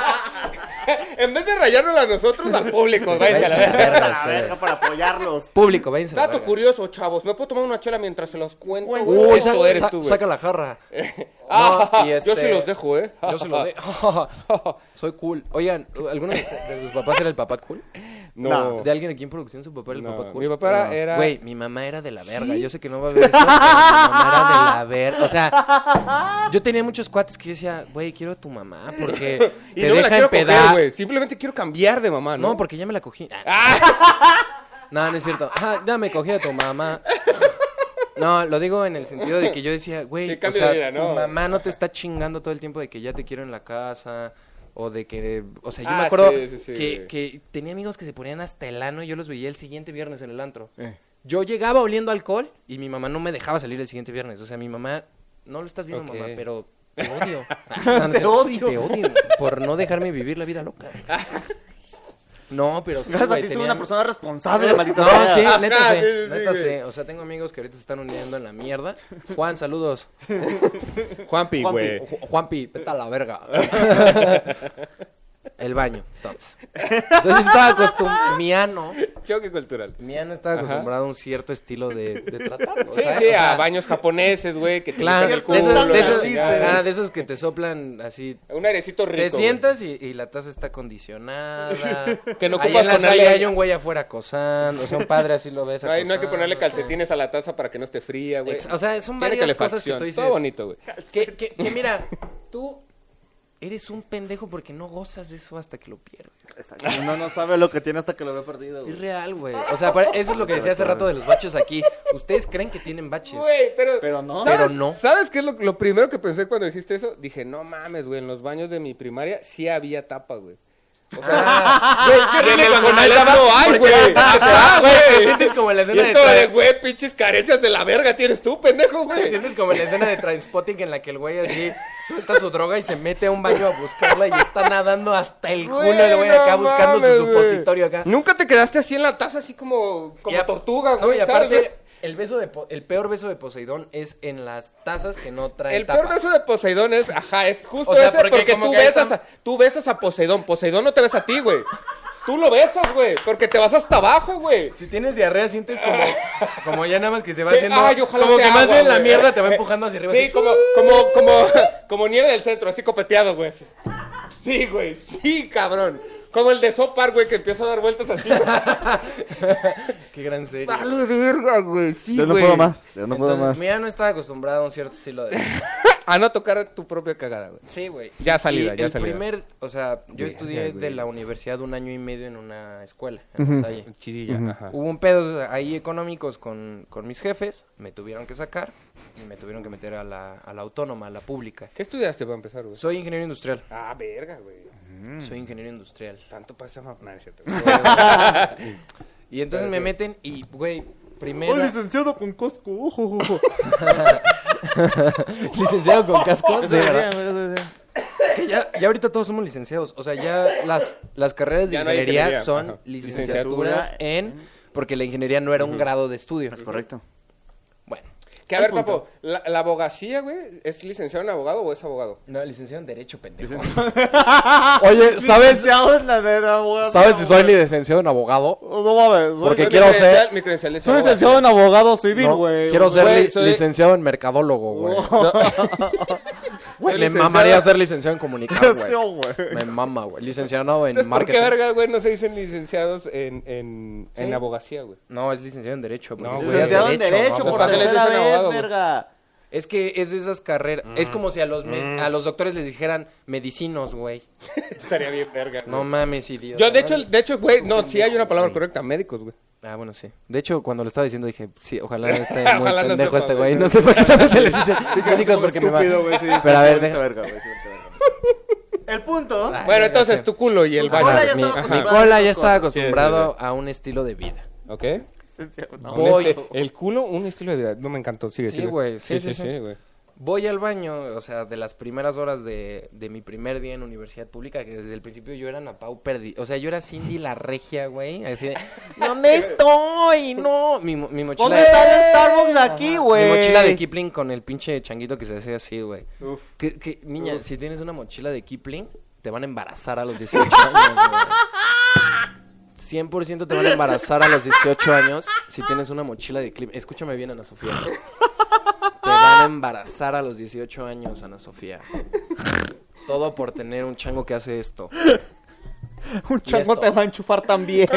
Speaker 1: En vez de rayárnoslo a nosotros, al público. Váyanse a la
Speaker 2: Váyanse a
Speaker 1: verga.
Speaker 2: la verga
Speaker 3: A la
Speaker 2: ustedes.
Speaker 3: verga para apoyarlos.
Speaker 2: Público, váyanse a la
Speaker 1: Dato
Speaker 2: verga.
Speaker 1: curioso, chavos. ¿Me puedo tomar una chela mientras se los cuento? güey?
Speaker 2: Uy,
Speaker 1: Esto
Speaker 2: sa-
Speaker 1: eres
Speaker 2: sa-
Speaker 1: tú, güey.
Speaker 2: saca la jarra.
Speaker 1: Ah,
Speaker 2: No, y
Speaker 1: Yo
Speaker 2: este-
Speaker 1: sí los dejo, ¿eh?
Speaker 2: Yo se los dejo. Soy cool. Oigan, ¿alguno de, de sus papás era el papá cool?
Speaker 1: No.
Speaker 2: ¿De alguien aquí en producción su papá era el
Speaker 1: No,
Speaker 2: papá cool?
Speaker 1: mi papá era-
Speaker 2: No.
Speaker 1: era-
Speaker 2: Güey, mi mamá era de la verga. Yo sé que no va a haber eso, pero mi mamá era de la verga. O sea, yo tenía muchos cuates que yo decía, güey, quiero a tu mamá porque
Speaker 1: Y
Speaker 2: te
Speaker 1: luego la
Speaker 2: deja
Speaker 1: quiero coger,
Speaker 2: empedar.
Speaker 1: güey. Simplemente quiero cambiar de mamá, ¿no?
Speaker 2: No, porque ya me la cogí. Ah. No, no es cierto. Ah, ya me cogí a tu mamá. No, lo digo en el sentido de que yo decía, güey,
Speaker 1: Sí,
Speaker 2: o
Speaker 1: cambio
Speaker 2: sea,
Speaker 1: de vida, ¿no?
Speaker 2: tu mamá no te está chingando todo el tiempo de que ya te quiero en la casa o de que, o sea, yo
Speaker 1: Ah,
Speaker 2: me acuerdo
Speaker 1: sí, sí, sí,
Speaker 2: que,
Speaker 1: güey.
Speaker 2: que tenía amigos que se ponían hasta el ano y yo los veía el siguiente viernes en el antro.
Speaker 1: Eh.
Speaker 2: Yo llegaba oliendo alcohol y mi mamá no me dejaba salir el siguiente viernes. O sea, mi mamá, no lo estás viendo,
Speaker 1: Ok.
Speaker 2: mamá, pero te odio. No, no es cierto.
Speaker 3: odio.
Speaker 2: Te odio por no dejarme vivir la vida loca. No, pero sí,
Speaker 3: Gracias a
Speaker 2: güey,
Speaker 3: ti, soy
Speaker 2: tenían-
Speaker 3: una persona responsable, maldita
Speaker 2: no,
Speaker 3: sea.
Speaker 2: sí,
Speaker 1: Ajá,
Speaker 2: neta
Speaker 1: sí,
Speaker 2: sé,
Speaker 1: sí,
Speaker 2: neta
Speaker 1: sí,
Speaker 2: sé. O sea, tengo amigos que ahorita se están uniendo en la mierda. Juan, saludos.
Speaker 1: Juanpi,
Speaker 3: Juanpi.
Speaker 1: güey.
Speaker 2: Ju- Juanpi, vete a la verga. El baño, entonces. Entonces estaba acostumbrado, mi ano,
Speaker 1: Choque cultural.
Speaker 2: mi ano estaba acostumbrado a un cierto estilo de, de tratar.
Speaker 1: Sí, sí, a baños japoneses, güey, que te
Speaker 2: Claro,
Speaker 1: limpian
Speaker 2: de
Speaker 1: el culo.
Speaker 2: esos, de
Speaker 1: la
Speaker 2: esos-
Speaker 1: chingada.
Speaker 2: ah, de esos que te soplan así.
Speaker 1: Un airecito rico.
Speaker 2: Te
Speaker 1: güey.
Speaker 2: sientas y, y la taza está condicionada.
Speaker 1: Que no
Speaker 2: Ahí
Speaker 1: ocupas
Speaker 2: en la
Speaker 1: ponerle-
Speaker 2: sala hay un güey afuera acosando. O sea, un padre así lo ves
Speaker 1: No hay, no hay que ponerle
Speaker 2: acosando.
Speaker 1: calcetines a la taza para que no esté fría, güey.
Speaker 2: Ah, Ex- o sea, son
Speaker 1: Tiene
Speaker 2: varias cosas que
Speaker 1: calefacción.
Speaker 2: tú dices.
Speaker 1: Todo bonito, güey.
Speaker 2: Que, que- que mira, tú eres un pendejo porque no gozas de eso hasta que lo pierdes.
Speaker 3: Exacto. Uno no sabe lo que tiene hasta que lo ve perdido.
Speaker 2: Es
Speaker 3: güey.
Speaker 2: real, güey. O sea, para- eso es lo que decía hace rato de los baches aquí. Ustedes creen que tienen baches.
Speaker 1: Güey, pero...
Speaker 3: Pero no.
Speaker 1: ¿sabes-
Speaker 2: Pero no.
Speaker 1: ¿Sabes qué es lo, lo primero que pensé cuando dijiste eso? Dije, no mames, güey, en los baños de mi primaria sí había tapa, güey. O sea, güey, qué
Speaker 2: en el
Speaker 1: rico cuando hay
Speaker 2: Conalep
Speaker 1: tapa. No hay, Ah, güey. Ajá,
Speaker 2: Te
Speaker 1: güey.
Speaker 2: sientes como en la
Speaker 1: Y
Speaker 2: escena de
Speaker 1: esto de,
Speaker 2: Tra-
Speaker 1: güey, pinches carencias de la verga tienes tú, pendejo,
Speaker 2: te
Speaker 1: güey.
Speaker 2: sientes como en la escena de Trainspotting en la que el güey así suelta su droga y se mete a un baño a buscarla y está nadando hasta el culo el güey
Speaker 1: no
Speaker 2: acá buscando
Speaker 1: mames,
Speaker 2: su
Speaker 1: güey.
Speaker 2: supositorio acá.
Speaker 1: Nunca te quedaste así en la taza, así como, como
Speaker 2: Y a-
Speaker 1: tortuga,
Speaker 2: No,
Speaker 1: güey.
Speaker 2: y
Speaker 1: ¿sabes,
Speaker 2: aparte,
Speaker 1: güey?
Speaker 2: el, beso de, Po- el peor beso de Poseidón es en las tazas que no traen
Speaker 1: El peor
Speaker 2: tapa.
Speaker 1: beso de Poseidón es, ajá, es justo
Speaker 2: O sea,
Speaker 1: ese,
Speaker 2: porque
Speaker 1: porque,
Speaker 2: como
Speaker 1: tú,
Speaker 2: que ahí
Speaker 1: besas
Speaker 2: están-
Speaker 1: a, tú besas a Poseidón. Poseidón no te besa a ti, güey. Tú lo besas, güey, porque te vas hasta abajo, güey.
Speaker 2: Si tienes diarrea, sientes como, como ya nada más que se va
Speaker 1: Que,
Speaker 2: haciendo.
Speaker 1: ay, ojalá
Speaker 2: como que
Speaker 1: sea
Speaker 2: más
Speaker 1: agua,
Speaker 2: bien la
Speaker 1: güey.
Speaker 2: mierda te va empujando hacia arriba.
Speaker 1: Sí,
Speaker 2: así.
Speaker 1: como, como, como, como nieve del centro, así copeteado, güey. Sí, güey, sí, cabrón. Como el de Sopar, güey, que empieza a dar vueltas así.
Speaker 2: Qué gran serie.
Speaker 6: Dale verga, güey. Sí,
Speaker 7: Yo no
Speaker 6: güey.
Speaker 7: puedo más, yo no puedo
Speaker 2: Entonces,
Speaker 7: más.
Speaker 2: mira, no estaba acostumbrado a un cierto estilo de...
Speaker 1: a no tocar tu propia cagada, güey.
Speaker 2: Sí, güey.
Speaker 1: Ya salida,
Speaker 2: Y
Speaker 1: ya
Speaker 2: el
Speaker 1: salida.
Speaker 2: primer, o sea, yo estudié de la universidad un año y medio en una escuela, en La Salle.
Speaker 1: Chidilla, ajá.
Speaker 2: Hubo un pedo ahí económicos con, con mis jefes, me tuvieron que sacar y me tuvieron que meter a la, a la autónoma, a la pública.
Speaker 1: ¿Qué estudiaste para empezar, güey?
Speaker 2: Soy ingeniero industrial.
Speaker 1: Ah, verga, güey.
Speaker 2: Soy ingeniero industrial.
Speaker 1: Tanto pasa, mamá. No, no es cierto.
Speaker 2: Y entonces me meten y, güey, primero...
Speaker 7: Oh, licenciado con Costco. Ojo, ojo.
Speaker 2: licenciado con casco.
Speaker 7: Sí, ¿verdad?
Speaker 2: Que ya, ya ahorita todos somos licenciados. O sea, ya las, las carreras de
Speaker 1: Ya no hay
Speaker 2: ingeniería,
Speaker 1: ingeniería,
Speaker 2: son
Speaker 1: ajá.
Speaker 2: licenciaturas
Speaker 3: Licenciatura
Speaker 2: en... Porque la ingeniería no era un grado de estudio.
Speaker 7: Es correcto.
Speaker 2: Bueno,
Speaker 1: Que a ver, papo, ¿la, la abogacía, güey, es licenciado en abogado o es abogado?
Speaker 2: no, licenciado en Derecho, pendejo.
Speaker 4: Oye, ¿sabes,
Speaker 7: Licenciado en la nena, güey.
Speaker 4: ¿sabes si soy licenciado en abogado?
Speaker 7: No mames. soy-
Speaker 4: Porque
Speaker 1: Mi
Speaker 4: quiero
Speaker 1: credencial-
Speaker 4: ser-
Speaker 1: Mi credencial es
Speaker 7: Soy
Speaker 1: abogado.
Speaker 7: licenciado en abogado civil,
Speaker 4: No,
Speaker 7: güey.
Speaker 4: quiero ser
Speaker 1: Güey,
Speaker 4: li-
Speaker 1: soy-
Speaker 4: licenciado en mercadólogo, güey. Güey,
Speaker 1: Soy
Speaker 4: me
Speaker 1: licenciado-
Speaker 4: mamaría ser licenciado en comunicación,
Speaker 7: Sí,
Speaker 4: güey.
Speaker 7: güey.
Speaker 4: Me mama, güey. Licenciado en
Speaker 1: Entonces, ¿por qué,
Speaker 4: marketing.
Speaker 1: verga, güey, no se dicen licenciados en, en, en abogacía, güey?
Speaker 2: No, es licenciado en Derecho. porque
Speaker 1: No,
Speaker 2: estudias
Speaker 3: Licenciado en Derecho,
Speaker 2: mamá.
Speaker 3: por
Speaker 1: ¿Para qué les
Speaker 3: tercera
Speaker 1: dicen abogado,
Speaker 3: vez,
Speaker 1: güey?
Speaker 3: verga.
Speaker 2: Es que es de esas carreras. Es como si a los, me- a los doctores les dijeran medicinos, güey.
Speaker 1: Estaría bien, verga.
Speaker 2: No mames, idiota.
Speaker 1: Yo, de hecho, de hecho, güey, no, sí hay una palabra correcta, médicos, güey.
Speaker 2: Ah, bueno, sí. De hecho, cuando lo estaba diciendo dije, sí, ojalá esté muy
Speaker 1: Ojalá no
Speaker 2: pendejo
Speaker 1: sepa,
Speaker 2: este
Speaker 1: güey.
Speaker 2: güey. No sé por qué también se les dice médicos porque me va. Pero a ver, deja-
Speaker 3: El punto.
Speaker 2: Ay,
Speaker 1: Bueno, entonces,
Speaker 2: gracias.
Speaker 1: tu culo y el
Speaker 3: Ahora
Speaker 1: baño.
Speaker 3: ya
Speaker 2: mi,
Speaker 3: estaba
Speaker 2: mi
Speaker 3: acostumbrado
Speaker 2: cola
Speaker 3: a
Speaker 2: ya
Speaker 3: esas
Speaker 2: estaba
Speaker 3: cosas.
Speaker 2: acostumbrado a un estilo de vida.
Speaker 1: ¿Ok?
Speaker 3: Licenciado, no.
Speaker 1: Un
Speaker 2: Voy.
Speaker 1: este- el culo, un estilo de vida. No me encantó, sigue,
Speaker 2: Sí,
Speaker 1: sigue.
Speaker 2: güey, sí,
Speaker 1: sí,
Speaker 2: sí, sí.
Speaker 1: sí, güey.
Speaker 2: Voy al baño, o sea, de las primeras horas de, de mi primer día en universidad pública, que desde el principio yo era una Pau perdi. O sea, yo era Cindy la regia, güey. Así de, ¿dónde estoy? No. Mi, mo- mi mochila.
Speaker 3: ¿Dónde está el Starbucks aquí, güey?
Speaker 2: Mi mochila de Kipling con el pinche changuito que se hace así, güey. Que, que, niña, si tienes una mochila de Kipling, te van a embarazar a los 18 años, güey. 100% te van a embarazar a los 18 años si tienes una mochila de Kipling. Escúchame bien, Ana Sofía. Te van a embarazar a los 18 años, Ana Sofía. Todo por tener un chango que hace esto. chango
Speaker 3: Un chango
Speaker 2: te
Speaker 3: te va a enchufar también.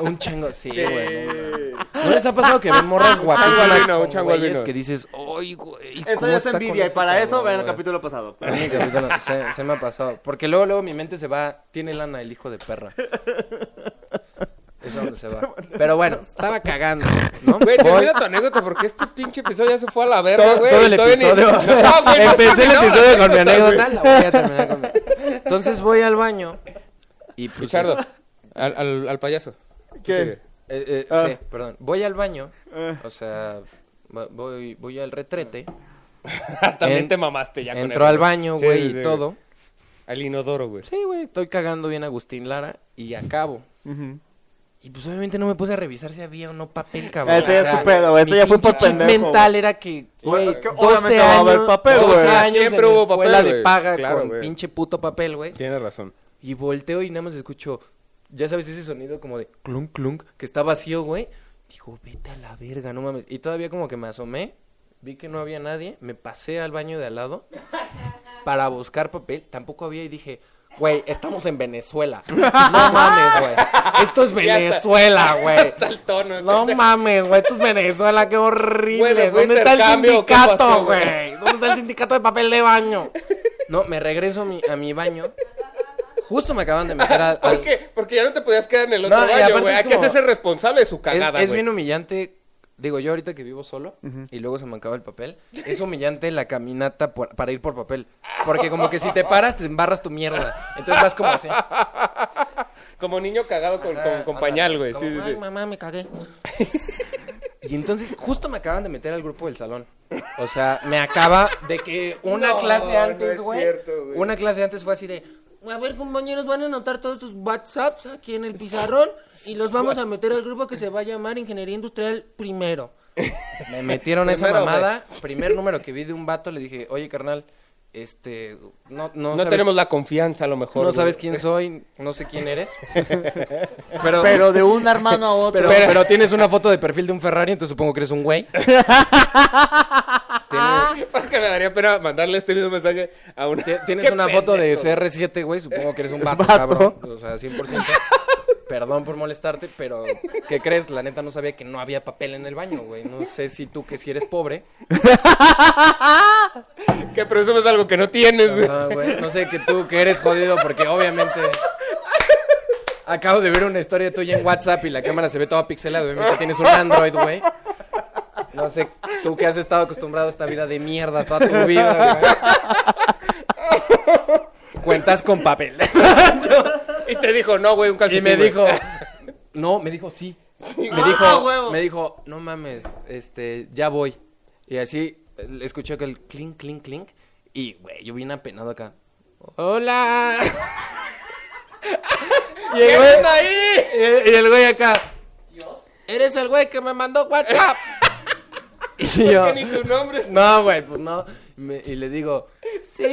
Speaker 2: Un chango, sí, güey. no, no. ¿No les ha pasado que ven morras guapísimas
Speaker 1: albino, un
Speaker 2: con
Speaker 1: chango
Speaker 2: güeyes
Speaker 1: albino.
Speaker 2: que dices, ay, güey,
Speaker 3: Eso
Speaker 2: ¿cómo
Speaker 3: ya es
Speaker 2: está con
Speaker 3: envidia y
Speaker 2: ese
Speaker 3: para eso
Speaker 2: cabrón,
Speaker 3: vean el
Speaker 2: güey?"
Speaker 3: capítulo pasado.
Speaker 2: A mí el capítulo se, se me ha pasado. Porque luego, luego mi mente se va, tiene lana el hijo de perra. Es a donde se va. Pero bueno, estaba cagando, ¿no?
Speaker 1: Güey,
Speaker 2: Voy-
Speaker 1: termina tu anécdota porque este pinche episodio ya se fue a la verga,
Speaker 2: todo,
Speaker 1: güey.
Speaker 2: todo el
Speaker 1: y todavía ni-
Speaker 2: episodio.
Speaker 1: No, güey, no
Speaker 2: Empecé el
Speaker 1: terminaba la
Speaker 2: episodio con mi
Speaker 1: güey.
Speaker 2: anécdota, la voy a terminar con mi- Entonces voy al baño y pues...
Speaker 1: Richardo, al, al, al payaso.
Speaker 7: ¿Qué?
Speaker 2: Eh, eh,
Speaker 7: Ah.
Speaker 2: Sí, perdón. Voy al baño,
Speaker 3: pues.
Speaker 2: o sea, va- voy, voy al retrete.
Speaker 1: También
Speaker 2: En-
Speaker 1: te mamaste ya con
Speaker 2: Entro
Speaker 1: eso,
Speaker 2: al
Speaker 1: güey.
Speaker 2: baño,
Speaker 1: Sí,
Speaker 2: güey,
Speaker 1: sí,
Speaker 2: y
Speaker 1: sí,
Speaker 2: todo.
Speaker 1: Al inodoro, güey.
Speaker 2: Sí, güey, estoy cagando bien a Agustín Lara y acabo. Y pues obviamente no me puse a revisar si había o no papel, cabrón.
Speaker 7: Ese ya es
Speaker 2: O sea,
Speaker 7: tu pedo, ese
Speaker 2: mi
Speaker 7: ya fue por
Speaker 2: pinche chip
Speaker 7: pendejo,
Speaker 2: mental era que,
Speaker 7: Bueno,
Speaker 2: güey,
Speaker 7: es que
Speaker 2: 12
Speaker 7: obviamente
Speaker 2: años,
Speaker 7: va a haber papel,
Speaker 2: 12
Speaker 7: güey.
Speaker 2: años
Speaker 1: Siempre
Speaker 2: en mi
Speaker 1: hubo
Speaker 2: escuela
Speaker 1: papel,
Speaker 2: de
Speaker 1: güey.
Speaker 2: paga
Speaker 1: Claro,
Speaker 2: con
Speaker 1: güey.
Speaker 2: pinche puto papel, güey.
Speaker 1: Tienes razón.
Speaker 2: Y volteo y nada más escucho, ya sabes, ese sonido como de clunk, clunk, que está vacío, güey. Digo, vete a la verga, no mames. Y todavía como que me asomé, vi que no había nadie, me pasé al baño de al lado para buscar papel. Tampoco había y dije, güey, estamos en Venezuela. No mames, güey. Esto es Venezuela, güey.
Speaker 1: el tono.
Speaker 2: No mames, güey, esto es Venezuela, qué horrible.
Speaker 1: Bueno, fue
Speaker 2: ¿Dónde está el
Speaker 1: intercambio, ¿qué pasó,
Speaker 2: sindicato,
Speaker 1: güey?
Speaker 2: güey? ¿Dónde está el sindicato de papel de baño? No, me regreso a mi, a mi baño. Justo me acaban de meter al... al-
Speaker 1: ¿Por qué? Porque ya no te podías quedar en el otro
Speaker 2: No, y
Speaker 1: baño,
Speaker 2: aparte
Speaker 1: güey.
Speaker 2: es
Speaker 1: Hay que
Speaker 2: como-
Speaker 1: hacerse responsable de su
Speaker 2: Es,
Speaker 1: cagada, güey.
Speaker 2: es bien humillante. Digo, yo ahorita que vivo solo y luego se me acaba el papel, es humillante la caminata por- para ir por papel. Porque como que si te paras, te embarras tu mierda. Entonces vas como así.
Speaker 1: Como niño cagado con, con, Ah, con
Speaker 2: Ajá,
Speaker 1: pañal, güey.
Speaker 2: como,
Speaker 1: Sí, sí,
Speaker 2: "Ay,
Speaker 1: sí.
Speaker 2: mamá, me cagué. Y entonces justo me acaban de meter al grupo del salón. O sea, me acaba de que una clase antes,
Speaker 1: es
Speaker 2: güey,
Speaker 1: cierto, güey.
Speaker 2: Una clase antes fue así de, a ver, compañeros, van a anotar todos sus WhatsApps aquí en el pizarrón y los vamos a meter al grupo que se va a llamar Ingeniería Industrial primero. Me metieron esa
Speaker 1: Primero, güey.
Speaker 2: mamada. Primer número que vi de un vato, le dije, oye, carnal, este, no, no,
Speaker 1: No
Speaker 2: sabes-
Speaker 1: tenemos la confianza, a lo mejor.
Speaker 2: no
Speaker 1: güey.
Speaker 2: sabes quién soy, no sé quién eres.
Speaker 3: Pero de un hermano a otro.
Speaker 2: Pero, pero tienes una foto de perfil de un Ferrari, entonces supongo que eres un güey.
Speaker 1: Porque me daría pena mandarle este mismo mensaje a una.
Speaker 2: Ti- Tienes
Speaker 1: ¡Qué
Speaker 2: una foto de
Speaker 1: pendejo!
Speaker 2: CR7, güey. Supongo que eres un vato,
Speaker 7: Vato.
Speaker 2: cabrón. O sea, 100%. Perdón por molestarte, pero ¿qué crees? La neta no sabía que no había papel en el baño, güey. No sé si tú, que si eres pobre.
Speaker 1: Que presumes algo que no tienes, güey.
Speaker 2: Ajá, güey. No sé que tú, que eres jodido, porque obviamente. Acabo de ver una historia tuya en WhatsApp y la cámara se ve toda pixelada, güey. mientras Tienes un Android, güey. No sé, tú que has estado acostumbrado a esta vida de mierda toda tu vida, güey. Cuentas con papel.
Speaker 1: Y te dijo, no, güey, un
Speaker 2: Y
Speaker 1: calcetín.
Speaker 2: me
Speaker 1: güey.
Speaker 2: dijo, no, me dijo sí. Me
Speaker 3: Ah,
Speaker 2: dijo,
Speaker 3: huevo.
Speaker 2: me dijo, no mames, este, ya voy. Y así eh, escuché que el clink, clink, clink. Y, güey, yo vine apenado acá. ¡Hola! y, el güey, y- y el güey acá. Eres el güey que me mandó WhatsApp. y yo,
Speaker 1: Que ni tu nombre es-
Speaker 2: no, güey, pues no. Y me- y le digo, sí.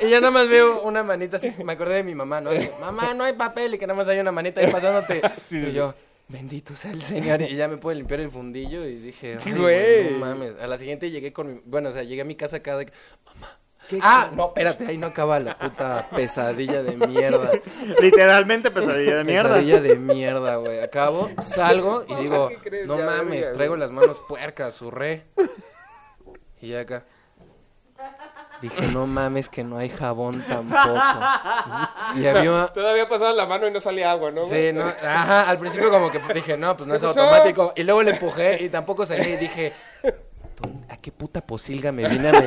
Speaker 2: Y ya nada más veo una manita así. Me acordé de mi mamá, ¿no? Digo, mamá, no hay papel. Y que nada más hay una manita ahí pasándote. y yo, bendito sea el Señor. Y ya me pude limpiar el fundillo. Y dije, "Ay, güey. No mames. A la siguiente llegué con mi. Bueno, o sea, llegué a mi casa cada. Mamá. Ah, no, espérate, ahí no acaba la puta pesadilla de mierda.
Speaker 3: Literalmente pesadilla de mierda.
Speaker 2: Pesadilla de mierda, güey. Acabo, salgo y digo,
Speaker 1: ¿qué crees?
Speaker 2: no
Speaker 1: Ya,
Speaker 2: mames,
Speaker 1: verga,
Speaker 2: traigo las manos puercas, surré. Y ya acá. Dije, no mames, que no hay jabón tampoco. Y había...
Speaker 1: Todavía pasabas la mano y no salía agua, ¿no? güey?
Speaker 2: Sí, no, ajá, al principio como que dije, no, pues no es
Speaker 1: ¿Qué pasó?
Speaker 2: automático. Y luego le empujé y tampoco salí y dije, "¿Dónde- ¿a qué puta posilga me vine a meter?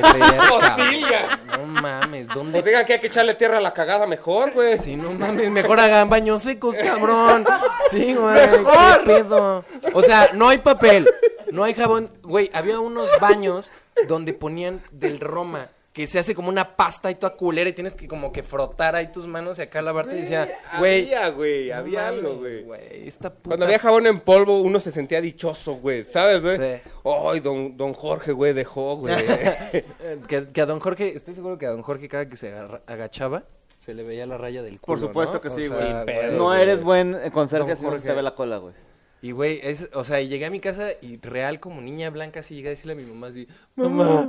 Speaker 2: cabrón?
Speaker 1: Posilga.
Speaker 2: No mames, ¿dónde
Speaker 1: Pues digan que hay que echarle tierra a la cagada mejor, güey.
Speaker 2: Sí, no mames, mejor hagan baños secos, cabrón. Sí, güey, qué pedo. O sea, no hay papel, no hay jabón. Güey, había unos baños donde ponían del Roma, que se hace como una pasta y toda culera y tienes que como que frotar ahí tus manos y acá lavarte y decía, güey.
Speaker 1: Había, güey,
Speaker 2: no
Speaker 1: había
Speaker 2: mames,
Speaker 1: algo, güey.
Speaker 2: Esta puta...
Speaker 1: Cuando había jabón en polvo, uno se sentía dichoso, güey, ¿sabes, güey? Ay,
Speaker 2: Sí.
Speaker 1: don, don Jorge, güey, dejó, güey.
Speaker 2: Eh, que, que a don Jorge, estoy seguro que a don Jorge cada que se agarra- agachaba, se le veía la raya del culo,
Speaker 3: Por supuesto
Speaker 2: ¿no?
Speaker 3: que
Speaker 2: O
Speaker 3: sí,
Speaker 2: sea,
Speaker 3: güey.
Speaker 2: güey.
Speaker 3: no eres buen eh, conserje
Speaker 2: Don
Speaker 3: si no se
Speaker 2: Jorge.
Speaker 3: te ve la cola, güey.
Speaker 2: Y güey, es, o sea, y llegué a mi casa y real como niña blanca así llegué a decirle a mi mamá así, mamá,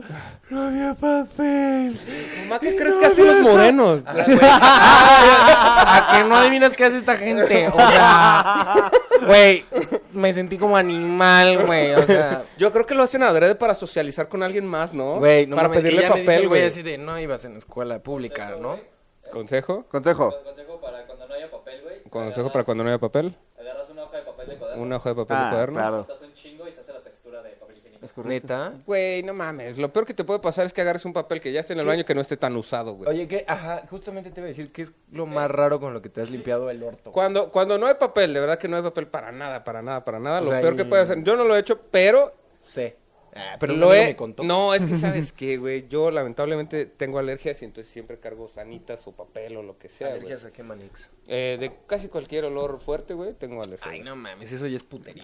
Speaker 2: no había papel.
Speaker 1: Mamá, ¿qué crees que hacen los morenos?
Speaker 2: A, la güey. A que no adivinas qué hace esta gente. O sea, güey, me sentí como animal, güey. O sea,
Speaker 1: Yo creo que lo hacen adrede para socializar con alguien más, ¿no?
Speaker 2: güey, no
Speaker 1: Para
Speaker 2: mames, y
Speaker 1: pedirle
Speaker 2: ya me dice el
Speaker 1: papel, güey.
Speaker 2: Así de, no ibas en escuela pública, ¿no?
Speaker 1: ¿Consejo?
Speaker 7: Consejo.
Speaker 5: Consejo para cuando no haya papel, güey.
Speaker 1: ¿Consejo para cuando no haya papel?
Speaker 5: Agarras una hoja de papel de cuaderno,
Speaker 1: ¿Una hoja de papel de
Speaker 7: Ah,
Speaker 1: cuaderno?
Speaker 7: claro.
Speaker 5: cortas un chingo y se hace la textura de papel higiénico.
Speaker 2: Neta.
Speaker 1: Güey, no mames. Lo peor que te puede pasar es que agarres un papel que ya esté en el baño y que no esté tan usado, güey.
Speaker 2: Oye, que, ajá, justamente te iba a decir que es lo más raro con lo que te has limpiado el orto.
Speaker 1: Cuando, cuando no hay papel, de verdad que no hay papel para nada, para nada, para nada.
Speaker 2: O
Speaker 1: lo
Speaker 2: sea,
Speaker 1: peor que
Speaker 2: y-
Speaker 1: puede hacer. Yo no lo he hecho, pero.
Speaker 2: Sí. Ah, pero
Speaker 1: lo
Speaker 2: no
Speaker 1: he...
Speaker 2: me contó.
Speaker 1: No, es que sabes qué, güey. Yo lamentablemente tengo alergias y entonces siempre cargo sanitas o papel o lo que sea, güey.
Speaker 2: Alergias a qué manix.
Speaker 1: Eh, de casi cualquier olor fuerte, güey, tengo alergia.
Speaker 2: Ay,
Speaker 1: güey.
Speaker 2: no mames, eso ya es putería.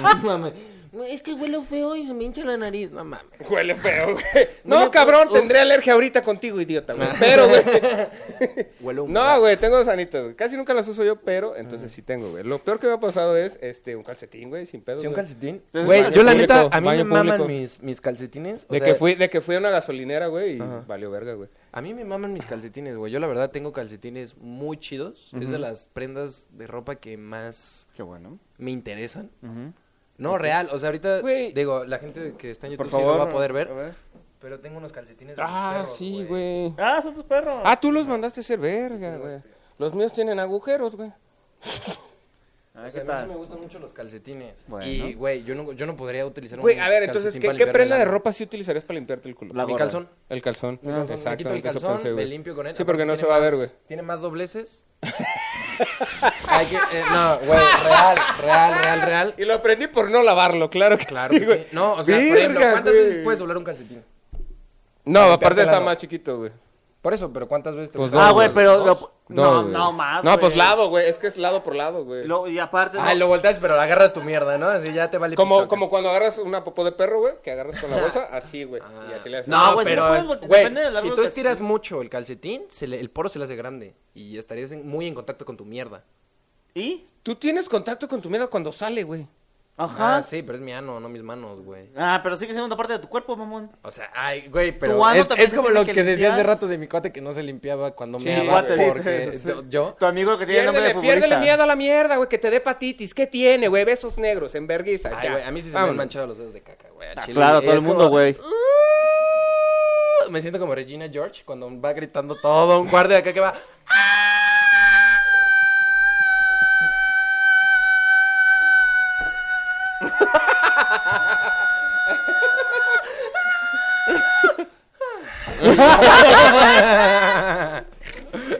Speaker 2: no mames.
Speaker 6: No, es que huelo feo y se me hincha la nariz.
Speaker 2: No mames.
Speaker 1: Huele feo, güey. No,
Speaker 2: Huele-
Speaker 1: cabrón,
Speaker 2: uf.
Speaker 1: tendré alergia ahorita contigo, idiota, güey. Pero, güey.
Speaker 2: Huelo un
Speaker 1: No, Ah. güey, tengo sanitas, güey. Casi nunca las uso yo, pero entonces sí tengo, güey. Lo peor que me ha pasado es este un calcetín, güey, sin pedo.
Speaker 2: Sí, un
Speaker 1: güey.
Speaker 2: calcetín.
Speaker 7: Sí,
Speaker 2: Güey,
Speaker 7: baño
Speaker 2: yo la
Speaker 1: público,
Speaker 2: neta, a mí me
Speaker 1: baño
Speaker 2: maman
Speaker 1: público.
Speaker 2: mis, mis calcetines. o
Speaker 1: De
Speaker 2: sea,
Speaker 1: que fui, de que fui a una gasolinera, güey, y valió verga, güey.
Speaker 2: A mí me maman mis calcetines, güey. Yo la verdad tengo calcetines muy chidos. Es de las prendas de ropa que más
Speaker 7: Qué bueno.
Speaker 2: me interesan. No, real. O sea, ahorita,
Speaker 1: Güey.
Speaker 2: digo, la gente que está en YouTube
Speaker 7: Por
Speaker 2: sí
Speaker 7: favor.
Speaker 2: lo va a poder ver.
Speaker 7: ver.
Speaker 2: Pero tengo unos calcetines de
Speaker 1: Ah,
Speaker 2: mis perros,
Speaker 1: sí, güey.
Speaker 3: Ah, son tus perros.
Speaker 1: Ah, tú los mandaste a hacer verga, güey. Los míos tienen agujeros, güey.
Speaker 2: O sea, a mí sí me gustan mucho los calcetines.
Speaker 7: Bueno.
Speaker 2: Y, güey, yo no, yo no podría utilizar un
Speaker 1: Güey, a ver, entonces,
Speaker 2: calcetín
Speaker 1: ¿qué,
Speaker 2: para
Speaker 1: qué
Speaker 2: limpiarme
Speaker 1: prenda
Speaker 2: la
Speaker 1: de
Speaker 2: mano.
Speaker 1: ropa sí utilizarías para limpiarte el culo?
Speaker 7: La
Speaker 2: Mi
Speaker 7: gorra.
Speaker 2: calzón.
Speaker 1: El calzón. Exactamente,
Speaker 2: Me quito el
Speaker 1: eso
Speaker 2: calzón,
Speaker 1: pensé,
Speaker 2: me
Speaker 1: güey.
Speaker 2: limpio con él.
Speaker 1: Sí, porque no
Speaker 2: Aparte
Speaker 1: se va a
Speaker 2: tiene
Speaker 1: ver, güey.
Speaker 2: más- Tiene más dobleces. Hay que, eh, no, güey, real, real, real, real.
Speaker 1: Y lo aprendí por no lavarlo, claro que
Speaker 2: Claro
Speaker 1: sí,
Speaker 2: que
Speaker 1: güey.
Speaker 2: sí. No, o sea, por ejemplo,
Speaker 1: Verga,
Speaker 2: ¿cuántas
Speaker 1: güey.
Speaker 2: veces puedes doblar un calcetín?
Speaker 1: No, aparte
Speaker 2: Limpiártela,
Speaker 1: está
Speaker 2: no.
Speaker 1: más chiquito, güey.
Speaker 2: Por eso, pero ¿cuántas veces te
Speaker 1: Pues
Speaker 2: gusta?
Speaker 3: Ah, güey, pero...
Speaker 2: Dos.
Speaker 3: lo- No,
Speaker 1: güey.
Speaker 3: no más,
Speaker 1: No, pues
Speaker 3: güey.
Speaker 1: lado, güey. Es que es lado por lado, güey.
Speaker 3: Lo- y aparte...
Speaker 2: Ah,
Speaker 3: no-
Speaker 2: lo volteas, pero agarras tu mierda, ¿no? Así ya te vale
Speaker 1: Como,
Speaker 2: pito.
Speaker 1: como cuando agarras una popó de perro, güey, que agarras con la bolsa, así, güey. Y así le haces.
Speaker 2: No,
Speaker 3: No, güey, si
Speaker 2: pero,
Speaker 3: no puedes voltear,
Speaker 2: güey,
Speaker 3: depende del largo
Speaker 2: si tú
Speaker 3: del
Speaker 2: estiras mucho el calcetín, se le- el poro se le hace grande y estarías en- muy en contacto con tu mierda.
Speaker 3: ¿Y?
Speaker 1: Tú tienes contacto con tu mierda cuando sale, güey.
Speaker 3: Ajá.
Speaker 2: Ah, sí, pero es mi ano, no mis manos, güey.
Speaker 3: Ah, pero sigue siendo una parte de tu cuerpo, mamón.
Speaker 2: O sea, ay, güey, pero
Speaker 3: Tu ano
Speaker 2: es,
Speaker 3: también
Speaker 2: es
Speaker 3: se
Speaker 2: como
Speaker 3: tiene
Speaker 2: lo
Speaker 3: que
Speaker 2: que, decía hace
Speaker 3: limpiar.
Speaker 2: rato de mi cuate que no se limpiaba cuando
Speaker 1: Sí,
Speaker 2: me
Speaker 1: cuate,
Speaker 7: dice,
Speaker 2: porque
Speaker 7: sí.
Speaker 2: yo
Speaker 3: Tu amigo que tiene nombre de
Speaker 1: Piérdele,
Speaker 3: futbolista.
Speaker 1: piérdele miedo a la mierda, güey, que te dé patitis. ¿Qué tiene, güey? Besos negros, en vergüenza.
Speaker 2: Ay, güey, a mí sí se me han manchado los dedos de caca, güey.
Speaker 1: Ah,
Speaker 2: a chile.
Speaker 7: Claro, todo
Speaker 2: Es
Speaker 7: el mundo,
Speaker 2: como-
Speaker 7: güey.
Speaker 2: Me siento como Regina George cuando va gritando todo un guardia de acá que va.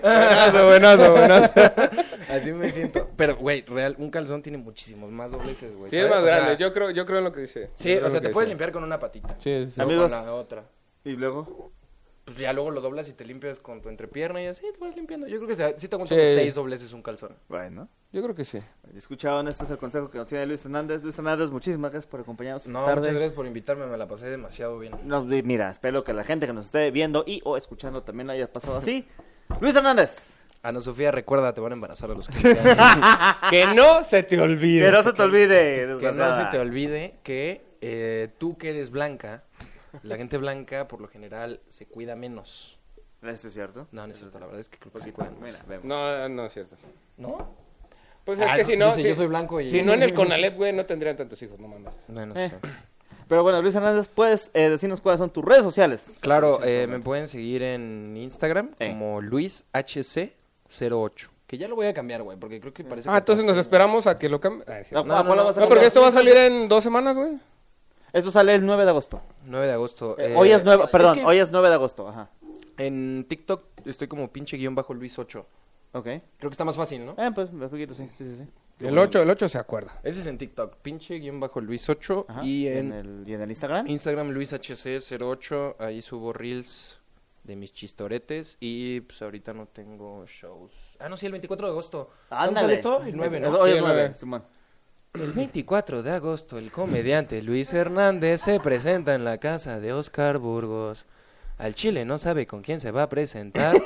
Speaker 4: Buenazo, buenazo, buenazo.
Speaker 2: Así me siento. Pero, güey, real, un calzón tiene muchísimos más dobleces, güey.
Speaker 1: Sí, es
Speaker 2: ¿sabes?
Speaker 1: más
Speaker 2: O sea,
Speaker 1: grande. yo, creo, yo creo en lo que dice.
Speaker 2: Sí,
Speaker 1: Yo creo
Speaker 2: o sea,
Speaker 1: en lo
Speaker 2: te
Speaker 1: que
Speaker 2: puedes
Speaker 1: dice.
Speaker 2: limpiar con una patita.
Speaker 4: Sí, sí.
Speaker 2: o
Speaker 3: Amigos.
Speaker 2: con la otra.
Speaker 3: Y luego.
Speaker 2: Pues ya luego lo doblas y te limpias con tu entrepierna y así te vas limpiando. Yo creo que se- sí te aguantan
Speaker 1: Sí.
Speaker 2: unos seis dobleces un calzón.
Speaker 3: Bueno.
Speaker 1: Yo creo que sí.
Speaker 3: Escucharon, este es el consejo que nos tiene Luis Hernández. Luis Hernández, muchísimas gracias por acompañarnos esta
Speaker 2: No,
Speaker 3: tarde.
Speaker 2: muchas gracias por invitarme, me la pasé demasiado bien.
Speaker 3: No, di- mira, espero que la gente que nos esté viendo y o escuchando también la haya pasado así. Luis Hernández,
Speaker 2: Ana Sofía, recuerda, te van a embarazar a los 15 años.
Speaker 1: Que no se te olvide.
Speaker 3: que no se te olvide,
Speaker 2: que no se
Speaker 3: desgraciada.
Speaker 2: te olvide que eh, tú que eres blanca, la gente blanca por lo general se cuida menos.
Speaker 3: Eso es cierto.
Speaker 2: No, no es cierto, la verdad es que creo que se cuidan
Speaker 3: Mira,
Speaker 2: más.
Speaker 3: vemos.
Speaker 1: No, no es cierto.
Speaker 2: ¿No?
Speaker 1: Pues es
Speaker 2: Ah,
Speaker 1: que
Speaker 2: no,
Speaker 1: si no.
Speaker 2: dice,
Speaker 1: si,
Speaker 2: yo soy blanco y-
Speaker 1: Si no en el Conalep, güey, no tendrían tantos hijos, no mames.
Speaker 2: No, no sé.
Speaker 3: Pero bueno, Luis Hernández, puedes eh, decirnos cuáles son tus redes sociales.
Speaker 2: Claro, eh, me pueden seguir en Instagram
Speaker 3: Eh.
Speaker 2: como LuisHC08. Que ya lo voy a cambiar, güey, porque creo que parece
Speaker 1: Ah,
Speaker 2: que
Speaker 1: entonces nos
Speaker 2: pasé.
Speaker 1: esperamos a que lo cambie. Ah, es cierto.
Speaker 3: No,
Speaker 2: No,
Speaker 3: ¿a
Speaker 2: no,
Speaker 3: cuál lo
Speaker 2: no.
Speaker 3: vas a
Speaker 1: No, porque
Speaker 3: cambiar?
Speaker 1: esto va a salir en dos semanas, güey.
Speaker 3: Esto sale el 9 de agosto.
Speaker 2: 9 de agosto. eh,
Speaker 3: hoy es 9, perdón,
Speaker 2: que
Speaker 3: hoy es 9 de agosto, ajá.
Speaker 2: En TikTok estoy como pinche guión bajo Luis8.
Speaker 3: Ok. Eh,
Speaker 2: Creo que está más fácil, ¿no?
Speaker 3: pues, un poquito, sí, sí, sí. sí.
Speaker 1: El 8, el 8 se acuerda.
Speaker 2: Ese es en TikTok, pinche guión bajo Luis8.
Speaker 3: Ajá.
Speaker 2: Y en
Speaker 3: el, y en el Instagram.
Speaker 2: Instagram LuisHC08, ahí subo reels de mis chistoretes y pues ahorita no tengo shows. Ah, no, sí, el 24 de agosto. ¿Cuándo sale
Speaker 3: Ándale.
Speaker 2: esto? El 9,
Speaker 3: Es-
Speaker 2: ¿no?
Speaker 3: Hoy
Speaker 1: Sí,
Speaker 3: es
Speaker 1: el
Speaker 3: 9,
Speaker 1: nueve.
Speaker 3: Simón.
Speaker 2: El 24 de agosto el comediante Luis Hernández se presenta en la casa de Oscar Burgos. Al Chile no sabe con quién se va a presentar,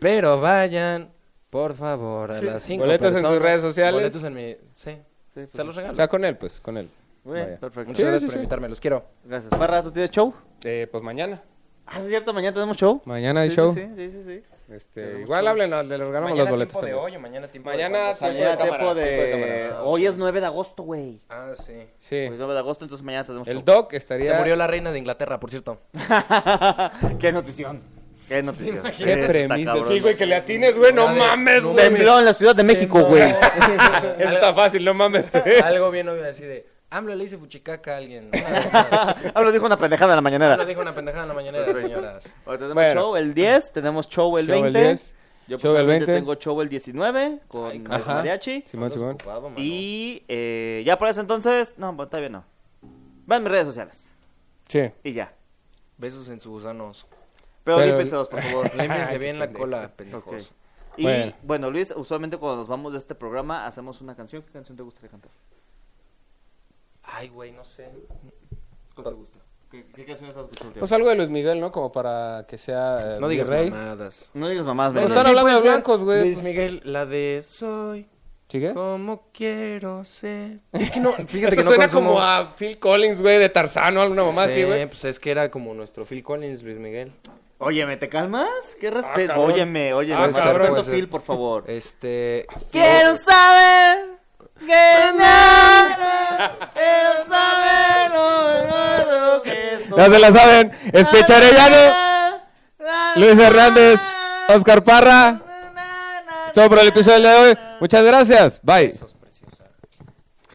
Speaker 2: pero vayan, por favor, a las 5
Speaker 1: Boletos en sus redes sociales.
Speaker 2: Boletos en mi... Sí,
Speaker 3: Sí,
Speaker 2: se los
Speaker 1: O
Speaker 2: regalo.
Speaker 1: sea, con él, pues, con él.
Speaker 3: Bueno,
Speaker 1: Vaya.
Speaker 3: pues, perfecto.
Speaker 2: Muchas
Speaker 1: Sí,
Speaker 2: gracias
Speaker 1: sí,
Speaker 2: por
Speaker 1: sí.
Speaker 2: invitarme, los quiero.
Speaker 3: Gracias. Barra, ¿tú tienes show?
Speaker 1: Eh, pues mañana.
Speaker 3: Ah, es cierto, mañana tenemos show.
Speaker 1: Mañana hay
Speaker 3: Sí,
Speaker 1: show.
Speaker 3: Sí, sí, sí, sí.
Speaker 1: Este, igual hablen, le regalamos los boletos. también.
Speaker 2: o mañana tiempo
Speaker 1: de Mañana cuando salga.
Speaker 3: Mañana
Speaker 1: de cámara,
Speaker 3: tiempo de...
Speaker 1: tiempo de cámara.
Speaker 3: Hoy es 9 de agosto, güey.
Speaker 2: Ah, sí.
Speaker 1: Sí.
Speaker 3: Hoy es 9 de agosto, entonces mañana tenemos
Speaker 1: El
Speaker 3: show.
Speaker 1: Doc estaría.
Speaker 2: Se murió la reina de Inglaterra, por cierto.
Speaker 3: ¡Qué notición! ¡Qué notición!
Speaker 1: Qué
Speaker 3: Está
Speaker 1: premisa.
Speaker 3: cabrón.
Speaker 1: Sí, güey, que le atines, güey. No
Speaker 2: Madre,
Speaker 1: mames,
Speaker 2: no
Speaker 1: güey.
Speaker 3: Tembló en la Ciudad de
Speaker 2: Se
Speaker 3: México,
Speaker 2: mamó.
Speaker 3: güey.
Speaker 1: Eso está fácil, no mames.
Speaker 2: Algo bien obvio así de... AMLO le hice fuchicaca a alguien. Ah,
Speaker 3: Ahora dijo una pendejada en la
Speaker 2: Lo
Speaker 3: mañanera.
Speaker 2: dijo una pendejada en la mañanera, señoras.
Speaker 3: Ahora tenemos
Speaker 1: Bueno.
Speaker 3: show el 10, tenemos show el
Speaker 1: Show el
Speaker 3: 20.
Speaker 1: 10,
Speaker 3: Yo
Speaker 1: show el 20.
Speaker 3: personalmente tengo show el 19 con el
Speaker 1: cabrón.
Speaker 3: mariachi.
Speaker 1: Simón, Simón.
Speaker 2: Ocupado, mano.
Speaker 3: Y eh, ya por ese entonces... No, bueno, todavía no. Van mis redes sociales.
Speaker 1: Sí.
Speaker 3: Y ya.
Speaker 2: Besos en sus gusanos.
Speaker 3: Pero,
Speaker 1: Pero-
Speaker 3: límpenselos, por favor.
Speaker 2: Límpiense bien la cola, pendejos.
Speaker 3: Ok. Y bueno.
Speaker 1: Bueno.
Speaker 3: Luis, usualmente cuando nos vamos de este programa hacemos una canción. ¿Qué canción te gustaría cantar?
Speaker 2: Ay, güey, no sé.
Speaker 3: ¿Cuál te gusta? ¿Qué, qué canción estás escuchando?
Speaker 1: Pues algo de Luis Miguel, ¿no? Como para que sea. eh,
Speaker 2: No digas
Speaker 1: virrey.
Speaker 2: mamadas. pues,
Speaker 3: no digas mamás,
Speaker 1: Bueno,
Speaker 3: Miguel.
Speaker 1: están hablando de blancos, güey. ¿Eh?
Speaker 2: Luis Miguel, la de soy
Speaker 1: ¿Sigue?
Speaker 2: como quiero ser. Es que no,
Speaker 1: Esto
Speaker 2: fíjate que no
Speaker 1: suena
Speaker 2: consumo-
Speaker 1: como a Phil Collins, güey, de Tarzano, alguna mamá así,
Speaker 2: Sí,
Speaker 1: güey.
Speaker 2: pues es que era como nuestro Phil Collins, Luis Miguel.
Speaker 3: Óyeme, ¿te calmas? ¿Qué respeto?
Speaker 1: cabrón.
Speaker 3: óyeme, óyeme.
Speaker 1: Ah,
Speaker 3: Más
Speaker 1: cabrón.
Speaker 3: respeto,
Speaker 2: Puede ser.
Speaker 3: Phil, por favor.
Speaker 2: Este.
Speaker 3: Quiero saber. Que nada, quiero saber lo, lo que soy.
Speaker 4: Ya se la saben. Especharellano, Luis Hernández, Oscar Parra.
Speaker 3: Na, na, na,
Speaker 4: Todo por el episodio de hoy. Muchas gracias. Bye.
Speaker 2: Besos,